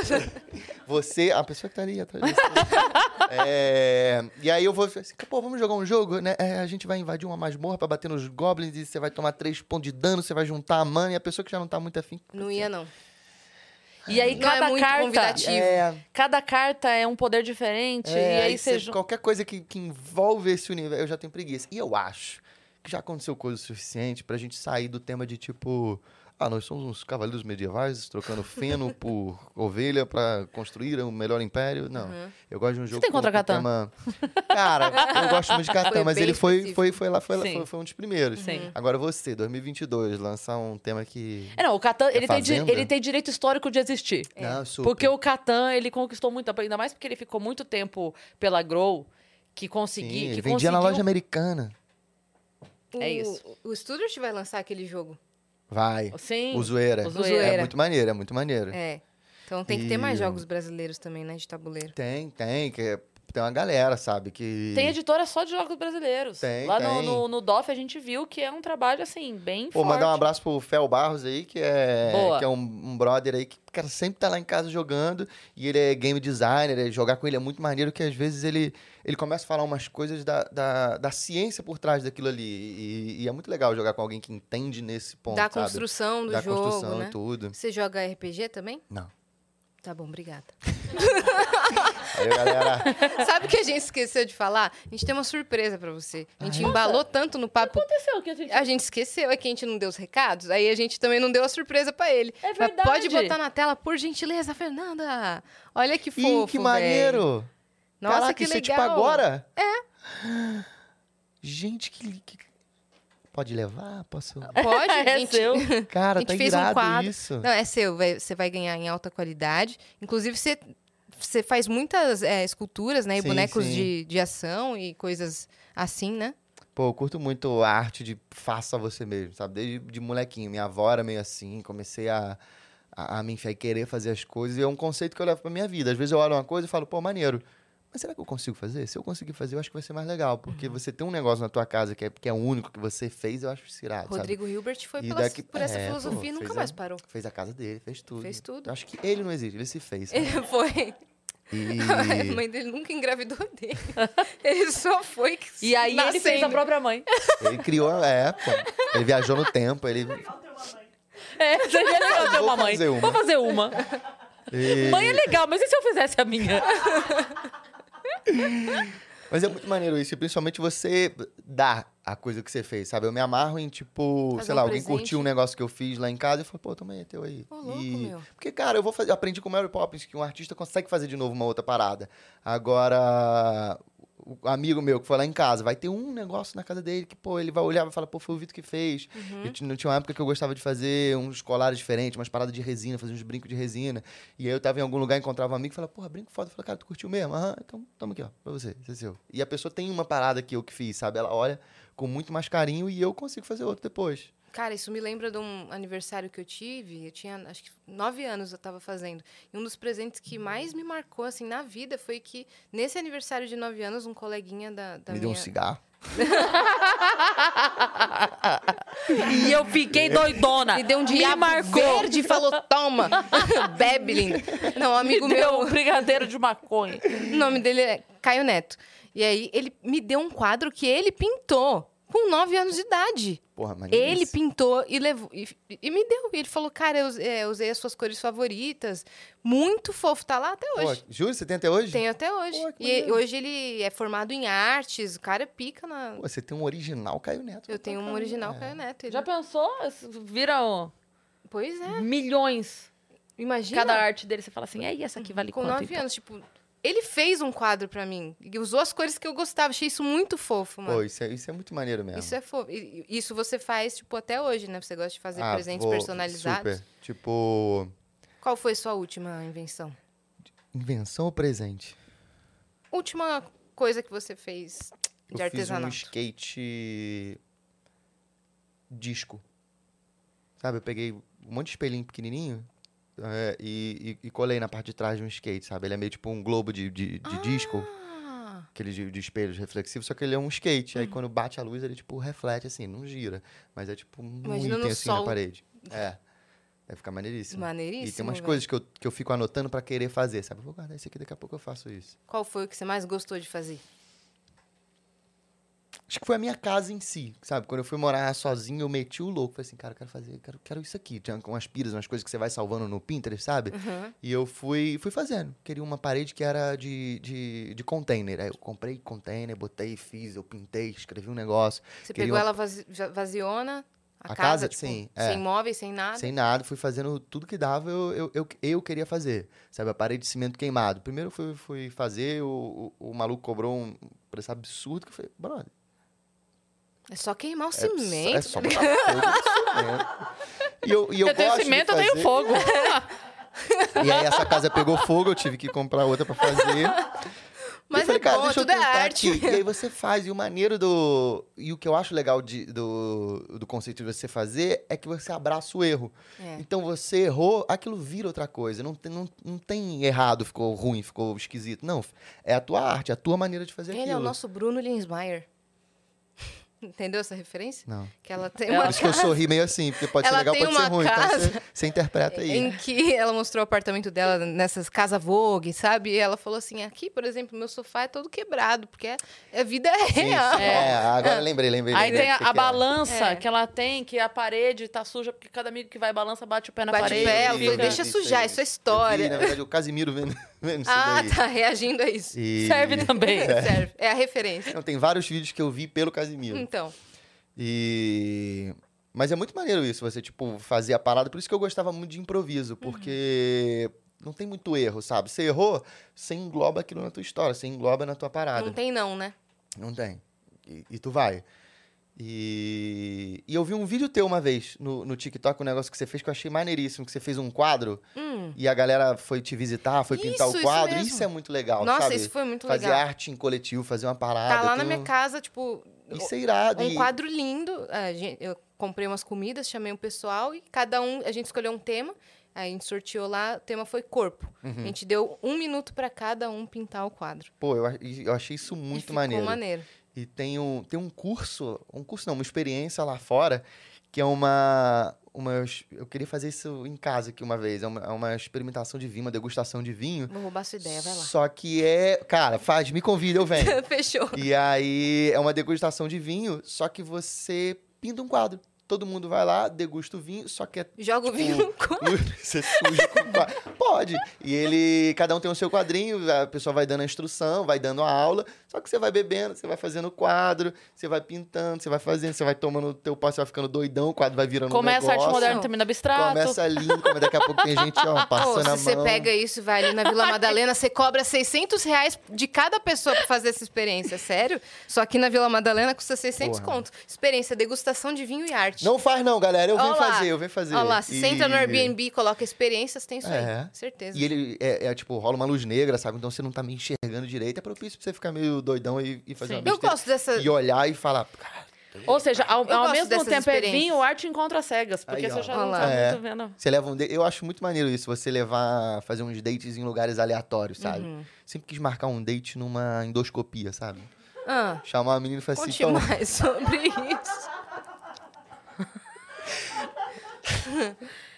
S3: Você, a pessoa que tá ali atrás de você. É, e aí eu vou assim, pô, vamos jogar um jogo, né? É, a gente vai invadir uma masmorra pra bater nos goblins e você vai tomar três pontos de dano, você vai juntar a mana e a pessoa que já não tá muito afim.
S2: Não ia, não.
S1: E aí
S2: Não é
S1: cada
S2: muito
S1: carta.
S2: convidativo.
S3: É,
S1: Cada carta é um poder diferente.
S3: é,
S1: e aí,
S3: você-
S1: você. ju-
S3: qualquer coisa que, que envolve esse universo, eu já tenho preguiça. E eu acho que já aconteceu coisa o suficiente pra gente sair do tema de tipo. Ah, nós somos uns cavaleiros medievais trocando feno por ovelha pra construir o melhor império. Não. Eu gosto de um jogo
S1: tem contra
S3: com- com
S1: Catan?
S3: tema- Cara, eu gosto muito de Catan,
S2: Foi
S3: mas
S2: bem
S3: ele foi,
S2: específico.
S3: foi, foi lá, foi, lá
S1: Sim.
S3: foi, foi um dos primeiros.
S2: Uhum.
S1: Sim.
S3: Agora você, 2022, lançar um tema que.
S1: É, não, o Catan, ele, tem, di-
S3: fazenda?
S1: ele tem direito histórico de existir.
S3: Não, super.
S1: É, Porque o Catan, ele conquistou muito, ainda mais porque ele ficou muito tempo pela Grow, que
S3: Sim,
S1: consegui,
S3: ele
S1: que
S3: vendia
S1: conseguiu...
S3: na loja americana.
S1: É
S2: O-
S1: isso.
S2: O Studart vai lançar aquele jogo.
S3: Vai.
S1: Sim.
S3: O zoeira.
S1: O
S3: É
S1: Zoeira.
S3: muito maneiro, é muito maneiro.
S2: É. Então tem que ter
S3: E-
S2: mais jogos brasileiros também, né? De tabuleiro.
S3: Tem, tem, que é- tem uma galera, sabe, que...
S1: Tem editora só de jogos brasileiros.
S3: Tem,
S1: Lá No,
S3: tem.
S1: no, no DOF a gente viu que é um trabalho, assim, bem
S3: Pô,
S1: forte.
S3: mandar um abraço pro Fel Barros aí, que é,
S1: Boa.
S3: que é um, um brother aí que, cara, sempre tá lá em casa jogando. E ele é game designer, é- jogar com ele é muito maneiro, que às vezes ele, ele começa a falar umas coisas da, da, da ciência por trás daquilo ali. E, e é muito legal jogar com alguém que entende nesse ponto,
S2: da
S3: sabe?
S2: construção do
S3: da
S2: jogo,
S3: construção
S2: né?
S3: e tudo.
S2: Você joga RPG também?
S3: Não.
S2: Tá bom, obrigada.
S3: Aí, galera...
S2: Sabe o que a gente esqueceu de falar? A gente tem uma surpresa pra você. A gente embalou tanto no papo.
S1: aconteceu que a gente...
S2: A gente esqueceu, é que a gente não deu os recados, aí a gente também não deu a surpresa pra ele.
S1: É
S2: Mas
S1: verdade.
S2: pode botar na tela, por gentileza, Fernanda. Olha que fofo,
S3: Ih, que
S2: véi.
S3: maneiro!
S2: Nossa,
S3: Caraca,
S2: que
S3: isso
S2: legal.
S3: é tipo agora? É. Gente, que... que- Pode levar? Posso...
S2: Pode,
S1: É
S2: gente.
S1: seu.
S3: Cara,
S2: A gente
S3: tá
S2: fez um
S3: irado
S2: quadro.
S3: isso.
S2: Não, é seu, vai- você vai ganhar em alta qualidade. Inclusive, você, você faz muitas é, esculturas, né? E
S3: Sim,
S2: bonecos
S3: sim.
S2: De, de ação e coisas assim, né?
S3: Pô, eu curto muito a arte de faça você mesmo, sabe? Desde de molequinho. Minha avó era meio assim, comecei a, a, a me enfiar e querer fazer as coisas. E é um conceito que eu levo pra minha vida. Às vezes eu olho uma coisa e falo, pô, maneiro. Mas será que eu consigo fazer? Se eu conseguir fazer, eu acho que vai ser mais legal.
S2: Uhum.
S3: Porque você tem um negócio na tua casa que é, que é único, que você fez, eu acho isso irado, sabe?
S2: Rodrigo Hilbert foi
S3: E
S2: pela-
S3: daqui-
S2: por essa
S3: é, pô,
S2: filosofia e nunca
S3: fez
S2: mais
S3: a-
S2: parou.
S3: Fez a casa dele, fez tudo.
S2: Fez tudo.
S3: Eu acho que ele não existe, ele se fez. né? sabe?
S2: Ele foi. A
S3: É. E...
S2: mãe dele nunca engravidou dele. Ele só foi. que-
S1: E aí ele fez a
S2: nascendo.
S1: própria mãe.
S3: Ele criou a época. Ele viajou no tempo. Ele...
S4: Legal ter uma mãe.
S1: É, seria legal ter
S3: Vou
S1: uma mãe.
S3: fazer uma.
S1: Vou fazer uma.
S3: E-
S1: Mãe é legal, mas e se eu fizesse a minha?
S3: Mas é muito maneiro isso. E principalmente você dar a coisa que você fez, sabe? Eu me amarro em, tipo,
S2: Fazer
S3: sei
S2: um
S3: lá, alguém
S2: presente.
S3: curtiu um negócio que eu fiz lá em casa e falou, pô, também é teu aí.
S2: Ô, louco,
S3: E-
S2: meu.
S3: Porque, cara, eu vou fazer. Aprendi com o Mary Poppins que um artista consegue fazer de novo uma outra parada. Agora, o amigo meu que foi lá em casa, vai ter um negócio na casa dele que, pô, ele vai olhar e vai falar, pô, foi o Vitor que fez.
S2: Uhum.
S3: Eu ti- não tinha uma época que eu gostava de fazer uns colares diferentes, umas paradas de resina, fazer uns brincos de resina. E aí eu tava em algum lugar, encontrava um amigo e falava, porra, brinco foda. Eu falava, cara, tu curtiu mesmo? Aham, então toma aqui, ó, pra você, esse é seu. E a pessoa tem uma parada que eu que fiz, sabe? Ela olha com muito mais carinho e eu consigo fazer outro depois.
S2: Cara, isso me lembra de um aniversário que eu tive. Eu tinha, acho que, nove anos eu tava fazendo. E um dos presentes
S3: Hum.
S2: que mais me marcou, assim, na vida foi que, nesse aniversário de nove anos, um coleguinha da, da
S3: Me deu
S2: minha...
S3: um cigarro.
S1: E eu fiquei doidona.
S2: Me deu um
S1: Me
S2: diabo
S1: marcou.
S2: verde e falou, toma, bebe, linda. Não, um
S1: Me
S2: amigo
S1: deu
S2: meu...
S1: um brigadeiro de maconha.
S2: O nome dele é Caio Neto. E aí, ele me deu um quadro que ele pintou com 9 anos de idade.
S3: Porra, mas
S2: Ele pintou e levou e, e me deu. E ele falou, cara, eu, us- é, eu usei as suas cores favoritas. Muito fofo, tá lá até
S3: Pô,
S2: hoje.
S3: juro, você tem até hoje?
S2: Tenho até hoje.
S3: Pô, que
S2: e
S3: maneiro.
S2: hoje ele é formado em artes, o cara pica na...
S3: Pô, você tem um original Caio Neto. É.
S2: Eu tenho um original Caio Neto. ele-
S1: Já pensou? Vira ó,
S2: Pois é,
S1: milhões.
S2: imagina.
S1: Cada arte dele, você fala assim, é, e essa aqui vale
S2: Com
S1: quanto?
S2: 9
S1: então?
S2: anos, tipo... Ele fez um quadro pra mim. E usou as cores que eu gostava. Achei isso muito fofo, mano.
S3: Pô, isso é, isso é muito maneiro mesmo.
S2: Isso é fofo. E- e Isso você faz, tipo, até hoje, né? Você gosta de fazer
S3: Ah,
S2: presentes
S3: vou-
S2: personalizados.
S3: Super. Tipo,
S2: Qual foi sua última invenção?
S3: invenção ou presente?
S2: Última coisa que você fez de
S3: eu fiz um
S2: artesanato.
S3: skate disco. Sabe, eu peguei um monte de espelhinho pequenininho é, e, e- e colei na parte de trás de um skate, sabe? Ele é meio tipo um globo de, de, de disco,
S2: Ah,
S3: aquele de, de espelhos reflexivos, só que ele é um skate.
S2: Hum.
S3: Aí quando bate a luz, ele tipo reflete assim, não gira. Mas é tipo um
S2: Imagina
S3: item
S2: no
S3: assim na
S2: sol.
S3: parede. É. Vai ficar maneiríssimo.
S2: Maneiríssimo.
S3: E tem umas
S2: velho.
S3: coisas que eu, que eu fico anotando pra querer fazer, sabe? Eu vou guardar isso aqui, daqui a pouco eu faço isso.
S2: Qual foi o que você mais gostou de fazer?
S3: Acho que foi a minha casa em si, sabe? Quando eu fui morar sozinho, eu meti o louco. Falei assim, cara, eu quero fazer, eu quero, quero isso aqui. Tinha umas pilhas, umas coisas que você vai salvando no Pinterest, sabe?
S2: Hum. Uhum.
S3: E eu fui, fui fazendo. Queria uma parede que era de, de, de container. Aí eu comprei container, botei, fiz, eu pintei, escrevi um negócio.
S2: Você
S3: Queria
S2: pegou
S3: uma-
S2: ela vazi- va- vaziona, a,
S3: A
S2: casa,
S3: casa,
S2: tipo,
S3: sim, é.
S2: sem móveis, sem nada.
S3: Sem nada, fui fazendo tudo que dava, eu, eu, eu, eu queria fazer. Sabe, a parede de cimento queimado. Primeiro eu fui, fui fazer, o, o, o maluco cobrou um preço absurdo que eu falei, brother.
S2: É só queimar o
S3: É só-
S2: cimento. né?
S3: É só botar fogo no cimento. E eu, e eu,
S1: eu tenho
S3: gosto de
S1: cimento, eu tenho
S3: fazer.
S1: fogo.
S3: E aí essa casa pegou fogo, eu tive que comprar outra pra fazer.
S2: Mas
S3: eu falei,
S2: é
S3: cara,
S2: bom,
S3: deixa eu
S2: tudo é
S3: tentar
S2: arte."
S3: aqui. E aí você faz. E o maneiro do... E o que eu acho legal de- do, do conceito de você fazer é que você abraça o erro.
S2: É.
S3: Então você errou, aquilo vira outra coisa. Não tem, não, não tem errado, ficou ruim, ficou esquisito. Não, é a tua arte, é a tua maneira de fazer
S2: Ele
S3: aquilo.
S2: é o nosso Bruno Linsmeyer. Entendeu essa referência?
S3: Não.
S2: Que ela tem
S1: Ela-
S2: uma
S3: É, Por isso que eu sorri meio assim, porque pode
S2: Ela
S3: ser legal,
S2: tem
S3: pode ser
S2: uma
S3: ruim. Então
S2: casa- É,
S3: você, você interpreta aí.
S2: em que ela mostrou o apartamento dela nessas casa Vogue, sabe? E ela falou assim: aqui, por exemplo, meu sofá é todo quebrado, porque a vida é
S3: Sim, sim.
S2: real.
S3: É, agora lembrei, lembrei.
S1: Aí
S3: lembrei
S1: tem a,
S3: do que
S1: a
S3: que era.
S1: balança
S2: É.
S1: que ela tem, que a parede tá suja, porque cada amigo que vai balança bate o pé na
S2: Bate o
S1: parede.
S2: pé,
S1: fica-
S2: eu falei, deixa sujar, isso é história.
S3: Eu vi, na verdade, o Casimiro vendo, vendo isso
S2: Ah,
S3: daí.
S2: tá reagindo a isso.
S3: E-
S1: Serve também.
S2: Serve. É a referência.
S3: Não, tem vários vídeos que eu vi pelo Casimiro.
S2: Então,
S3: E... Mas é muito maneiro isso, você, tipo, fazer a parada. Por isso que eu gostava muito de improviso,
S2: Uhum.
S3: porque... Não tem muito erro, sabe? Você errou, você engloba aquilo na tua história, você engloba na tua parada.
S2: não tem não, né?
S3: Não tem. E, e tu vai. E, e eu vi um vídeo teu uma vez no, no TikTok, um negócio que você fez que eu achei maneiríssimo, que você fez um quadro
S2: Hum.
S3: e a galera foi te visitar, foi pintar
S2: Isso,
S3: o
S2: isso
S3: quadro.
S2: mesmo.
S3: Isso, é muito legal,
S2: Nossa,
S3: sabe?
S2: isso foi muito
S3: fazer
S2: legal.
S3: arte em coletivo, fazer uma parada.
S2: Tá lá na
S3: tem
S2: minha
S3: um-
S2: casa, tipo,
S3: Isso é irado.
S2: um
S3: e-
S2: quadro lindo. a gen- Eu comprei umas comidas, chamei o pessoal e cada um, a gente escolheu um tema. Aí a gente sorteou lá, o tema foi corpo. A
S3: Hum. Uhum.
S2: gente deu um minuto pra cada um pintar o quadro.
S3: Pô, eu, a- eu achei isso
S2: E
S3: muito
S2: ficou
S3: maneiro.
S2: maneiro.
S3: E tem um, tem um curso, um curso não, uma experiência lá fora, que é uma. uma eu queria fazer isso em casa aqui uma vez. É uma, é uma experimentação de vinho, uma degustação de vinho.
S2: Vou roubar sua ideia, vai lá.
S3: Só que é. Cara, faz, me convida, eu venho.
S2: Fechou.
S3: e aí é uma degustação de vinho, só que você pinta um quadro. Todo mundo vai lá, degusta o vinho, só que é.
S2: Joga o
S3: Tipo,
S2: vinho no copo.
S3: Você suja com o quadro. Pode. E ele. Cada um tem o seu quadrinho, a pessoa vai dando a instrução, vai dando a aula. Só que você vai bebendo, você vai fazendo o quadro, você vai pintando, você vai fazendo, você vai tomando o teu passo, você vai ficando doidão, o quadro vai virando
S1: Começa
S3: um
S1: a arte
S3: negócio.
S1: moderna, termina abstrato.
S3: Começa a língua, daqui a pouco tem gente, ó,
S2: Pô,
S3: passando
S2: se
S3: a mão.
S2: você pega isso e vai ali na Vila Madalena, você cobra 600 reais de cada pessoa pra fazer essa experiência. Sério? Só aqui na Vila Madalena custa 600
S3: Porra.
S2: conto. Experiência, degustação de vinho e arte.
S3: Não faz não, galera. Eu venho
S2: Ó lá.
S3: fazer, eu venho fazer.
S2: Olha lá, se
S3: E-
S2: você entra no Airbnb e coloca experiências, tem isso
S3: É.
S2: aí. Certeza.
S3: E ele, é, é, tipo, rola uma luz negra, sabe? Então você não tá me enxergando direito. É propício pra você ficar meio doidão e, e fazer
S1: Sim.
S3: uma
S2: Eu
S3: besteira.
S2: gosto dessa.
S3: E olhar e falar... "Cara,
S1: Ou seja, ao,
S2: Eu
S1: ao
S2: gosto
S1: mesmo
S2: dessas
S1: tempo é
S2: experiências.
S1: vinho, arte encontra cegas. Porque
S3: Aí, ó.
S1: você já
S2: Olha
S1: não
S2: lá.
S1: tá
S3: É.
S1: muito vendo.
S3: Você leva um... de- Eu acho muito maneiro isso, você levar... Fazer uns dates em lugares aleatórios, sabe?
S1: Uhum.
S3: Sempre quis marcar um date numa endoscopia, sabe?
S2: Ah,
S3: Chamar a menina e falar assim...
S2: conte
S3: "Então,
S2: mais sobre isso.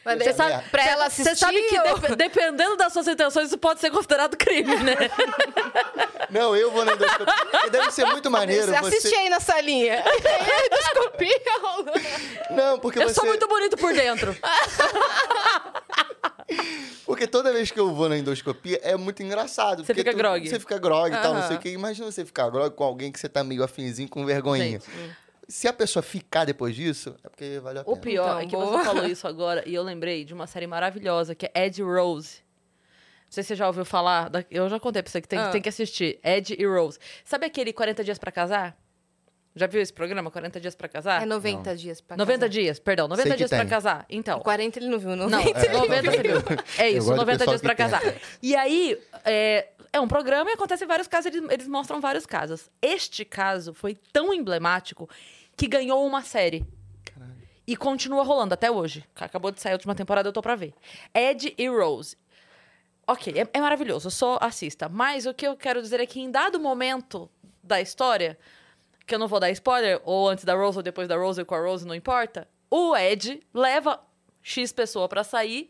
S2: Mas daí,
S3: Você sabe-
S2: pra ela assistir.
S1: Você sabe que
S2: eu-
S1: depe- dependendo das suas intenções, isso pode ser considerado crime, né?
S3: Não, eu vou na endoscopia. Porque deve ser muito maneiro
S2: Você
S3: você...
S2: assiste aí na salinha. Desculpinha rolando.
S3: Não, porque
S1: Eu
S3: você...
S1: sou muito bonito por dentro.
S3: Porque toda vez que eu vou na endoscopia é muito engraçado.
S1: Você
S3: porque
S1: fica
S3: tu-
S1: grogue.
S3: Você fica grog e tal, não sei o
S2: Aham.
S3: quê. Imagina você ficar grog com alguém que você tá meio afinzinho com vergonhinha. Se a pessoa ficar depois disso, é porque valeu a
S1: O
S3: pena.
S1: pior é que
S2: Então,
S1: você
S2: boa.
S1: falou isso agora e eu lembrei de uma série maravilhosa que é Ed e Rose. Não sei se você já ouviu falar. da- Eu já contei pra você que tem,
S2: Ah.
S1: tem que assistir. Ed e Rose. Sabe aquele 40 Dias pra Casar? Já viu esse programa, 40 Dias pra
S3: Ah,
S1: Casar?
S2: É 90 dias pra
S1: 90
S2: casar.
S1: dias, perdão. 90
S3: que
S1: dias pra
S3: tem.
S1: casar. Então.
S2: 40 ele não viu, não.
S1: Não, 90 você viu. É
S3: Eu
S1: isso,
S3: gosto do
S1: 90
S3: pessoal
S1: dias
S3: que
S1: pra casar.
S3: tenta.
S1: E aí, é, é um programa e acontece vários casos, eles, eles mostram vários casos. Este caso foi tão emblemático que ganhou uma série. E continua rolando até hoje. Acabou de sair a última temporada, eu tô pra ver. Ed e Rose. Ok, é, é maravilhoso, só assista. Mas o que eu quero dizer é que em dado momento da história, que eu não vou dar spoiler, ou antes da Rose, ou depois da Rose, ou com a Rose, não importa, o Ed leva X pessoa pra sair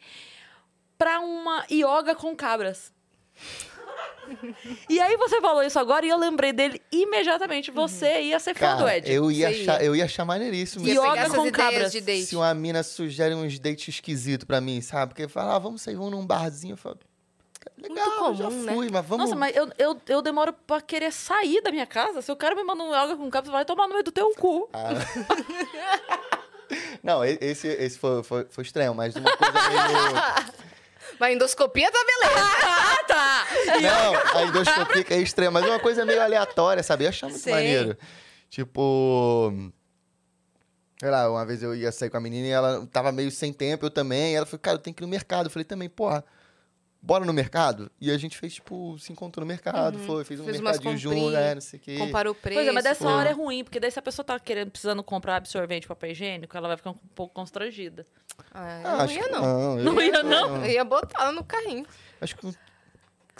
S1: pra uma yoga com cabras. e aí você falou isso agora e eu lembrei dele imediatamente. Você ia ser fã do
S3: Cara,
S1: Ed.
S3: eu ia,
S2: Você
S3: achar, eu ia achar maneiríssimo.
S1: Ia
S3: isso.
S1: Yoga
S2: pegar essas
S1: com
S2: ideias
S1: cabras.
S2: de date.
S3: Se uma mina sugere uns dates esquisitos pra mim, sabe? Porque fala, ah, vamos sair, vamos num barzinho. Eu falo, legal,
S2: comum,
S3: já
S2: né?
S3: fui, mas vamos...
S1: Nossa, mas eu, eu, eu demoro pra querer sair da minha casa. Se o cara me manda um yoga com cabras, vai tomar no meio do teu cu.
S3: Ah. Não, e- esse, esse foi, foi, foi estranho, mas uma coisa meio...
S2: Mas endoscopia tá beleza.
S1: Ah, tá!
S3: Não, a endoscopia que é estranha, mas uma coisa meio aleatória, sabe? Eu achava muito
S1: Sei.
S3: maneiro. Tipo... Sei lá, uma vez eu ia sair com a menina e ela tava meio sem tempo, eu também. E ela falou, cara, eu tenho que ir no mercado. Eu falei também, porra, bora no mercado? E a gente fez, tipo, se encontrou no mercado, foi, fez um
S2: Uhum. Fez umas
S3: mercadinho junto,
S2: comprinhas,
S3: né, não sei o quê.
S2: Comparou o preço.
S1: Pois é, mas dessa
S3: Pô.
S1: hora é ruim, porque daí se a pessoa tá querendo, precisando comprar absorvente, papel higiênico, ela vai ficar um pouco constrangida.
S2: Ah, eu
S3: Ah,
S2: não
S3: acho
S2: ia,
S3: que
S2: não.
S3: eu-
S1: Não ia, não?
S2: Eu ia botar ela no carrinho.
S3: Acho que. O que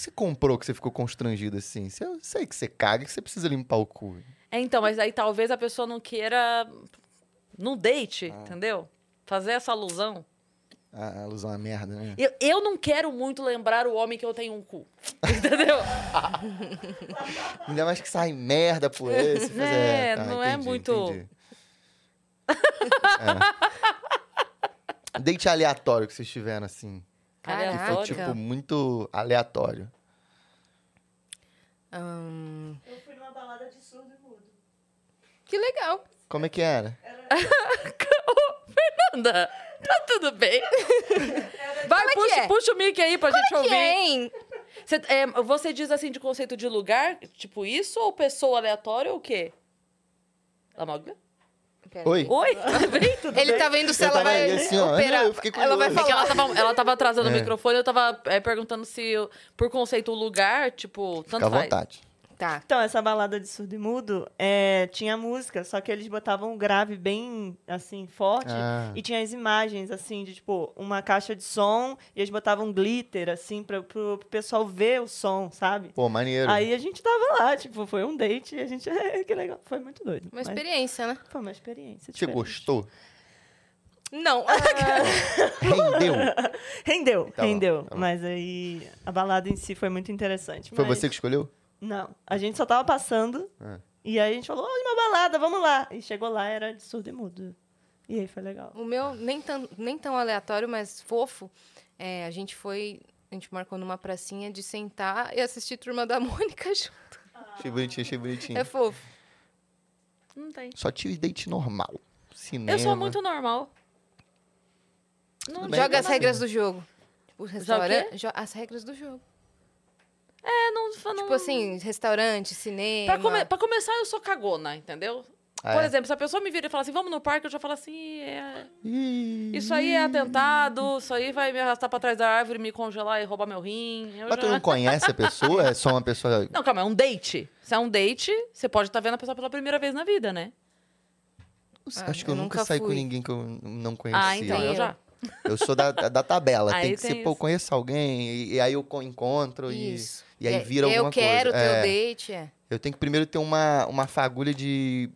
S3: você comprou que você ficou constrangido assim? Você- Eu sei que você caga, que você precisa limpar o cu.
S1: É, então, mas aí talvez a pessoa não queira. Não date, entendeu? Fazer essa alusão.
S3: A a alusão é uma merda, né?
S1: Eu, eu não quero muito lembrar o homem que eu tenho um cu. Entendeu?
S3: Ainda mais que sai merda por esse. Ah, mas
S1: É, não é muito-
S3: É. Date aleatório que vocês tiveram, assim.
S2: Caraca.
S3: Que foi,
S1: Aleatório.
S3: tipo, muito aleatório.
S2: Ahn,
S4: Eu fui numa balada de surdo e mudo.
S2: que legal.
S3: Como é que era?
S1: Fernanda, tá tudo bem? Vai,
S2: Como é que
S1: puxa,
S2: é?
S1: puxa o mic aí pra gente ouvir.
S2: Quem?
S1: Cê- é, você diz assim de conceito de lugar, tipo isso, ou pessoa aleatória ou o quê? Lamoga?
S3: Oi?
S1: Oi, tudo bem? Tudo
S2: Ele tá vendo se
S3: Eu
S2: ela
S3: tava
S2: vai
S3: aí, assim, ó.
S2: operar.
S3: Não, eu fiquei
S2: ela vai
S3: curioso.
S1: É que
S2: falar.
S1: ela tava, ela tava atrasando o
S3: É.
S1: microfone, eu tava é, perguntando se, eu- por conceito, o lugar, tipo, tanto
S3: Fica à
S1: faz.
S3: vontade.
S2: Tá.
S4: Então, essa balada de surdo e mudo é, tinha música, só que eles botavam um grave bem, assim, forte.
S3: Ah.
S4: E tinha as imagens, assim, de, tipo, uma caixa de som. E eles botavam glitter, assim, pra, pro, pro pessoal ver o som, sabe?
S3: Pô, maneiro.
S4: Aí a gente tava lá, tipo, foi um date. E a gente, que legal. Foi muito doido.
S2: Uma
S4: mas
S2: experiência, né?
S4: Foi uma experiência.
S3: Você
S4: diferente.
S3: gostou?
S2: Não. Ah,
S3: Rendeu?
S4: Rendeu,
S3: Tá bom,
S4: rendeu.
S3: tá bom.
S4: mas aí a balada em si foi muito interessante.
S3: Foi
S4: mas-
S3: você que escolheu?
S4: Não, a gente só tava passando.
S3: Ah.
S4: E aí a gente falou, olha uma balada, vamos lá. E chegou lá, era de surdo e mudo. E aí foi legal.
S2: O meu, nem tão, nem tão aleatório, mas fofo. É, a gente foi. A gente marcou numa pracinha de sentar e assistir Turma da Mônica junto.
S3: Achei bonitinho, achei bonitinho.
S2: É fofo.
S1: Não tem.
S3: Só tive date normal. Cinema.
S1: Eu sou muito normal. Não
S3: Tudo bem,
S2: Joga
S3: tá
S2: as
S3: bem.
S2: regras do jogo. O
S1: o
S2: restaurante. jo- as regras do jogo.
S1: é, não, não-
S2: Tipo assim, restaurante, cinema.
S1: pra, come- pra começar, eu sou cagona, entendeu?
S3: Ah,
S1: Por
S3: é?
S1: exemplo, se a pessoa me vira e fala assim, vamos no parque, eu já falo assim, é,
S3: Ih.
S1: isso aí é atentado, isso aí vai me arrastar pra trás da árvore, me congelar e roubar meu rim. Eu
S3: Mas tu
S1: já-
S3: não conhece a pessoa? É só uma pessoa.
S1: Não, calma, é um date. Se é um date, você pode estar vendo a pessoa pela primeira vez na vida, né?
S2: Ah,
S3: Acho que eu,
S2: eu
S3: nunca,
S2: nunca
S3: saí com
S2: fui.
S3: ninguém que eu n- não conhecia.
S1: Ah, então, eu
S2: eu.
S1: já.
S3: Eu sou da, da tabela.
S1: Aí
S3: tem que
S1: tem
S3: ser, pô,
S1: isso.
S3: conheço alguém, e, e aí eu co- encontro e,
S2: Isso.
S3: e aí
S2: É,
S3: vira
S2: eu
S3: alguma
S2: quero
S3: coisa.
S2: teu
S3: É,
S2: date, é.
S3: Eu tenho que primeiro ter uma, uma fagulha de.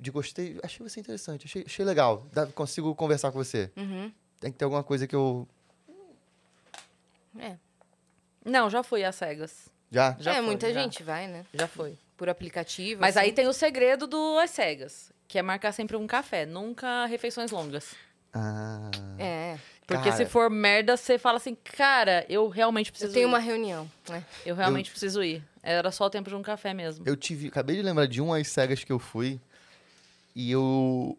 S3: De gostei. Achei você interessante, achei, achei legal. Dá- consigo conversar com você.
S1: Hum.
S2: Uhum.
S3: Tem que ter alguma coisa que eu.
S2: É,
S1: Não, já fui às cegas.
S3: Já?
S1: Já
S2: é
S1: foi,
S2: muita
S1: já.
S2: gente vai, né?
S1: Já foi.
S2: Por aplicativo.
S1: Mas
S2: assim.
S1: aí tem o segredo do às cegas, que é marcar sempre um café, nunca refeições longas.
S3: Ah.
S2: É, é.
S1: Porque
S3: Cara.
S1: se for merda, você fala assim, cara, eu realmente preciso
S2: eu tenho
S1: ir.
S2: uma reunião, né?
S1: Eu realmente preciso ir. Era só o tempo de um café mesmo.
S3: Eu tive. Acabei de lembrar de umas cegas que eu fui e eu.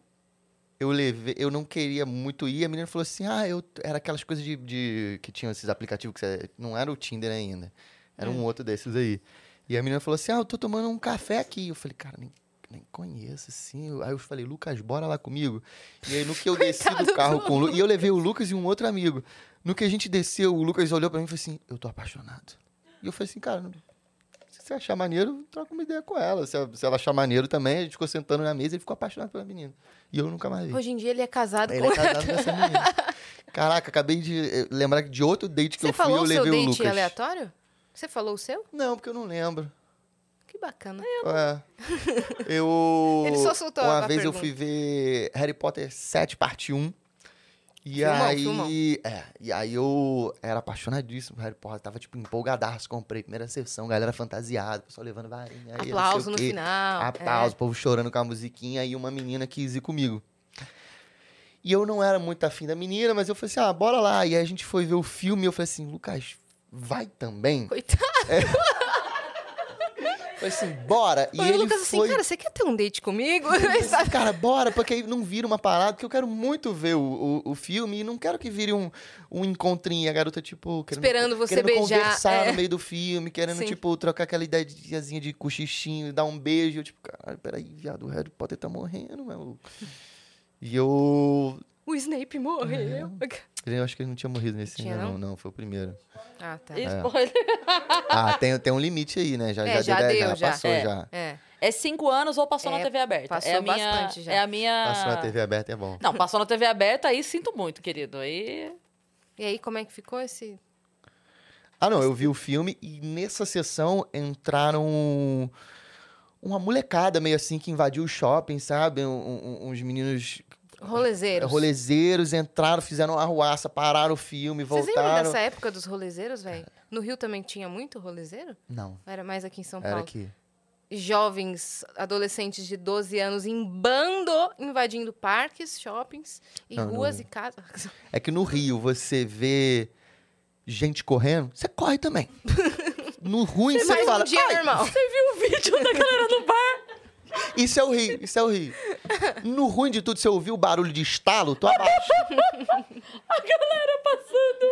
S3: Eu levei, eu não queria muito ir. A menina falou assim: ah, eu. Era aquelas coisas de. de- que tinham esses aplicativos que você- Não era o Tinder ainda. Era um outro desses aí. E a menina falou assim: ah, eu tô tomando um café aqui. Eu falei, cara, nem, nem conheço, assim. Aí eu falei, Lucas, bora lá comigo. E aí, no que eu desci do
S2: Coitado
S3: carro
S2: do
S3: com o Lucas. E eu levei o Lucas e um outro amigo. No que a gente desceu, o Lucas olhou pra mim e falou assim: eu tô apaixonado. E eu falei assim, cara, não- se você achar maneiro, troca uma ideia com ela. Se, se ela achar maneiro também, a gente ficou sentando na mesa e ele ficou apaixonado pela menina. E eu nunca mais vi.
S2: Hoje em dia ele é casado
S3: Ele
S2: com.
S3: é casado com essa menina. Caraca, acabei de eh, lembrar de outro date que
S2: Você
S3: eu fui e
S2: falou
S3: eu
S2: o seu
S3: levei o
S2: date
S3: Lucas.
S2: aleatório? Você falou o seu?
S3: Não, porque eu não lembro.
S2: Que bacana.
S3: É. Eu.
S2: Ele só soltou
S3: Uma
S2: a
S3: vez eu
S2: pergunta.
S3: fui ver Harry Potter 7, parte 1. E
S2: Filmão,
S3: aí.
S2: filmão.
S3: É, e aí eu era apaixonadíssimo por Harry Potter. Tava, tipo, empolgadaço. Comprei primeira sessão, galera fantasiada, pessoal levando varinha. aí, não sei o
S2: Aplauso no
S3: quê.
S2: final. é.
S3: Aplauso, o povo chorando com a musiquinha e uma menina quis ir comigo. E eu não era muito afim da menina, mas eu falei assim: ah, bora lá. E aí a gente foi ver o filme e eu falei assim: Lucas, vai também?
S2: É. Coitado.
S3: Eu falei assim: bora. E
S2: o
S3: ele
S2: Lucas
S3: foi.
S2: assim, cara, você quer ter um date comigo?
S3: Eu falei assim, cara, bora, porque aí não vira uma parada, porque eu quero muito ver o, o, o filme e não quero que vire um, um encontrinho. E A garota, tipo, querendo,
S2: Esperando você
S3: querendo
S2: beijar,
S3: conversar
S2: é.
S3: no meio do filme, querendo,
S2: Sim.
S3: tipo, trocar aquela ideiazinha de cochichinho, dar um beijo. Eu, tipo, caralho, peraí, viado, o Harry Potter tá morrendo, meu. E eu.
S2: o Snape morreu.
S3: É. Eu acho que ele não tinha morrido nesse
S2: Tinha,
S3: ainda, não? não, foi o primeiro.
S2: Ah, tá.
S3: É.
S1: E spoiler.
S3: Ah, tem, tem um limite aí, né? Já,
S2: É, já
S3: já, deu,
S2: deu,
S3: já,
S2: já.
S3: passou,
S1: É.
S3: já.
S2: É.
S1: É cinco anos ou passou
S2: É,
S1: na TV aberta?
S2: passou
S1: é a minha,
S2: bastante já.
S1: É a minha...
S2: Ah.
S3: Passou na TV aberta, é bom.
S1: Não, passou na TV aberta, aí sinto muito, querido. Aí...
S2: E aí, como é que ficou esse.
S3: Ah, não, eu vi o filme e nessa sessão entraram uma molecada meio assim que invadiu o shopping, sabe? Um- um- uns meninos É,
S2: Rolezeiros.
S3: rolezeiros entraram, fizeram uma arruaça, pararam o filme,
S2: Vocês lembram
S3: voltaram. É.
S2: dessa época dos rolezeiros, velho? No Rio também tinha muito rolezeiro?
S3: Não,
S2: Ou Era mais aqui em São
S3: era
S2: Paulo.
S3: aqui.
S2: Jovens adolescentes de 12 anos em bando invadindo parques, shoppings e
S3: Não,
S2: ruas
S3: não.
S2: e casas.
S3: É que no Rio você vê gente correndo, você corre também. No ruim
S2: Você
S3: você,
S2: mais
S3: fala,
S2: um dia
S3: "Ai,
S2: normal.
S1: O vídeo da galera do bar.
S3: isso é o Rio, isso é o Rio. No ruim de tudo, você ouviu o barulho de estalo, tu abaixa.
S1: A galera passando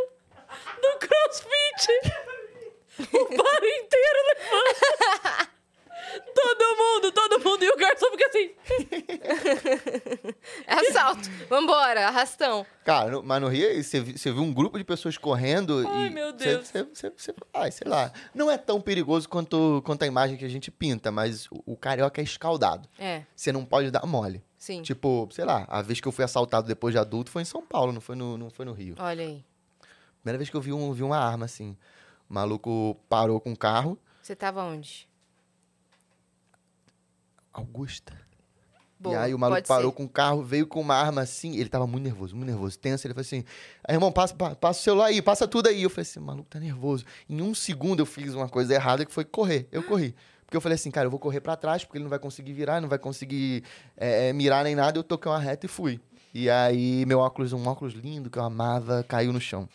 S1: do crossfit. O bar inteiro levando. Todo mundo, todo mundo. E o garçom fica assim.
S2: É assalto. Vambora, arrastão.
S3: Cara, no- mas no Rio, aí você, vi- você viu um grupo de pessoas correndo
S1: Ai,
S3: e...
S1: meu
S3: você-
S1: Deus.
S3: Você, você- você- ai, sei lá. Não é tão perigoso quanto, quanto a imagem que a gente pinta, mas o, o carioca é escaldado.
S2: É,
S3: Você não pode dar mole.
S2: sim.
S3: Tipo, sei lá, a vez que eu fui assaltado depois de adulto foi em São Paulo, não foi no, não foi no Rio.
S2: Olha aí.
S3: Primeira vez que eu vi, um, vi uma arma, assim. O maluco parou com o carro.
S2: Você tava onde?
S3: Augusta.
S2: Boa,
S3: e aí o maluco
S2: pode
S3: parou
S2: ser.
S3: com o carro, veio com uma arma assim. Ele tava muito nervoso, muito nervoso, tenso. Ele falou assim: "Ah, irmão, passa, pa- passa o celular aí, passa tudo aí. Eu falei assim: maluco tá nervoso. Em um segundo eu fiz uma coisa errada que foi correr. Eu corri. Porque eu falei assim, cara, eu vou correr pra trás, porque ele não vai conseguir virar, não vai conseguir eh, eh, mirar nem nada. Eu toquei uma reta e fui. E aí meu óculos, um óculos lindo que eu amava, caiu no chão.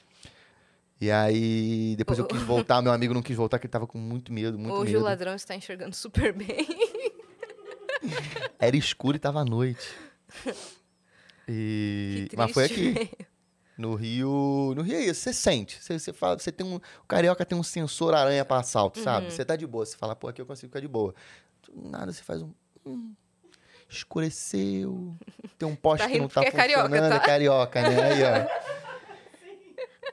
S3: E aí depois eu quis voltar, meu amigo não quis voltar, porque ele tava com muito medo, muito
S2: Hoje o
S3: medo.
S2: ladrão está enxergando super bem.
S3: Era escuro e tava à noite. E...
S2: que
S3: Mas foi
S2: triste,
S3: aqui.
S2: velho.
S3: No Rio. No Rio é isso, você sente. Você, você fala, você tem um. O carioca tem um sensor aranha pra assalto,
S2: Uhum.
S3: sabe? Você tá de boa, você fala, pô, aqui eu consigo ficar de boa. Do Nada, você faz um. hum, escureceu. Tem um poste
S2: Tá
S3: que não
S2: rindo
S3: tá
S2: porque é carioca,
S3: funcionando, é
S2: tá?
S3: carioca, né? Aí, ó.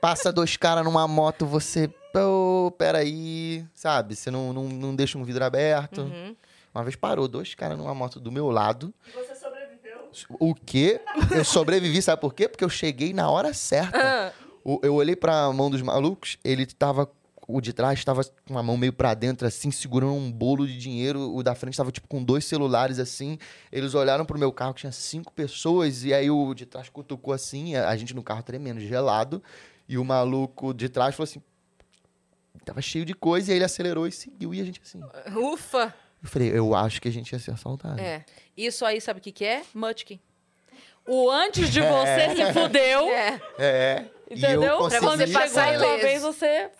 S3: Passa dois caras numa moto, você. Pô, peraí, sabe? Você não, não, não deixa um vidro aberto.
S2: Uhum.
S3: Uma vez parou dois caras numa moto do meu lado.
S4: E você sobreviveu?
S3: O quê? Eu sobrevivi, sabe por quê? Porque eu cheguei na hora certa.
S2: Ah,
S3: O- eu olhei pra mão dos malucos, ele tava. O de trás tava com a mão meio pra dentro, assim, segurando um bolo de dinheiro. O da frente tava, tipo, com dois celulares, assim. Eles olharam pro meu carro, que tinha cinco pessoas. E aí o de trás cutucou, assim, a, a gente no carro tremendo, gelado. E o maluco de trás falou assim... Tava cheio de coisa. E aí ele acelerou e seguiu. E a gente, assim...
S2: ufa.
S3: Eu falei, eu acho que a gente ia ser assaltado.
S2: É.
S1: Isso aí, sabe o que que é? Mutkin. O antes de você se fudeu,
S2: é.
S3: É. E eu
S1: entendeu? Pra
S3: consegui,
S1: quando
S2: consegui,
S1: chegou a
S2: cara.
S1: tua vez, você...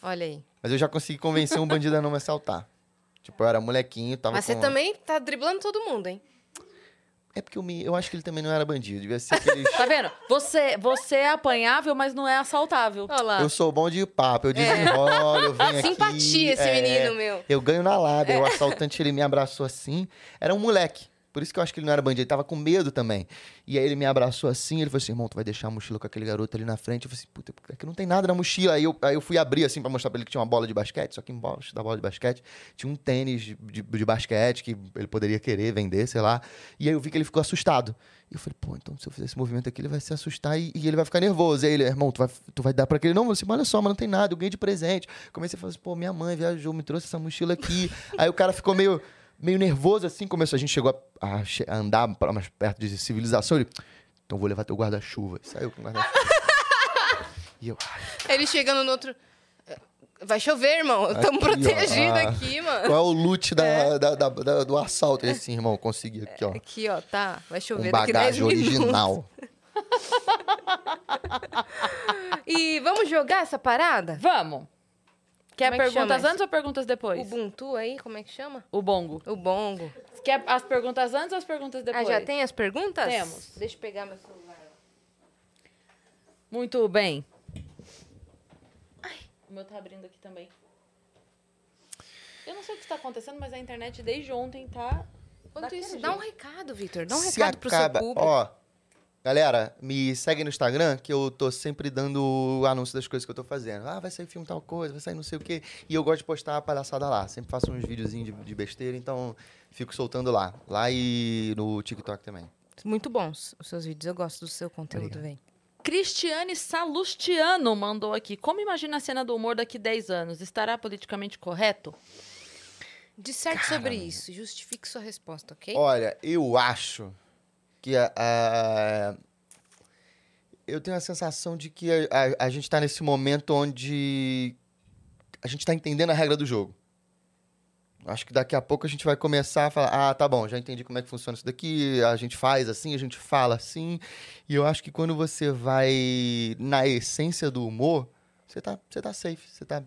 S2: Olha aí.
S3: Mas eu já consegui convencer um bandido a não me assaltar. Tipo, eu era molequinho, tava
S2: Mas
S3: com...
S2: você também tá driblando todo mundo, hein?
S3: É porque eu, me... eu acho que ele também não era bandido. Devia ser aqueles...
S1: Tá vendo? Você, você é apanhável, mas não é assaltável.
S2: Olha lá.
S3: eu sou bom de papo, eu desenrolo, eu venho aqui...
S2: É. Ah, Simpatia esse
S3: é,
S2: menino, É. meu.
S3: Eu ganho na lábia. O assaltante, ele me abraçou assim. Era um moleque. Por isso que eu acho que ele não era bandido. Ele tava com medo também. E aí ele me abraçou assim. Ele falou assim, irmão, tu vai deixar a mochila com aquele garoto ali na frente. Eu falei assim, puta, é que não tem nada na mochila. Aí eu, aí eu fui abrir assim pra mostrar pra ele que tinha uma bola de basquete. Só que embaixo da bola de basquete tinha um tênis de, de- de basquete que ele poderia querer vender, sei lá. E aí eu vi que ele ficou assustado. E eu falei, pô, então se eu fizer esse movimento aqui, ele vai se assustar e, e ele vai ficar nervoso. E aí ele, irmão, tu vai, tu vai dar pra aquele. Não, você, olha só, mas não tem nada, eu ganhei de presente. Comecei a falar assim, pô, minha mãe viajou, me trouxe essa mochila aqui. aí o cara ficou meio, meio nervoso assim, começou. A gente chegou a, a che- a andar pra mais perto de civilização. Ele, Então vou levar teu guarda-chuva. E Saiu com o guarda-chuva. e eu, ah,
S2: Aí ele chegando no outro. Vai chover, irmão. Estamos
S3: Aqui, ó.
S2: protegidos
S3: Ah.
S2: aqui, mano.
S3: qual é o loot da, da- da- da- do assalto? Ele assim, irmão, consegui aqui, ó.
S2: Aqui, ó, tá. Vai chover
S3: Um
S2: daqui 10
S3: bagagem
S2: minutos.
S3: original.
S2: E vamos jogar essa parada?
S1: Vamos. Quer
S2: Como é que chama
S1: perguntas
S2: essa?
S1: antes ou perguntas
S2: O
S1: depois?
S2: Ubuntu aí, como é que chama?
S1: O bongo.
S2: O bongo.
S1: Quer as perguntas antes ou as perguntas
S2: Ah,
S1: depois?
S2: já tem as perguntas?
S1: Temos.
S2: Deixa eu pegar meu celular.
S1: Muito bem. O meu tá abrindo aqui também. Eu não sei o que está acontecendo, mas a internet desde ontem tá.
S2: Enquanto
S1: daquele
S2: isso,
S1: jeito.
S2: dá um recado, Vitor. Dá um
S3: Se
S2: recado pro seu
S3: acaba-
S2: público.
S3: Ó, galera, me segue no Instagram, que eu tô sempre dando anúncio das coisas que eu tô fazendo. Ah, vai sair filme tal coisa, vai sair não sei o quê. E eu gosto de postar a palhaçada lá. Sempre faço uns videozinhos de, de besteira, então fico soltando lá. Lá e no TikTok também.
S2: Muito bons os seus vídeos. Eu gosto do seu conteúdo, vem.
S1: Cristiane Salustiano mandou aqui. Como imagina a cena do humor daqui 10 anos? Estará politicamente correto?
S2: Disserte sobre isso. Justifique sua resposta, ok?
S3: Olha, eu acho que a, a- eu tenho a sensação de que a, a- a gente tá nesse momento onde a gente tá entendendo a regra do jogo. Acho que daqui a pouco a gente vai começar a falar, ah, tá bom, já entendi como é que funciona isso daqui, a gente faz assim, a gente fala assim. E eu acho que quando você vai na essência do humor, você tá, você tá safe, você tá,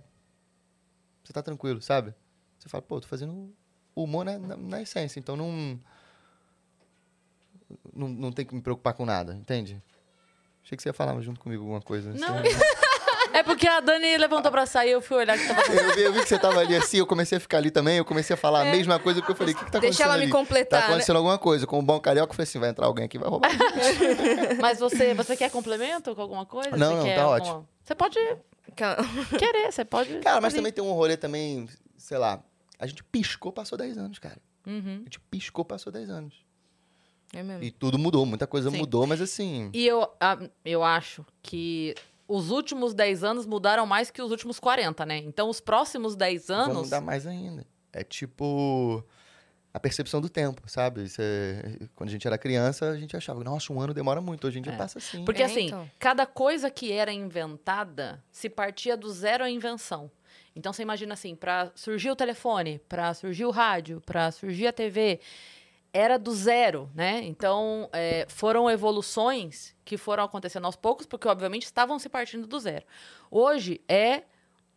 S3: você tá tranquilo, sabe? Você fala, pô, tô fazendo o humor é, na, na, na essência, então não, não. Não tem que me preocupar com nada, entende? Achei que você ia falar junto comigo alguma coisa.
S1: Não.
S3: assim.
S1: É porque a Dani levantou pra sair e eu fui olhar que tava.
S3: Eu vi, eu vi que você tava ali assim, eu comecei a ficar ali também, eu comecei a falar a mesma coisa, porque eu falei, o que, que tá acontecendo
S2: É. Deixa ela me né?
S3: ali?
S2: completar,
S3: Tá acontecendo alguma coisa. Com o bom carioca, eu falei assim, vai entrar alguém aqui, e vai roubar.
S1: Mas você, você quer complemento com alguma coisa?
S3: Não,
S1: Você
S3: não,
S1: quer
S3: tá
S1: alguma-
S3: ótimo.
S1: Você pode
S2: né? Calma.
S1: querer, você pode.
S3: Cara, mas também tem um rolê também, sei lá, a gente piscou, passou 10 anos, cara.
S1: Uhum.
S3: A gente piscou, passou 10 anos.
S2: É mesmo.
S3: E tudo mudou, muita coisa
S1: Sim.
S3: mudou, mas assim...
S1: E eu, ah, eu acho que os últimos 10 anos mudaram mais que os últimos 40, né? Então, os próximos 10
S3: Vamos
S1: anos.
S3: mudar mais ainda. É tipo a percepção do tempo, sabe? Você- quando a gente era criança, a gente achava, nossa, um ano demora muito, hoje em dia
S1: É.
S3: passa assim.
S1: Porque
S2: É,
S1: assim,
S2: então.
S1: cada coisa que era inventada se partia do zero à invenção. Então você imagina assim, para surgir o telefone, para surgir o rádio, para surgir a TV, era do zero, né? Então é, foram evoluções que foram acontecendo aos poucos, porque obviamente estavam se partindo do zero. Hoje é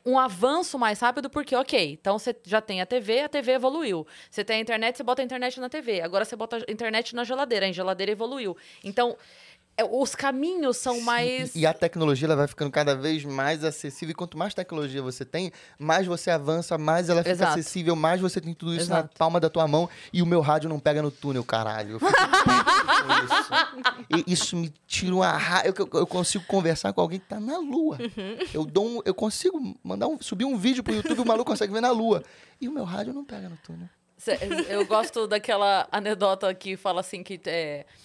S1: um avanço mais rápido, porque, ok, então você já tem a TV, a TV evoluiu. Você tem a internet, você bota a internet na TV. Agora você bota a internet na geladeira, a geladeira evoluiu. Então, é, os caminhos são
S3: Sim,
S1: mais.
S3: E, e a tecnologia ela vai ficando cada vez mais acessível. E quanto mais tecnologia você tem, mais você avança, mais ela fica
S1: Exato.
S3: acessível, mais você tem tudo isso na
S1: Exato.
S3: palma da tua mão. E o meu rádio não pega no túnel, caralho. Eu fico puto com isso. E isso me tira uma raiva. Eu, eu- eu consigo conversar com alguém que tá na lua.
S1: Uhum.
S3: Eu, dou um- eu consigo mandar um, subir um vídeo pro YouTube e o maluco consegue ver na lua. E o meu rádio não pega no túnel.
S1: Cê- Eu gosto daquela anedota que fala assim que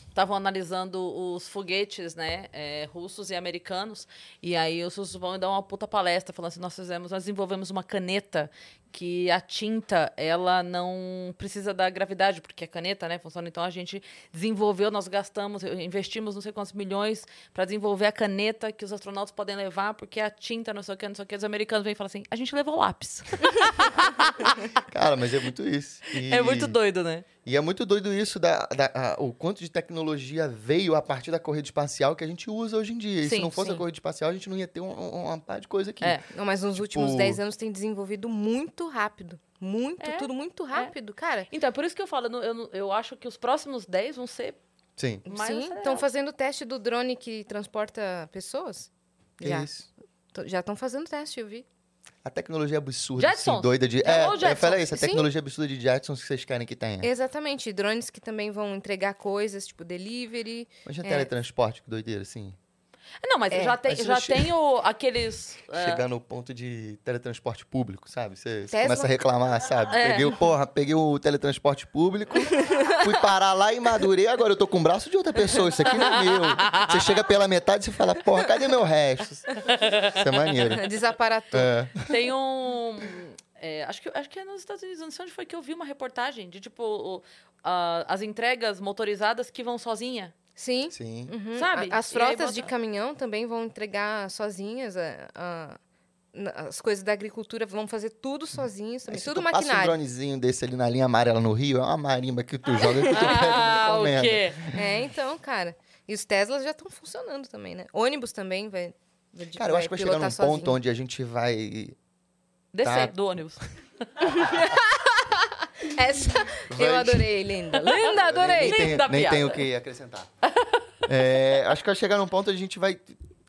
S1: estavam analisando os foguetes, né, é, russos e americanos, e aí os russos vão dar uma puta palestra falando assim, nós fizemos, nós desenvolvemos uma caneta que a tinta, ela não precisa da gravidade, porque a caneta, né, funciona, então a gente desenvolveu, nós gastamos, investimos não sei quantos milhões para desenvolver a caneta que os astronautas podem levar, porque a tinta, não sei o que, não sei o que, os americanos vêm e falam assim, a gente levou lápis.
S3: Cara, mas é muito isso. E-
S1: Ah. É muito doido, né?
S3: E é muito doido isso, da, da- a- o quanto de tecnologia veio a partir da corrida espacial que a gente usa hoje em dia. E se
S1: Sim,
S3: não fosse
S1: sim.
S3: a corrida espacial, a gente não ia ter um, um, uma par de coisa aqui.
S1: É.
S2: Não, mas nos
S3: Tipo-
S2: últimos 10 anos tem desenvolvido muito rápido. Muito,
S1: É,
S2: tudo muito rápido, cara.
S1: Então, é por isso que eu falo, eu, não- eu, não- eu acho que os próximos 10 vão ser
S3: Sim.
S1: mais
S2: Sim,
S1: acelerados.
S2: estão fazendo o teste do drone que transporta pessoas? Já.
S3: É isso.
S2: Tô- Já estão fazendo o teste, eu vi.
S3: A tecnologia absurda,
S1: Jetsons.
S3: assim, doida de...
S1: É,
S3: É,
S1: ou
S3: é, fala isso, a
S2: Jetsons.
S3: tecnologia absurda de Jetsons que vocês querem que tenha.
S2: Exatamente, drones que também vão entregar coisas, tipo delivery.
S3: Imagina
S2: é.
S3: teletransporte, que doideira, assim.
S1: Não, mas
S2: É,
S1: já tem,
S3: mas
S1: já
S3: eu che-
S1: tem o- aqueles... é,
S3: Chegar no ponto de teletransporte público, sabe? Você você
S2: Tesla.
S3: começa a reclamar, sabe?
S1: É.
S3: Peguei, o- porra, peguei o teletransporte público, fui parar lá em Madurei, agora eu tô com o braço de outra pessoa, isso aqui não é meu. Você chega pela metade e você fala, porra, cadê meu resto? Isso é maneiro.
S2: Desaparatou.
S3: É.
S1: tem um... é, acho, que, acho que é nos Estados Unidos, não sei onde foi que eu vi uma reportagem de, tipo, o- a- as entregas motorizadas que vão sozinha.
S2: Sim.
S3: Sim.
S2: Uhum.
S1: Sabe?
S2: A- As
S1: E aí
S2: frotas
S1: bota-
S2: de caminhão também vão entregar sozinhas a- a- na- as coisas da agricultura, vão fazer tudo sozinhos
S3: Aí
S2: também.
S3: se
S2: Tudo
S3: tu Passa um
S2: maquinário.
S3: dronezinho desse ali na linha amarela no Rio, é uma marimba que tu joga que tu
S1: Ah,
S3: pega,
S1: o
S3: me
S1: quê?
S2: É, então, cara. E os Teslas já estão funcionando também, né? Ônibus também vai. vai
S3: Cara, eu acho que vai chegar num
S2: pilotar sozinho.
S3: ponto onde a gente vai.
S1: Descer
S3: Tá.
S1: do ônibus.
S2: Essa eu
S3: Vai- É
S2: adorei, linda. Linda, adorei.
S3: Nem, tenho-
S1: Linda
S3: nem
S1: piada.
S3: tenho o que acrescentar. É, acho que vai chegar num ponto onde a gente vai.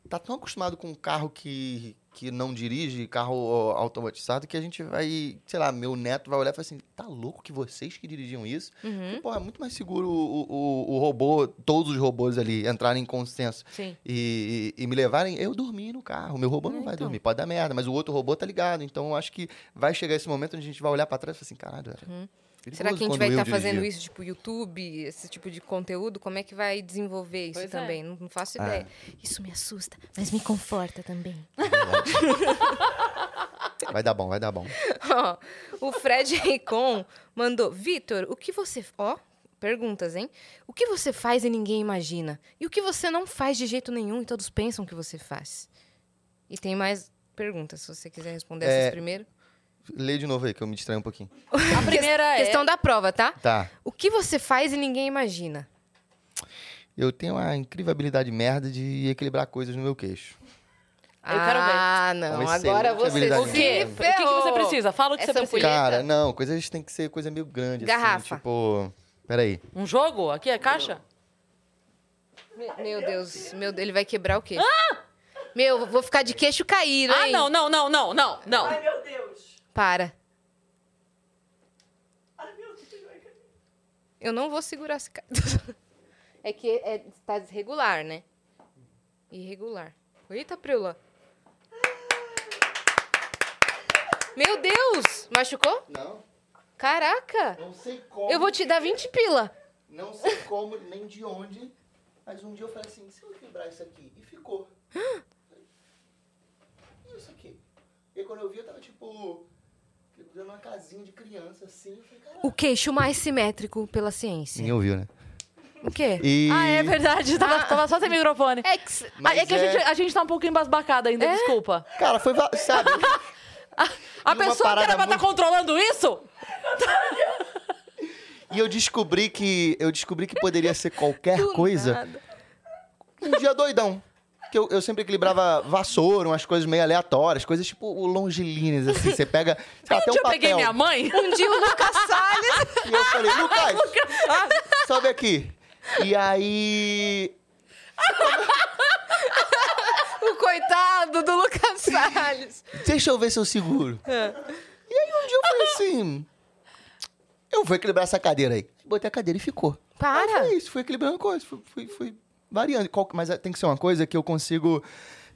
S3: Tá tão acostumado com um carro que, que não dirige, carro ó, automatizado, que a gente vai. Sei lá, meu neto vai olhar e falar assim: tá louco que vocês que dirigiam isso?
S2: Uhum.
S3: Pô, é muito mais seguro o, o, o robô, todos os robôs ali entrarem em consenso
S1: Sim.
S3: e, e- e me levarem. Eu dormi no carro, meu robô não
S2: É,
S3: vai
S2: então.
S3: dormir, pode dar merda, mas o outro robô tá ligado. Então eu acho que vai chegar esse momento onde a gente vai olhar pra trás e falar assim: caralho, era perigoso
S2: Uhum. Será que a gente
S3: quando
S2: vai
S3: eu
S2: estar
S3: dirigia."
S2: fazendo isso, tipo, YouTube, esse tipo de conteúdo? Como é que vai desenvolver isso
S1: Pois é.
S2: também? Não, não faço
S3: Ah.
S2: ideia. Isso me assusta, mas me conforta também.
S3: Vai dar bom, vai dar bom.
S2: Ó, o Fred Ricon mandou: Vitor, o que você. Ó, perguntas, hein? O que você faz e ninguém imagina? E o que você não faz de jeito nenhum e todos pensam que você faz? E tem mais perguntas, se você quiser responder essas
S3: É,
S2: primeiro.
S3: Lê de novo aí, que eu me distraí um pouquinho.
S1: A primeira é.
S2: Questão da prova, tá?
S3: Tá.
S2: O que você faz e ninguém imagina?
S3: Eu tenho uma incrível habilidade merda de equilibrar coisas no meu queixo.
S1: quero ver.
S2: Ah, não.
S3: Uma
S2: Agora
S3: excelente
S2: você
S3: habilidade
S1: O quê? O
S2: se
S1: que, que você
S2: ferrou.
S1: precisa? Fala o que
S2: Essa
S1: você precisa.
S2: ampulheta.
S3: Cara, não, coisas tem que ser coisa meio grande. assim,
S2: Garrafa.
S3: tipo. Peraí.
S1: Um jogo? Aqui é caixa?
S2: Me- Meu Deus, meu, ele vai quebrar o queixo. Meu, vou ficar de queixo caído,
S1: Ah,
S2: hein?
S1: não, não, não, não, não, não.
S4: Ai, meu Deus.
S2: Para.
S4: Ai, meu Deus. vai cair.
S2: Eu não vou segurar esse cara. é que é, tá desregular, né? Irregular. Eita, Priula. Meu Deus! Machucou?
S3: Não,
S2: Caraca!
S3: não sei como.
S2: Eu vou te dar 20 pila.
S3: Não sei como nem de onde, mas um dia eu falei assim, se eu quebrar isso aqui, e ficou. E isso aqui? E quando eu vi, eu tava tipo, dando uma casinha de criança, assim, eu falei, caralho.
S2: O queixo mais simétrico pela ciência.
S3: Ninguém ouviu, né?
S2: O quê?
S3: E...
S1: Ah, é verdade. Tava, tava só sem microfone.
S2: É que se-
S1: Ah, é que a, gente, a gente tá um pouco embasbacada ainda, desculpa.
S3: Cara, foi, va- sabe?
S1: A
S3: E É? uma
S1: pessoa que
S3: parada
S1: era pra estar
S3: muito-
S1: controlando isso?
S3: e eu descobri que, eu descobri que poderia ser qualquer
S2: Do
S3: coisa.
S2: nada.
S3: um dia doidão. Que eu, eu sempre equilibrava vassoura, umas coisas meio aleatórias, coisas tipo o longilines, assim. Você pega. sei lá, até
S1: Um
S3: um
S1: dia eu
S3: papel.
S1: peguei minha mãe.
S2: Um dia o Lucas Salles.
S3: E eu falei, Lucas, tá? sobe aqui. E aí.
S2: O coitado do Lucas Salles.
S3: Deixa eu ver se eu seguro. E aí um dia eu falei assim. Eu vou equilibrar essa cadeira aí. Botei a cadeira e ficou. Aí
S2: Para.
S3: Foi isso, fui equilibrando coisas, fui, fui, fui variando. Qual- mas eh, tem que ser uma coisa que eu consigo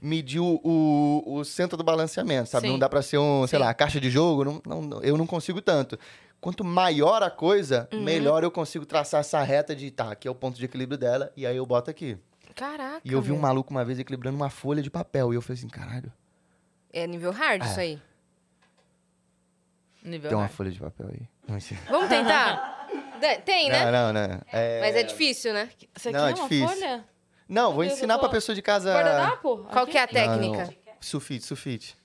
S3: medir o, o, o centro do balanceamento, sabe?
S1: Sim.
S3: Não dá pra ser um, sei
S1: Sim.
S3: lá, caixa de jogo, não- não- eu não consigo tanto. Quanto maior a coisa, melhor eu consigo traçar essa reta de, tá, aqui é o ponto de equilíbrio dela, e aí eu boto aqui.
S2: Caraca.
S3: E eu vi um
S2: meu.
S3: maluco uma vez equilibrando uma folha de papel, e eu falei assim, caralho,
S2: É nível hard isso aí.
S1: Nível
S3: tem uma
S1: hard.
S3: folha de papel aí. Não, mentira.
S2: Vamos tentar? Da- Tem, né?
S3: não, não. não. É-
S2: Mas é difícil, né?
S1: Isso aqui
S3: Não,
S1: é
S3: é
S1: uma
S3: difícil.
S1: folha?
S3: Não, vou
S1: Meu Deus, eu
S3: ensinar
S1: tô-
S3: pra pessoa de casa...
S1: Guardanapo?
S2: Qual que é a
S3: Não, não.
S2: técnica?
S3: Sulfite, sulfite.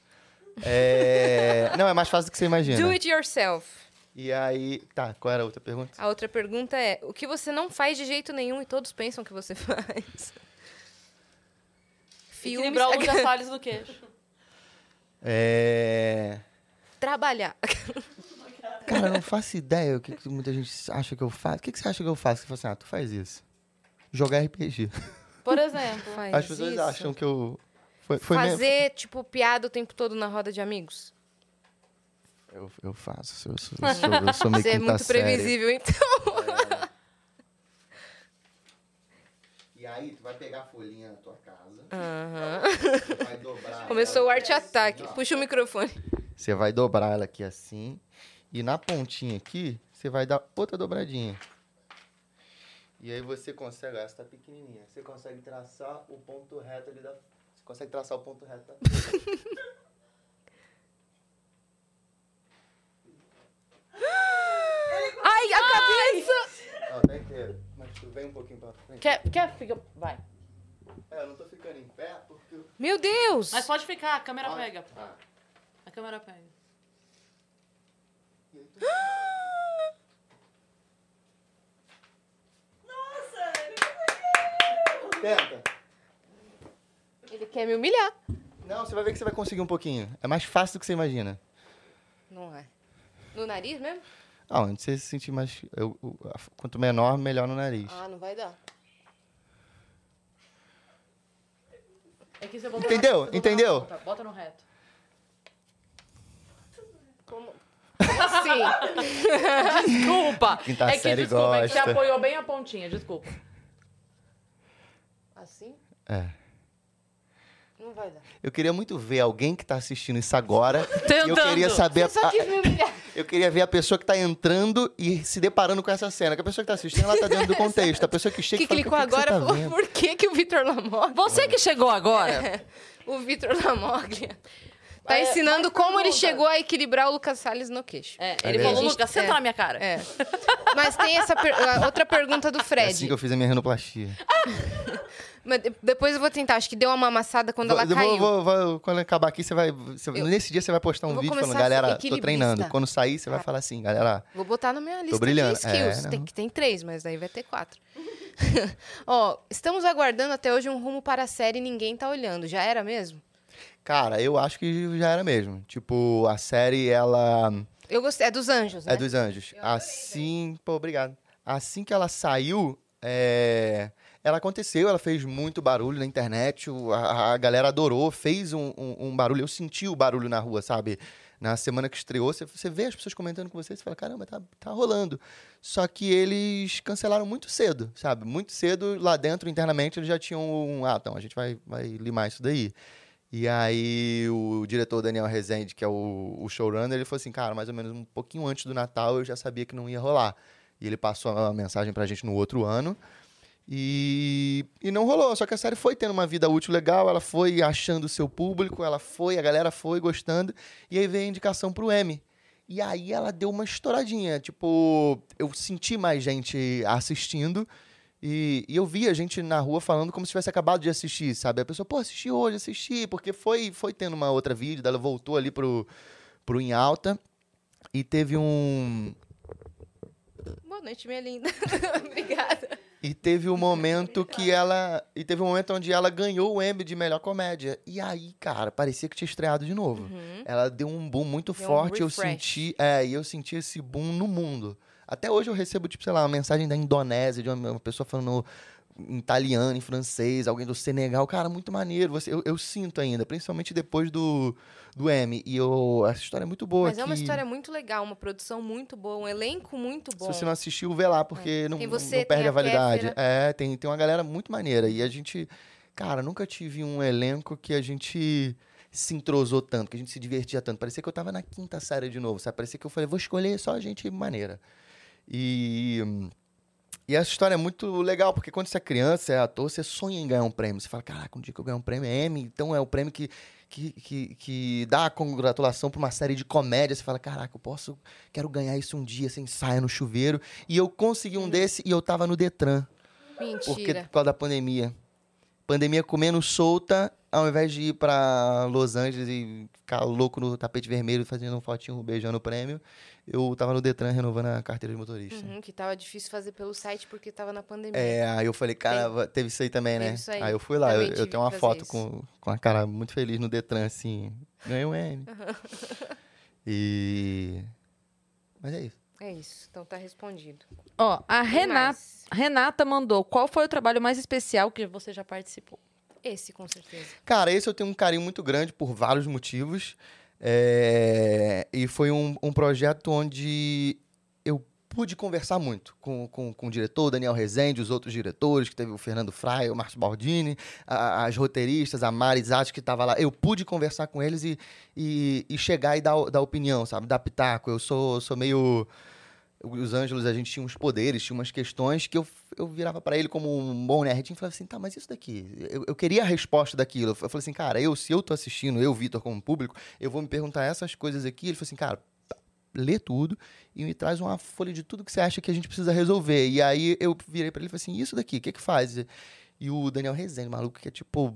S3: É... não, é mais fácil do que você imagina.
S2: Do it yourself.
S3: E aí... Tá, qual era a outra pergunta?
S2: A outra pergunta é: o que você não faz de jeito nenhum e todos pensam que você faz?
S1: é
S2: Filmes.
S1: Equilibrar os assalhos um do queixo.
S3: É...
S2: Trabalhar.
S3: Cara, eu não faço ideia o que, que muita gente acha que eu faço. O que, que você acha que eu faço? Você fala assim, ah, tu faz isso. Jogar RPG.
S1: Por exemplo.
S2: Faz
S3: As pessoas
S2: isso.
S3: acham que eu... Foi, foi mesmo?
S2: Fazer, tipo, piada o tempo todo na roda de amigos.
S3: Eu, eu faço. Eu sou, eu sou, eu sou meio
S2: Você é
S3: quinta
S2: muito
S3: série.
S2: previsível, então.
S3: E aí, tu vai pegar a folhinha na tua casa,
S2: Aham.
S3: vai dobrar...
S2: Começou o arte ataque. Puxa o microfone.
S3: Você vai dobrar ela aqui assim. E na pontinha aqui, você vai dar outra dobradinha. E aí você consegue, ó, essa tá pequenininha. Você consegue traçar o ponto reto ali da. Você consegue traçar o ponto reto. da-
S2: Ai, a cabeça!
S3: Ó, tá inteiro. Mas Tu vem um pouquinho pra frente.
S1: Quer, quer, fica, vai.
S3: É, eu não tô ficando em pé porque... eu-
S2: Meu Deus!
S1: Mas pode ficar, a câmera
S3: Olha.
S1: pega.
S3: Ah.
S1: A câmera pega.
S3: Tenta.
S2: Ele quer me humilhar.
S3: Não, você vai ver que você vai conseguir um pouquinho. É mais fácil do que você imagina.
S2: Não é. No nariz mesmo?
S3: Ah, onde você se sentir mais... eu- eu- a- quanto menor, melhor no nariz.
S2: Ah, não vai dar.
S1: É que você botou
S3: Entendeu?
S1: você botou
S3: Entendeu?
S1: ponta, bota no reto.
S2: Como? Sim.
S1: assim? Desculpa!
S3: Quinta
S1: é que,
S3: série
S1: desculpa, é que você
S3: tá gosta.
S1: apoiou bem a pontinha, desculpa.
S2: Assim?
S3: É.
S2: Não vai dar.
S3: Eu queria muito ver alguém que tá assistindo isso agora. E eu
S1: Tentando.
S3: queria saber...
S2: Eu só
S3: a-
S2: quis me humilhar.
S3: Eu queria ver a pessoa que tá entrando e se deparando com essa cena. Que a pessoa que tá assistindo, ela tá dentro do contexto. A pessoa que chega
S2: Que
S3: e fala,
S2: clicou
S3: "Por que que
S2: agora
S3: você tá
S2: falou,
S3: vendo?"
S2: por que que o Vitor Lamog?
S1: Você que chegou agora,
S2: O Vitor Lamoglia tá
S1: É,
S2: ensinando
S1: mais
S2: como ele
S1: perguntas.
S2: chegou a equilibrar o Lucas Salles no queixo.
S1: É,
S3: É
S1: ele
S3: mesmo?
S1: falou, Lucas, senta
S2: É.
S1: na minha cara.
S2: É. Mas tem essa per- a outra pergunta do
S3: É
S2: Fred.
S3: assim que eu fiz a minha renoplastia.
S2: Mas de- depois eu vou tentar. Acho que deu uma amassada quando
S3: Vou-
S2: ela
S3: eu vou-
S2: caiu.
S3: vou- vou- quando acabar aqui, você vai. você-
S2: Eu-
S3: nesse dia você vai postar um
S2: eu vou
S3: vídeo falando,
S2: começar a ser
S3: galera, tô
S2: equilibrista." Ah.
S3: treinando. Quando sair, você vai falar assim, galera.
S2: Vou botar na minha lista
S3: brilhando.
S2: de skills.
S3: É, não.
S2: tem que tem três, mas daí vai ter quatro. Ó, estamos aguardando até hoje um rumo para a série Ninguém Tá Olhando. Já era mesmo?
S3: Cara, eu acho que já era mesmo. Tipo, a série, ela.
S2: Eu gostei. É dos anjos, né?
S3: É dos anjos. Assim. Pô, obrigado. Assim que ela saiu, é, ela aconteceu, ela fez muito barulho na internet, o- a, a galera adorou, fez um, um- um barulho. Eu senti o barulho na rua, sabe? Na semana que estreou, você, você vê as pessoas comentando com você, você fala, caramba, tá, tá rolando. Só que eles cancelaram muito cedo, sabe? Muito cedo, lá dentro, internamente, eles já tinham um... Ah, então, a gente vai, vai limar isso daí. E aí o diretor Daniel Rezende, que é o, o showrunner, ele falou assim, cara, mais ou menos um pouquinho antes do Natal eu já sabia que não ia rolar. E ele passou a mensagem pra gente no outro ano. E, e não rolou, só que a série foi tendo uma vida útil legal, ela foi achando o seu público, ela foi, a galera foi gostando, e aí veio a indicação pro M. E aí ela deu uma estouradinha, tipo, eu senti mais gente assistindo, e, e eu via gente na rua falando como se tivesse acabado de assistir, sabe? A pessoa, pô, assisti hoje, assisti, porque foi, foi tendo uma outra vídeo, ela voltou ali pro, pro Em Alta, e teve um,
S2: Boa noite, minha linda. Obrigada.
S3: E teve um momento que ela. E teve um momento onde ela ganhou o Emmy de melhor comédia. E aí, cara, parecia que tinha estreado de novo. Ela deu um boom muito
S2: Uhum. Deu um
S3: forte. eu
S2: refresh.
S3: senti. É, e eu senti esse boom no mundo. Até hoje eu recebo, tipo, sei lá, uma mensagem da Indonésia, de uma, uma pessoa falando em italiano, em francês, alguém do Senegal. Cara, muito maneiro. Você, eu, eu sinto ainda, principalmente depois do, do Emmy. E eu, essa história é muito boa.
S2: Mas é uma
S3: que-
S2: história muito legal, uma produção muito boa, um elenco muito bom.
S3: se você não assistiu, vê lá, porque não,
S2: Tem
S3: não-
S2: você,
S3: não perde
S2: tem
S3: a,
S2: a
S3: validade.
S2: Kéfera.
S3: É, tem, tem uma galera muito maneira. E a gente, cara, nunca tive um elenco que a gente se entrosou tanto, que a gente se divertia tanto. Parecia que eu tava na quinta série de novo, sabe? Parecia que eu falei, vou escolher só gente maneira. E. E essa história é muito legal, porque quando você é criança, é ator, você sonha em ganhar um prêmio. Você fala, caraca, um dia que eu ganhar um prêmio é M, então é o prêmio que, que, que, que dá a congratulação pra uma série de comédia. Você fala, caraca, eu posso, quero ganhar isso um dia, você ensaia no chuveiro. E eu consegui um desse e eu tava no Detran, porque
S2: Hum. Mentira.
S3: por causa da pandemia. Pandemia comendo solta, ao invés de ir pra Los Angeles e ficar louco no tapete vermelho, fazendo um fotinho, beijando o prêmio, eu tava no Detran renovando a carteira de motorista.
S2: Uhum, que tava difícil fazer pelo site porque tava na pandemia.
S3: É, aí eu falei, cara, va- teve isso aí também, né?
S2: Teve isso aí.
S3: eu fui lá, eu,
S2: Também
S3: eu
S2: tive
S3: tenho uma
S2: que fazer
S3: foto
S2: isso.
S3: com, com a cara muito feliz no Detran, assim, ganhei um M.
S2: Uhum.
S3: e... Mas é isso.
S2: É isso. Então tá respondido.
S1: Ó, a
S2: Quem
S1: Renata,
S2: mais?
S1: Renata mandou, qual foi o trabalho mais especial que você já participou?
S2: Esse, com certeza.
S3: Cara, esse eu tenho um carinho muito grande por vários motivos. É, E foi um, um projeto onde eu pude conversar muito com, com, com o diretor, Daniel Rezende, os outros diretores, que teve o Fernando Fraia, o Márcio Baldini, a- as roteiristas, a Mari Zatti, que estava lá. Eu pude conversar com eles e, e, e chegar e dar, o- dar opinião, sabe? Dar pitaco. Eu sou, sou meio... Os Ângelos, a gente tinha uns poderes, tinha umas questões que eu, eu virava pra ele como um bom nerd e falava assim, tá, mas isso daqui, eu, eu queria a resposta daquilo. Eu falei assim, cara, eu, se eu tô assistindo, eu, Vitor, como público, eu vou me perguntar essas coisas aqui. Ele falou assim, cara, tá, lê tudo e me traz uma folha de tudo que você acha que a gente precisa resolver. E aí eu virei pra ele e falei assim: isso daqui, o que que faz? E o Daniel Rezende, maluco, que é tipo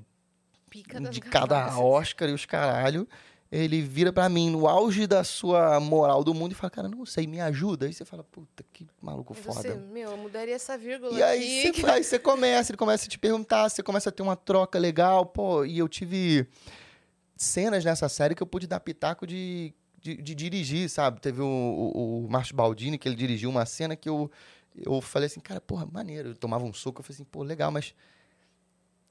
S2: Pica
S3: um
S2: das
S3: de cada
S2: galáxias.
S3: Oscar e os caralho. Ele vira pra mim no auge da sua moral do mundo e fala: Cara, não sei, me ajuda. Aí você fala: Puta, que maluco
S2: Mas
S3: foda.
S2: Você, meu, eu mudaria essa vírgula
S3: E aí
S2: aqui.
S3: você, aí você começa, ele começa a te perguntar, você começa a ter uma troca legal, pô, e eu tive cenas nessa série que eu pude dar pitaco de, de, de dirigir, sabe? Teve o, o, o Márcio Baldini, que ele dirigiu uma cena que eu, eu falei assim, cara, porra, maneiro. Eu tomava um soco, eu falei assim, pô, legal, mas...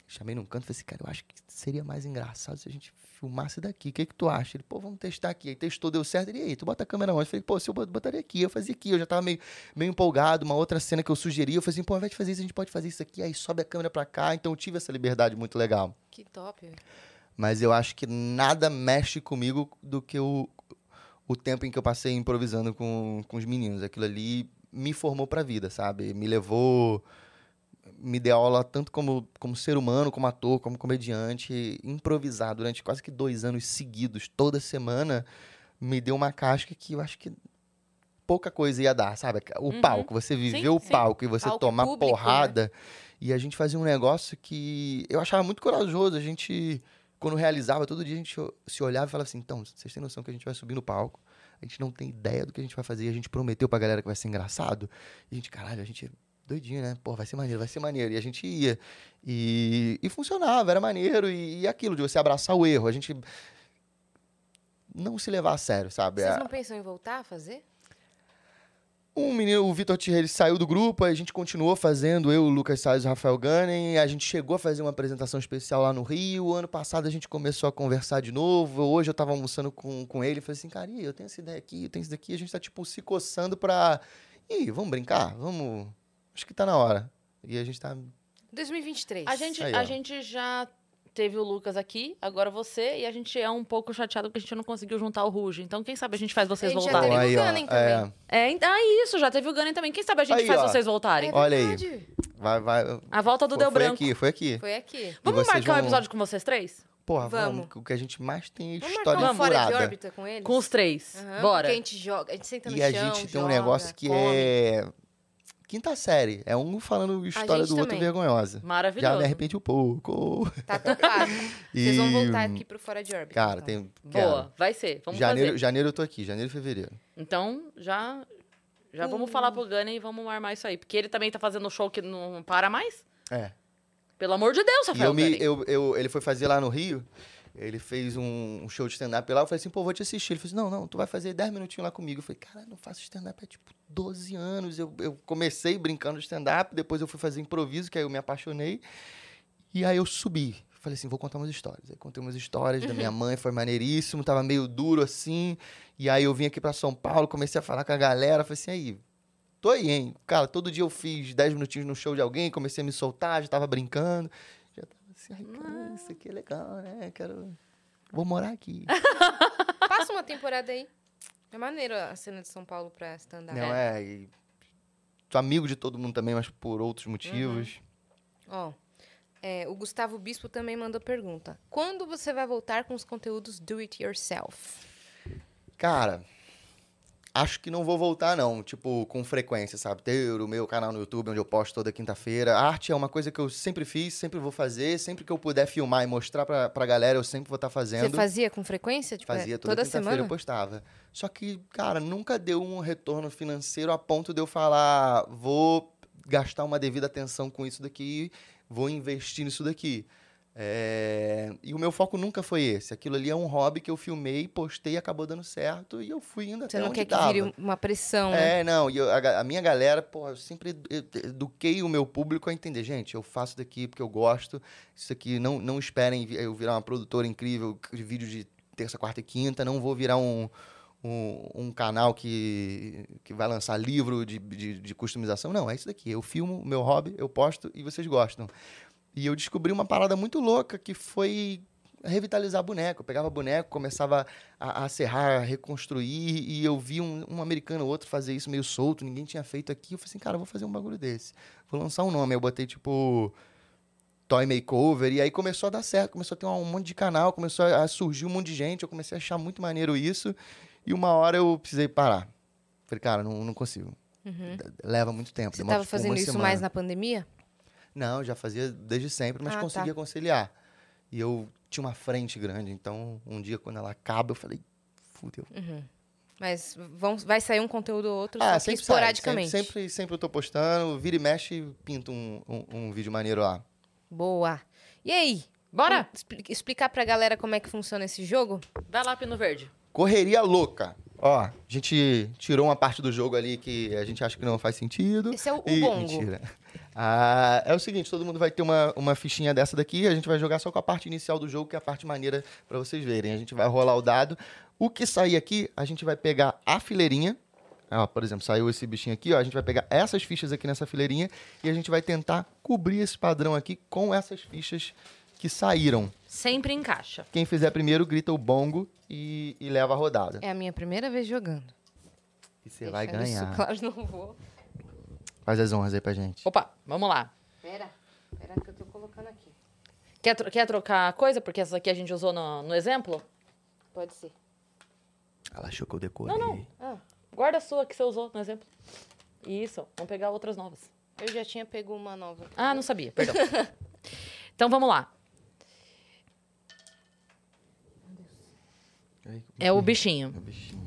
S3: Chamei num canto e falei assim, cara, eu acho que seria mais engraçado se a gente filmasse daqui. O que, que tu acha? Ele, pô, vamos testar aqui. Aí testou, deu certo. Ele, e aí, tu bota a câmera onde? Eu falei, pô, se eu bot- botaria aqui, eu fazia aqui. Eu já tava meio meio empolgado, uma outra cena que eu sugeri, eu falei assim, pô, ao invés de fazer isso, a gente pode fazer isso aqui, aí sobe a câmera pra cá, então eu tive essa liberdade muito legal.
S2: Que top.
S3: É. Mas eu acho que nada mexe comigo do que o, o tempo em que eu passei improvisando com, com os meninos. Aquilo ali me formou pra vida, sabe? Me levou, me deu aula tanto como, como ser humano, como ator, como comediante. Improvisar durante quase que dois anos seguidos, toda semana, me deu uma casca que eu acho que pouca coisa ia dar, sabe? O
S1: Uhum.
S3: palco, você viver o
S1: sim.
S3: palco e você
S2: Palco,
S3: tomar
S2: público, né?
S3: porrada. E a gente fazia um negócio que eu achava muito corajoso. A gente quando realizava, todo dia a gente o- se olhava e falava assim: então, vocês têm noção que a gente vai subir no palco, a gente não tem ideia do que a gente vai fazer, a gente prometeu pra galera que vai ser engraçado. E a gente, caralho, a gente é doidinho, né? Pô, vai ser maneiro, vai ser maneiro. E a gente ia. E, e funcionava, era maneiro. E, e aquilo de você abraçar o erro, a gente não se levar a sério, sabe? É,
S2: Vocês
S3: A-
S2: não pensam em voltar a fazer?
S3: um menino, o Vitor Tirre, ele saiu do grupo, aí a gente continuou fazendo, eu, o Lucas Salles e o Rafael Gunning, a gente chegou a fazer uma apresentação especial lá no Rio, ano passado a gente começou a conversar de novo, hoje eu tava almoçando com, com ele, falei assim, cara, e aí, eu tenho essa ideia aqui, eu tenho isso daqui, a gente tá, tipo, se coçando pra... Ih, vamos brincar? Vamos... Acho que tá na hora. E a gente tá...
S2: 2023.
S1: A gente,
S3: Aí, ó.
S1: a gente já teve o Lucas aqui, agora você, e a gente é um pouco chateado porque a gente não conseguiu juntar o Ruge. Então, quem sabe a gente faz vocês
S2: A gente já
S1: voltarem.
S2: teve-
S3: aí,
S2: o Gunning tá também.
S3: é,
S1: É, ent- ah, isso, já teve o Gunning também. Quem sabe a gente
S3: Aí,
S1: faz
S3: ó.
S1: vocês voltarem.
S2: É
S3: Olha aí.
S2: verdade.
S3: vai, vai... Foi,
S1: A volta do Del
S3: foi
S1: Branco.
S3: aqui, foi aqui.
S2: Foi aqui.
S1: Vamos
S3: vocês
S1: marcar um
S3: vão-
S1: episódio com vocês três?
S3: Porra,
S2: Vamos.
S3: vamos. O que a gente mais tem é
S2: Vamos marcar
S3: história
S2: uma fora de
S3: furada.
S2: órbita com eles?
S1: Com os três.
S2: Aham,
S1: Bora.
S2: Porque a gente joga, a gente senta no
S3: E a
S2: chão,
S3: gente tem um
S2: joga,
S3: negócio que
S2: come.
S3: é. Quinta série. É um falando história
S2: gente
S3: do outro
S2: também.
S3: vergonhosa. Já
S1: Maravilhoso.
S3: me arrependi um pouco.
S2: Tá topado.
S3: E,
S2: Vocês vão voltar aqui pro Fora de Órbita.
S3: Cara,
S2: então.
S3: tem.
S1: Boa,
S3: Cara,
S1: vai ser. Vamos
S3: janeiro,
S1: fazer.
S3: janeiro eu tô aqui, janeiro e fevereiro.
S1: Então, já, já vamos falar pro Gunning e vamos armar isso aí. Porque ele também tá fazendo um show que não para mais.
S3: É.
S1: Pelo amor de Deus,
S3: E
S1: Rafael
S3: eu me,
S1: Gunning.
S3: eu, eu, ele foi fazer lá no Rio. Ele fez um um show de stand-up lá. Eu falei assim, pô, vou te assistir. Ele falou assim, não, não, tu vai fazer 10 minutinhos lá comigo. Eu falei, cara, não faço stand-up há tipo 12 anos. Eu, eu comecei brincando de stand-up, depois eu fui fazer improviso, que aí eu me apaixonei. E aí eu subi. Falei assim, vou contar umas histórias. Aí contei umas histórias da minha mãe, foi maneiríssimo, tava meio duro assim. E aí eu vim aqui pra São Paulo, comecei a falar com a galera, falei assim, aí, tô aí, hein? Cara, todo dia eu fiz 10 minutinhos no show de alguém, comecei a me soltar, já tava brincando. Já tava assim, ai, cara, isso aqui é legal, né? Quero... Vou morar aqui.
S2: Passa uma temporada aí. É maneiro a cena de São Paulo pra stand-up.
S3: Não é... e- Sou amigo de todo mundo também, mas por outros motivos.
S2: Ó, é, o Gustavo Bispo também mandou pergunta. Quando você vai voltar com os conteúdos do it yourself?
S3: Cara, acho que não vou voltar, não. Tipo, com frequência, sabe? Ter o meu canal no YouTube, onde eu posto toda quinta-feira. A Arte é uma coisa que eu sempre fiz, sempre vou fazer. Sempre que eu puder filmar e mostrar pra, pra galera, eu sempre vou estar fazendo.
S2: Você fazia com frequência? Tipo, é,
S3: Fazia toda, quinta-feira
S2: semana?
S3: eu postava. Só que, cara, nunca deu um retorno financeiro a ponto de eu falar, vou gastar uma devida atenção com isso daqui, vou investir nisso daqui. É, E o meu foco nunca foi esse. Aquilo ali é um hobby que eu filmei, postei, acabou dando certo e eu fui indo
S2: Você
S3: até
S2: não
S3: É onde
S2: quer que
S3: dava.
S2: vire um uma pressão, né?
S3: É, não, e eu- a, ga- a minha galera, pô, eu sempre edu- edu- eduquei o meu público a entender, gente, eu faço daqui porque eu gosto, isso aqui, não, não esperem vi- eu virar uma produtora incrível de vídeo de terça, quarta e quinta, não vou virar um, um, um canal que, que vai lançar livro de, de, de customização, não, é isso daqui, eu filmo, o meu hobby, eu posto e vocês gostam. E eu descobri uma parada muito louca que foi revitalizar boneco. Eu pegava boneco, começava a, a serrar, a reconstruir, e eu vi um, um americano ou outro fazer isso meio solto, ninguém tinha feito aqui. Eu falei assim, cara, eu vou fazer um bagulho desse. Vou lançar um nome. Eu botei tipo. Toy Makeover, e aí começou a dar certo, começou a ter um monte de canal, começou a surgir um monte de gente, eu comecei a achar muito maneiro isso. E uma hora eu precisei parar. Falei, cara, não, não consigo. Leva muito tempo.
S2: Uhum. Você
S3: demora,
S2: estava
S3: tipo, uma
S2: fazendo isso
S3: semana.
S2: mais na pandemia?
S3: Não, eu já fazia desde sempre, mas
S2: Ah, tá.
S3: conseguia conciliar. E eu tinha uma frente grande, então um dia quando ela acaba, eu falei, fudeu.
S2: Mas vão, vai sair um conteúdo ou outro, só que
S3: É, Ah, sempre sai,
S2: esporadicamente.
S3: Sempre, sempre, sempre eu tô postando, vira e mexe e pinto um, um, um vídeo maneiro lá.
S2: Boa. E aí? Bora expli- explicar pra galera como é que funciona esse jogo?
S1: Vai lá, Pino Verde.
S3: Correria louca. Ó, a gente tirou uma parte do jogo ali que a gente acha que não faz sentido.
S2: Esse é o, o
S3: E-
S2: bongo.
S3: Mentira. Ah, é o seguinte, todo mundo vai ter uma, uma fichinha dessa daqui, a gente vai jogar só com a parte inicial do jogo, que é a parte maneira pra vocês verem. A gente vai rolar o dado. O que sair aqui, a gente vai pegar a fileirinha. Ó, por exemplo, saiu esse bichinho aqui, ó, a gente vai pegar essas fichas aqui nessa fileirinha e a gente vai tentar cobrir esse padrão aqui com essas fichas que saíram.
S1: Sempre encaixa.
S3: Quem fizer primeiro grita o bongo e, e leva a rodada.
S2: É a minha primeira vez jogando.
S3: E você vai
S2: Deixar isso
S3: ganhar.
S2: claro, não vou.
S3: Faz as honras aí pra gente.
S1: Opa, vamos lá.
S2: Pera, pera que eu tô colocando aqui.
S1: Quer, tro- quer trocar a coisa? Porque essa aqui a gente usou no, no exemplo.
S2: Pode ser.
S3: Ela achou que eu decorei.
S1: Não, não.
S2: Ah,
S1: Guarda a sua que você usou no exemplo. Isso, vamos pegar outras novas.
S2: eu já tinha pego uma nova.
S1: Ah, não sabia, perdão. então vamos lá.
S3: Ai,
S1: É o bichinho.
S3: meu bichinho.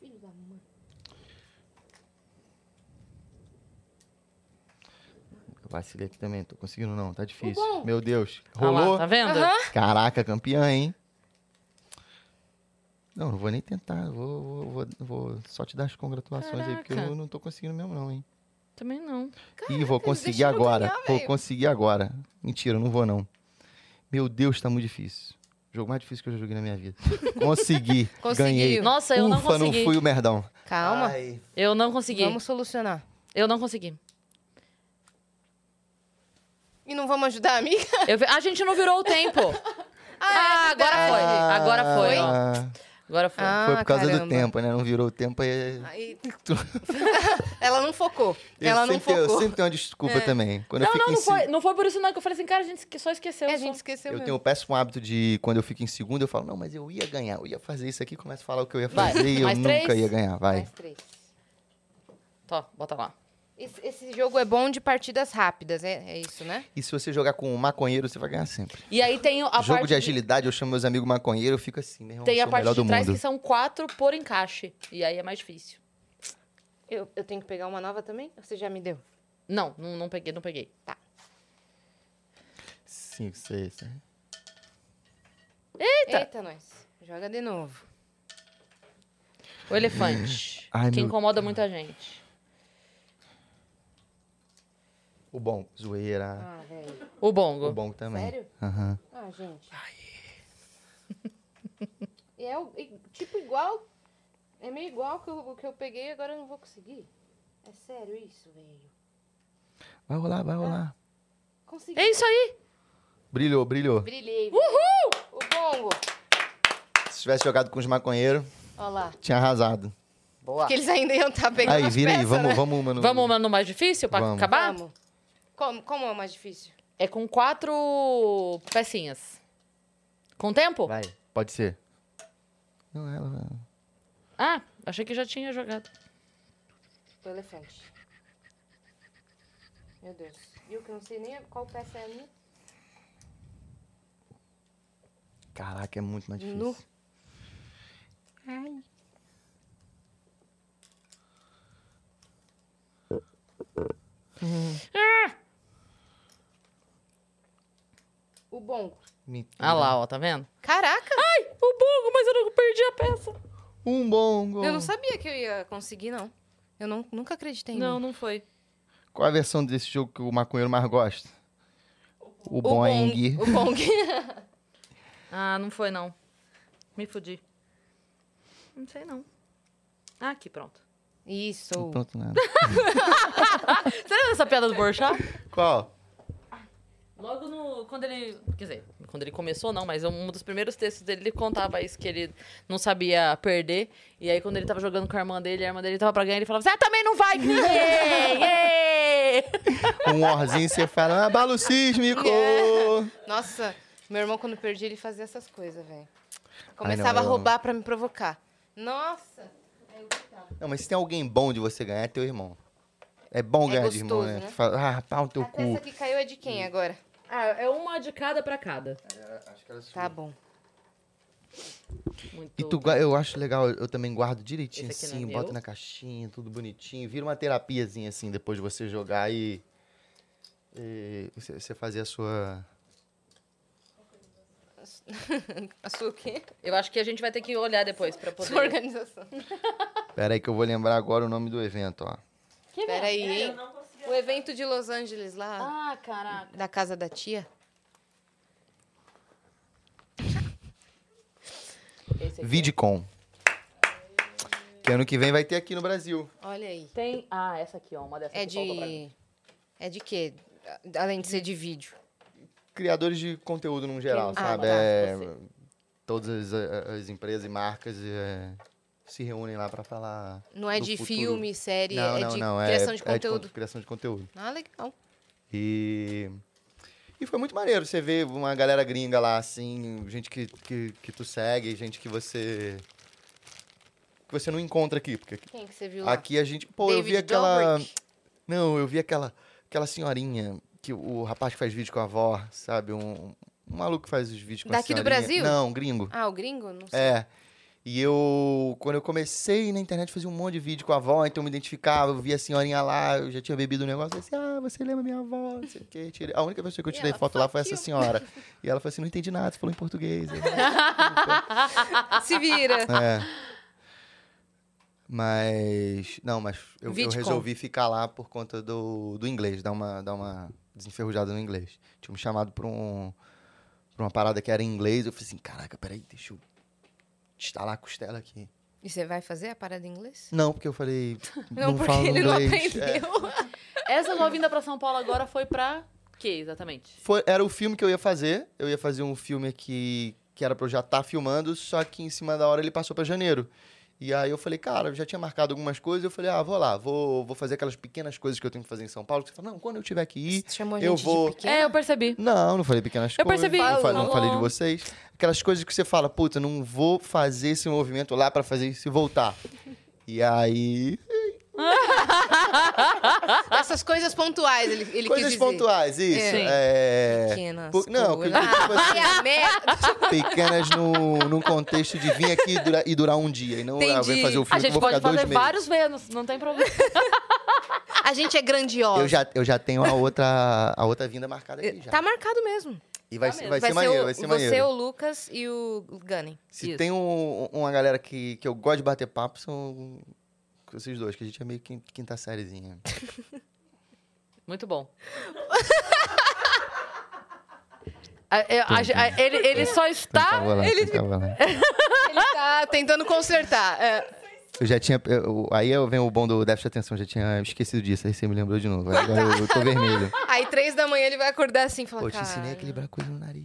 S2: Filho da mãe.
S3: Eu vacilei aqui também, tô conseguindo não, tá difícil.
S2: bom.
S3: Meu Deus.
S1: Ah lá,
S3: Rolou.
S1: tá vendo?
S2: Aham.
S3: Caraca, campeã, hein? Não, não vou nem tentar. Vou, vou, vou- vou só te dar as congratulações aí, porque
S1: Caraca.
S3: eu não tô conseguindo mesmo, não, hein?
S1: Também não.
S3: Ih, vou
S2: eles
S3: conseguir
S2: deixaram
S3: agora.
S2: ganhar,
S3: vou
S2: velho.
S3: conseguir agora. Mentira, não vou, não. Meu Deus, tá muito difícil. Jogo mais difícil que eu já joguei na minha vida. Consegui.
S2: Conseguiu.
S3: ganhei.
S1: Nossa, eu
S3: Ufa,
S1: não consegui.
S3: fui o merdão.
S2: Calma,
S3: Ai.
S1: Eu não consegui.
S2: vamos solucionar.
S1: Eu não consegui.
S2: E não vamos ajudar a amiga?
S1: Eu vi- A gente não virou o tempo.
S2: Ah,
S1: Ah,
S2: é
S1: agora foi. Agora foi. ó.
S3: Ah,
S1: Agora foi.
S2: Ah,
S3: foi por causa do
S2: caramba.
S3: tempo, né? Não virou o tempo aí. é
S2: Aí-
S3: Tu-
S2: Ela não focou.
S3: Eu
S2: Ela não
S3: sempre, eu
S2: focou.
S3: sempre tenho uma desculpa também. Quando eu
S1: É. Não,
S3: fico
S1: não,
S3: em
S1: não
S3: se-
S1: foi, não foi por isso não que eu falei assim, cara, a gente esque- só esqueceu.
S2: É, a
S1: só.
S2: gente esqueceu
S3: Eu
S2: mesmo.
S3: tenho o péssimo hábito de, quando eu fico em segundo, eu falo, não, mas eu ia ganhar, eu ia fazer isso aqui, começo a falar o que eu ia
S1: Vai,
S3: fazer e eu
S1: mais
S3: nunca
S1: três?
S3: ia ganhar. Vai.
S2: Mais três.
S1: Tó, Tá, bota lá.
S2: Esse, esse jogo é bom de partidas rápidas, é, é isso, né?
S3: E se você jogar com um maconheiro, você vai ganhar sempre.
S1: E aí tem a
S3: Jogo
S1: parte
S3: de agilidade, eu chamo meus amigos maconheiros, eu fico assim, meu irmão,
S1: Tem
S3: sou
S1: a
S3: o
S1: parte
S3: melhor
S1: de
S3: do
S1: trás
S3: mundo.
S1: que são quatro por encaixe. E aí é mais difícil.
S2: Eu, eu tenho que pegar uma nova também? Ou Você já me deu?
S1: Não, não, não peguei, não peguei. Tá.
S3: Cinco, seis, né?
S2: Eita, nós. Joga de novo.
S1: O elefante.
S3: Ai,
S1: que
S3: meu
S1: incomoda muita gente.
S3: O bom, zoeira.
S2: Ah, velho.
S1: O
S3: O
S1: bongo.
S3: bom também.
S2: Sério?
S3: Aham.
S2: Ah, gente. E é o- e, tipo igual. É meio igual que eu- o que eu peguei e agora eu não vou conseguir. É sério isso, velho.
S3: Vai rolar, vai
S1: Ah.
S3: rolar.
S2: Consegui.
S1: É isso aí.
S3: Brilhou, brilhou.
S2: Brilhei. Uhul! O bongo.
S3: Se tivesse jogado com os maconheiros,
S2: Olha lá.
S3: tinha arrasado.
S1: Boa.
S2: Porque eles ainda iam estar pegando
S3: Aí,
S2: as
S3: vira aí,
S2: peças,
S3: vamos,
S2: né?
S3: vamos uma no...
S1: Vamos uma no mais difícil pra
S3: Vamos.
S1: acabar?
S2: Vamos. Como, como é o mais difícil?
S1: É com quatro pecinhas. Com tempo?
S3: Vai. Pode ser. Não, ela...
S1: Ah, achei que já tinha jogado.
S2: O elefante. Meu Deus. E eu que não sei nem qual peça é a minha.
S3: Caraca, é muito mais difícil.
S2: Nu. O bongo.
S3: Mentira.
S1: Ah lá, ó, tá vendo?
S2: Caraca!
S3: Ah!
S1: O bongo, mas eu não perdi a peça.
S3: Um bongo.
S2: Eu não sabia que eu ia conseguir, não. Eu não, nunca acreditei em
S1: Não,
S2: mim.
S1: não foi.
S3: Qual a versão desse jogo que o maconheiro mais gosta? O,
S2: O bong.
S3: Boing.
S2: O bong.
S1: Ah, não foi, não. Me fudi. Não sei, não. Ah, aqui, pronto.
S2: Isso.
S3: Não pronto nada.
S1: Você lembra dessa piada do Borchá?
S3: Qual?
S1: Logo no... Quando ele... Quer dizer, quando ele começou, não, mas um dos primeiros textos dele, ele contava isso, que ele não sabia perder. E aí, quando ele tava jogando com a irmã dele, a irmã dele tava pra ganhar, ele falava, você também não vai! Iê, iê."
S3: Um orzinho, você fala, abalo sísmico!
S2: Nossa, meu irmão, quando perdia, ele fazia essas coisas, velho.
S3: Ai,
S2: Começava
S3: não,
S2: a
S3: eu-
S2: roubar pra me provocar. Nossa! Aí eu gritava.
S3: Não, mas se tem alguém bom de você ganhar, é teu irmão. É bom
S2: É
S3: ganhar de irmão,
S2: gostoso,
S3: né?
S2: né?
S3: Tu fala, ah, pau no teu
S2: A peça
S3: cu.
S2: que caiu é de quem agora?
S1: Ah, é uma de cada pra cada.
S2: Tá bom.
S1: Muito...
S3: E tu, gua- eu acho legal, eu também guardo direitinho
S1: Esse aqui
S3: assim,
S1: não é
S3: boto
S1: meu?
S3: na caixinha, tudo bonitinho. Vira uma terapiazinha assim, depois de você jogar e. e você você fazer a sua.
S2: A sua o quê?
S1: Eu acho que a gente vai ter que olhar depois pra
S2: Sua
S1: poder...
S2: organização.
S3: Pera aí que eu vou lembrar agora o nome do evento, ó.
S2: Peraí,
S3: É,
S2: hein? O evento de Los Angeles lá,
S1: Ah, caraca.
S2: da casa da tia.
S1: Esse aqui.
S3: Vidcon. Que ano que vem vai ter aqui no Brasil.
S2: Olha aí.
S1: Tem... Ah, essa aqui, ó, uma dessas
S2: É
S1: que faltou pra mim.
S2: de. É de quê? Além de ser de vídeo.
S3: Criadores de conteúdo num geral,
S1: Ah,
S3: sabe?
S2: tá,
S3: É,
S1: você.
S3: todas as, as empresas e marcas é, se reúnem lá pra falar.
S2: Não é
S3: do
S2: de
S3: futuro.
S2: filme, série,
S3: não,
S2: é
S3: não,
S2: de
S3: não, é-
S2: criação de
S3: é con-
S2: conteúdo.
S3: criação de conteúdo.
S2: Ah, legal.
S3: E. E foi muito maneiro você ver uma galera gringa lá, assim, gente que, que, que tu segue, gente que você. que você não encontra aqui. Porque aqui-
S2: Quem que você viu lá?
S3: aqui a gente. Pô, eu vi
S2: David
S3: aquela.
S2: Dobrik.
S3: Não, eu vi aquela, aquela senhorinha, que o rapaz que faz vídeo com a avó, sabe? Um, um maluco que faz os vídeos com
S2: Daqui
S3: a
S2: do
S3: senhorinha.
S2: Brasil?
S3: Não, gringo.
S2: Ah, o gringo? Não sei.
S3: É. E eu, quando eu comecei na internet, fazia um monte de vídeo com a avó, então eu me identificava, eu via a senhorinha lá, eu já tinha bebido um negócio, eu disse, ah, você lembra minha avó, não sei o quê. Tirei- A única pessoa que eu
S2: E
S3: tirei
S2: ela,
S3: foto lá
S2: "Fuck
S3: foi essa
S2: you."
S3: senhora. E ela falou assim, não entendi nada, você falou em português. Eu,
S2: Ah, Se vira.
S3: é. Mas, não, mas eu, eu
S2: Vidcon.
S3: resolvi ficar lá por conta do, do inglês, dar uma, dar uma desenferrujada no inglês. Tinha me chamado pra, um, pra uma parada que era em inglês, eu falei assim, caraca, peraí, deixa eu estalar a costela aqui.
S2: E você vai fazer a parada em inglês?
S3: Não, porque eu falei. Não,
S2: porque
S3: falo
S2: ele não
S3: inglês.
S2: aprendeu.
S3: É.
S1: Essa nova vinda pra São Paulo agora foi pra quê, exatamente?
S3: Foi- era o filme que eu ia fazer. Eu ia fazer um filme aqui que era pra eu já estar filmando, só que em cima da hora ele passou pra janeiro. E aí eu falei, cara, eu já tinha marcado algumas coisas. Eu falei, ah, vou lá, vou, vou fazer aquelas pequenas coisas que eu tenho que fazer em São Paulo. Que você fala, não, quando eu tiver que ir.
S2: Você chamou a gente
S3: Eu vou-
S2: de pequeno?
S1: É, eu percebi.
S3: Não, não falei pequenas
S1: Eu
S3: coisas.
S1: percebi.
S3: Não, fa- não
S1: Falou.
S3: falei de vocês. Aquelas coisas que você fala, puta, não vou fazer esse movimento lá pra fazer isso e voltar. E aí.
S2: É, Essas coisas pontuais, ele, ele quis
S3: coisas
S2: dizer.
S3: pontuais, isso.
S1: Sim.
S3: É.
S2: Pequenas
S3: Por- não, porque,
S2: coisas.
S3: tipo assim,
S2: Ah, merda.
S3: pequenas no, num contexto de vir aqui e durar, e durar um dia. E não ah,
S2: Entendi.
S3: vem fazer o
S1: A
S3: filme que eu
S1: gente
S3: vou ficar
S1: pode
S3: dois
S1: fazer
S3: meses.
S1: vários Vênus, não tem problema.
S2: A gente é grandiosa.
S3: Eu já, eu já tenho a outra, a outra vinda marcada aqui já.
S2: Tá marcado mesmo.
S3: e vai,
S1: tá
S3: ser-
S1: mesmo.
S3: vai, ser maneiro, vai ser
S2: você, é
S3: maneiro.
S2: o Lucas e o Gunning.
S3: Se
S1: Isso.
S3: tem um- uma galera que, que eu gosto de bater papo, são vocês dois, que a gente é meio quin- quinta sériezinha.
S1: Muito bom. A-
S2: é,
S1: eu- a- a- ele, ele só está.
S3: Tava lá,
S1: ele-
S3: tava lá.
S2: Ele tá tentando consertar. É.
S3: Eu já tinha. eu- aí eu venho o bom do déficit de atenção, já tinha esquecido disso, aí você me lembrou de novo. Agora eu tô vermelho.
S2: Aí, três da manhã, ele vai acordar assim e falar,
S3: Pô, te ensinei a
S2: cara...
S3: equilibrar coisa no nariz.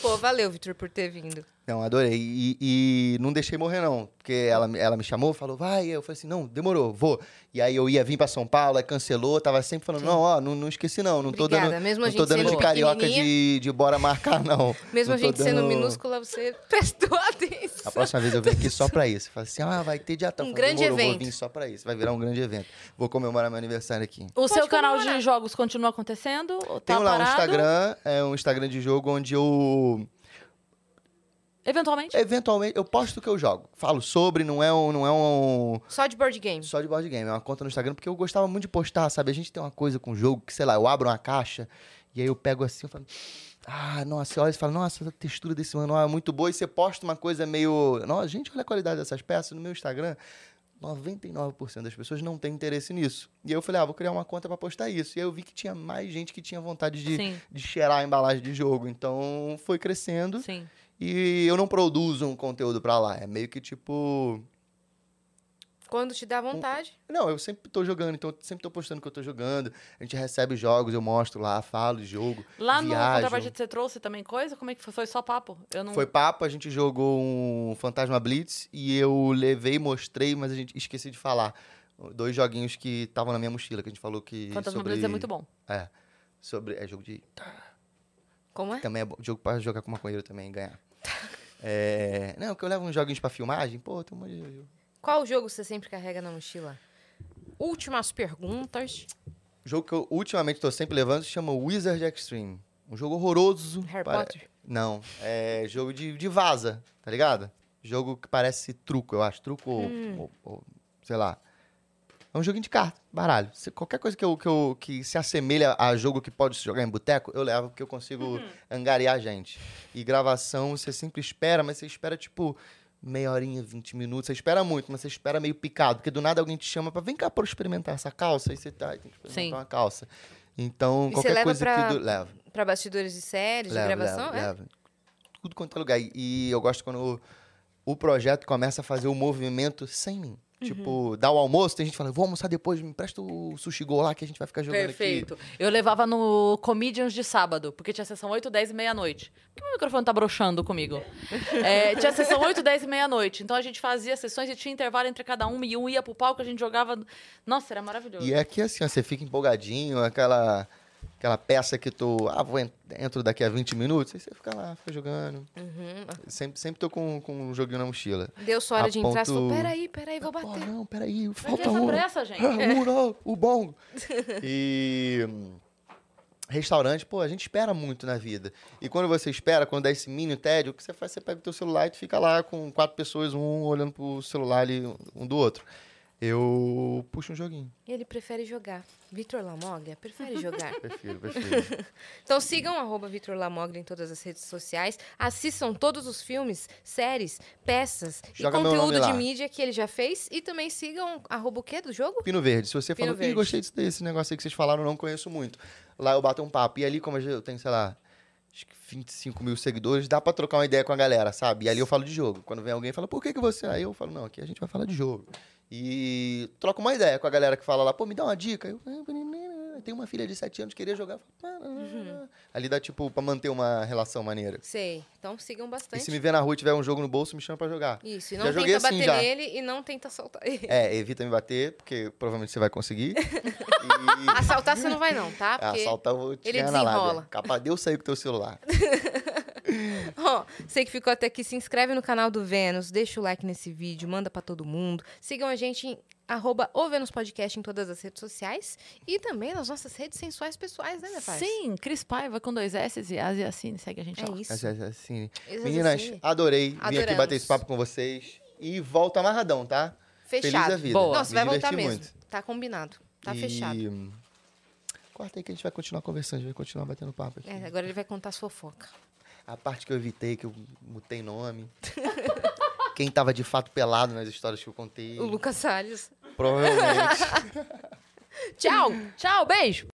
S2: Pô, valeu, Vitor, por ter vindo.
S3: Não, adorei. E, e não deixei morrer, não. Porque ela, ela me chamou, falou, vai. Eu falei assim, não, demorou, vou. E aí eu ia vir pra São Paulo, aí cancelou. Tava sempre falando, não, ó, não, não esqueci, não. Não tô
S2: Obrigada,
S3: dando,
S2: mesmo a
S3: não tô
S2: gente
S3: dando de
S2: sendo
S3: carioca de,
S2: pequenininha.
S3: de bora marcar, não.
S2: Mesmo
S3: Não
S2: a
S3: tô
S2: gente sendo
S3: dando-
S2: minúscula, você prestou atenção.
S3: A próxima vez eu venho aqui só pra isso. Fala assim, ah, vai ter dia tal.
S2: Um
S3: Eu falo,
S2: grande
S3: demorou,
S2: evento.
S3: vou vir só pra isso. Vai virar um grande evento. Vou comemorar meu aniversário aqui.
S1: O seu canal de jogos continua acontecendo? Ou tá
S3: Tenho lá
S1: parado?
S3: um Instagram, é um Instagram de jogo onde eu É
S1: Eventualmente?
S3: eventualmente eu posto o que eu jogo. Falo sobre, não é um, não é um
S2: Só de board game.
S3: Só de board game. É uma conta no Instagram, porque eu gostava muito de postar, sabe? A gente tem uma coisa com o jogo que, sei lá, eu abro uma caixa e aí eu pego assim, eu falo. Ah, nossa, você olha e fala, nossa, a textura desse manual é muito boa. E você posta uma coisa meio. Nossa, gente, olha a qualidade dessas peças. No meu Instagram, 99% das pessoas não tem interesse nisso. E aí eu falei, ah, vou criar uma conta pra postar isso. E aí eu vi que tinha mais gente que tinha vontade de,
S1: Sim,
S3: de cheirar a embalagem de jogo. Então foi crescendo.
S1: sim.
S3: E eu não produzo um conteúdo pra lá. É meio que tipo.
S2: Quando te dá vontade.
S3: Não, eu sempre tô jogando, então eu sempre tô postando que eu tô jogando. A gente recebe os jogos, eu mostro lá, falo de jogo.
S1: Lá no
S3: viajo.
S1: contrapartida você trouxe também coisa? Como é que foi? Foi só papo? Eu não.
S3: Foi papo, a gente jogou um Fantasma Blitz e eu levei, mostrei, mas a gente esqueci de falar. Dois joguinhos que estavam na minha mochila, que a gente falou que.
S1: Fantasma
S3: sobre...
S1: Blitz é muito bom.
S3: É. Sobre. É jogo de.
S2: Como é?
S3: Também é bom, jogo pra jogar com maconheiro também e ganhar. É, não, que eu levo uns joguinhos pra filmagem, pô, tem um monte de jogo.
S2: Qual jogo você sempre carrega na mochila? Últimas perguntas.
S3: O jogo que eu ultimamente tô sempre levando se chama Wizard Extreme. Um jogo horroroso.
S2: Harry
S3: pare-
S2: Potter?
S3: Não, é jogo de, de vaza, tá ligado? Jogo que parece truco, eu acho. Truco ou,
S2: Hum.
S3: ou- ou, sei lá. É um joguinho de carta, baralho. Se- qualquer coisa que, eu, que, eu- que se assemelha a jogo que pode se jogar em boteco, eu levo, porque eu consigo
S2: Uhum.
S3: angariar gente. E gravação, você sempre espera, mas você espera, tipo, meia horinha, 20 minutos. Você espera muito, mas você espera meio picado, porque do nada alguém te chama pra vem cá pra eu experimentar essa calça. Aí você tá, aí tem que experimentar
S1: Sim.
S3: uma calça. Então,
S2: E você
S3: qualquer
S2: leva
S3: coisa
S2: pra-
S3: que... Do... Leva
S2: Pra bastidores de séries, de gravação? é?
S3: leva. Tudo quanto é lugar. E- E eu gosto quando o, o projeto começa a fazer o movimento sem mim.
S2: Uhum.
S3: Tipo, dá o almoço, tem gente que fala, vou almoçar depois, me empresta o sushi go lá que a gente vai ficar jogando aqui.
S1: Perfeito. Eu levava no Comedians de sábado, porque tinha sessão 8, 10 e meia-noite. Por que meu microfone tá broxando comigo? É, tinha sessão 8, 10 e meia-noite. Então a gente fazia sessões e tinha intervalo entre cada uma e um ia pro palco, a gente jogava. Nossa, era maravilhoso.
S3: E é que assim, ó, você fica empolgadinho, aquela, aquela peça que tu, ah, vou en- entro daqui a 20 minutos, aí você fica lá, fica jogando.
S2: Uhum.
S3: Sempre, sempre tô com, com um joguinho na mochila.
S2: Deu sua hora de entrar e falou:
S3: Aponto-
S2: peraí, peraí, vou
S3: Pô,
S2: bater.
S3: não, peraí,
S1: Mas
S3: falta
S1: essa
S3: um.
S1: pressa, gente.
S3: Ah, o não, o bom. E hum, restaurante, pô, a gente espera muito na vida. E quando você espera, quando dá esse mini tédio, o que você faz? Você pega o teu celular e tu fica lá com quatro pessoas, um olhando pro celular ali, um do outro. Eu puxo um joguinho.
S2: Ele prefere jogar. Vitor Lamoglia prefere jogar.
S3: Prefiro, prefiro.
S2: Então sigam arroba Vitor Lamoglia em todas as redes sociais. Assistam todos os filmes, séries, peças
S3: Joga
S2: e
S3: meu
S2: conteúdo
S3: nome
S2: de
S3: lá.
S2: mídia que ele já fez. E também sigam arroba o quê do jogo?
S3: Pino Verde, se você
S2: Pino
S3: falou,
S2: Verde.
S3: Ih, gostei desse, desse negócio aí que vocês falaram, não conheço muito. Lá eu bato um papo. E ali, como eu tenho, sei lá, acho que 25 mil seguidores, dá pra trocar uma ideia com a galera, sabe? E ali eu falo de jogo. Quando vem alguém e fala, por que, que você. Aí eu falo, não, aqui a gente vai falar de jogo. E troco uma ideia com a galera que fala lá, pô, me dá uma dica. Eu "Ah, tenho uma filha de 7 anos, queria jogar. Eu falo, "Ah, ah,
S2: Uhum.
S3: ah." Ali dá tipo pra manter uma relação maneira.
S2: Sei. Então sigam
S3: E
S2: bastante.
S3: se me ver na rua e tiver um jogo no bolso, me chama pra jogar.
S2: Isso. E
S3: Já
S2: não
S3: joguei
S2: tenta
S3: assim,
S2: bater
S3: já.
S2: nele e não tenta soltar ele.
S3: É, evita me bater, porque provavelmente você vai conseguir. E-
S2: Assaltar você não vai não, tá?
S3: Ah,
S2: Porque...
S3: Assaltar eu vou te
S2: ele
S3: ganhar na lábia.
S2: desenrola.
S3: Capa deu sair com teu celular.
S2: Ó, você que ficou até aqui, se inscreve no canal do Vênus, deixa o like nesse vídeo, manda pra todo mundo. Sigam a gente em arroba o Vênus Podcast em todas as redes sociais e também nas nossas redes sensuais pessoais,
S1: é
S2: né, minha parça?
S1: Sim, Cris Paiva com dois S e Asia Cine. Segue a gente
S2: É
S1: lá.
S2: isso.
S3: Mas, assim,
S2: Isso,
S3: meninas,
S2: assim.
S3: adorei vir aqui
S2: Adoramos.
S3: bater esse papo com vocês. E volta amarradão, tá? Feliz da
S2: Fechado.
S3: vida.
S1: Boa.
S2: Nossa,
S3: Me
S2: vai
S3: diverti
S2: voltar mesmo.
S3: muito.
S2: Tá combinado. Tá
S3: E,
S2: fechado.
S3: hum, Corta aí que a gente vai continuar conversando, a gente vai continuar batendo papo aqui.
S2: É, agora ele vai contar as fofocas.
S3: A parte que eu evitei, que eu mutei nome. Quem tava de fato pelado nas histórias que eu contei.
S2: O Lucas Salles.
S3: Provavelmente.
S1: Tchau, tchau, beijo.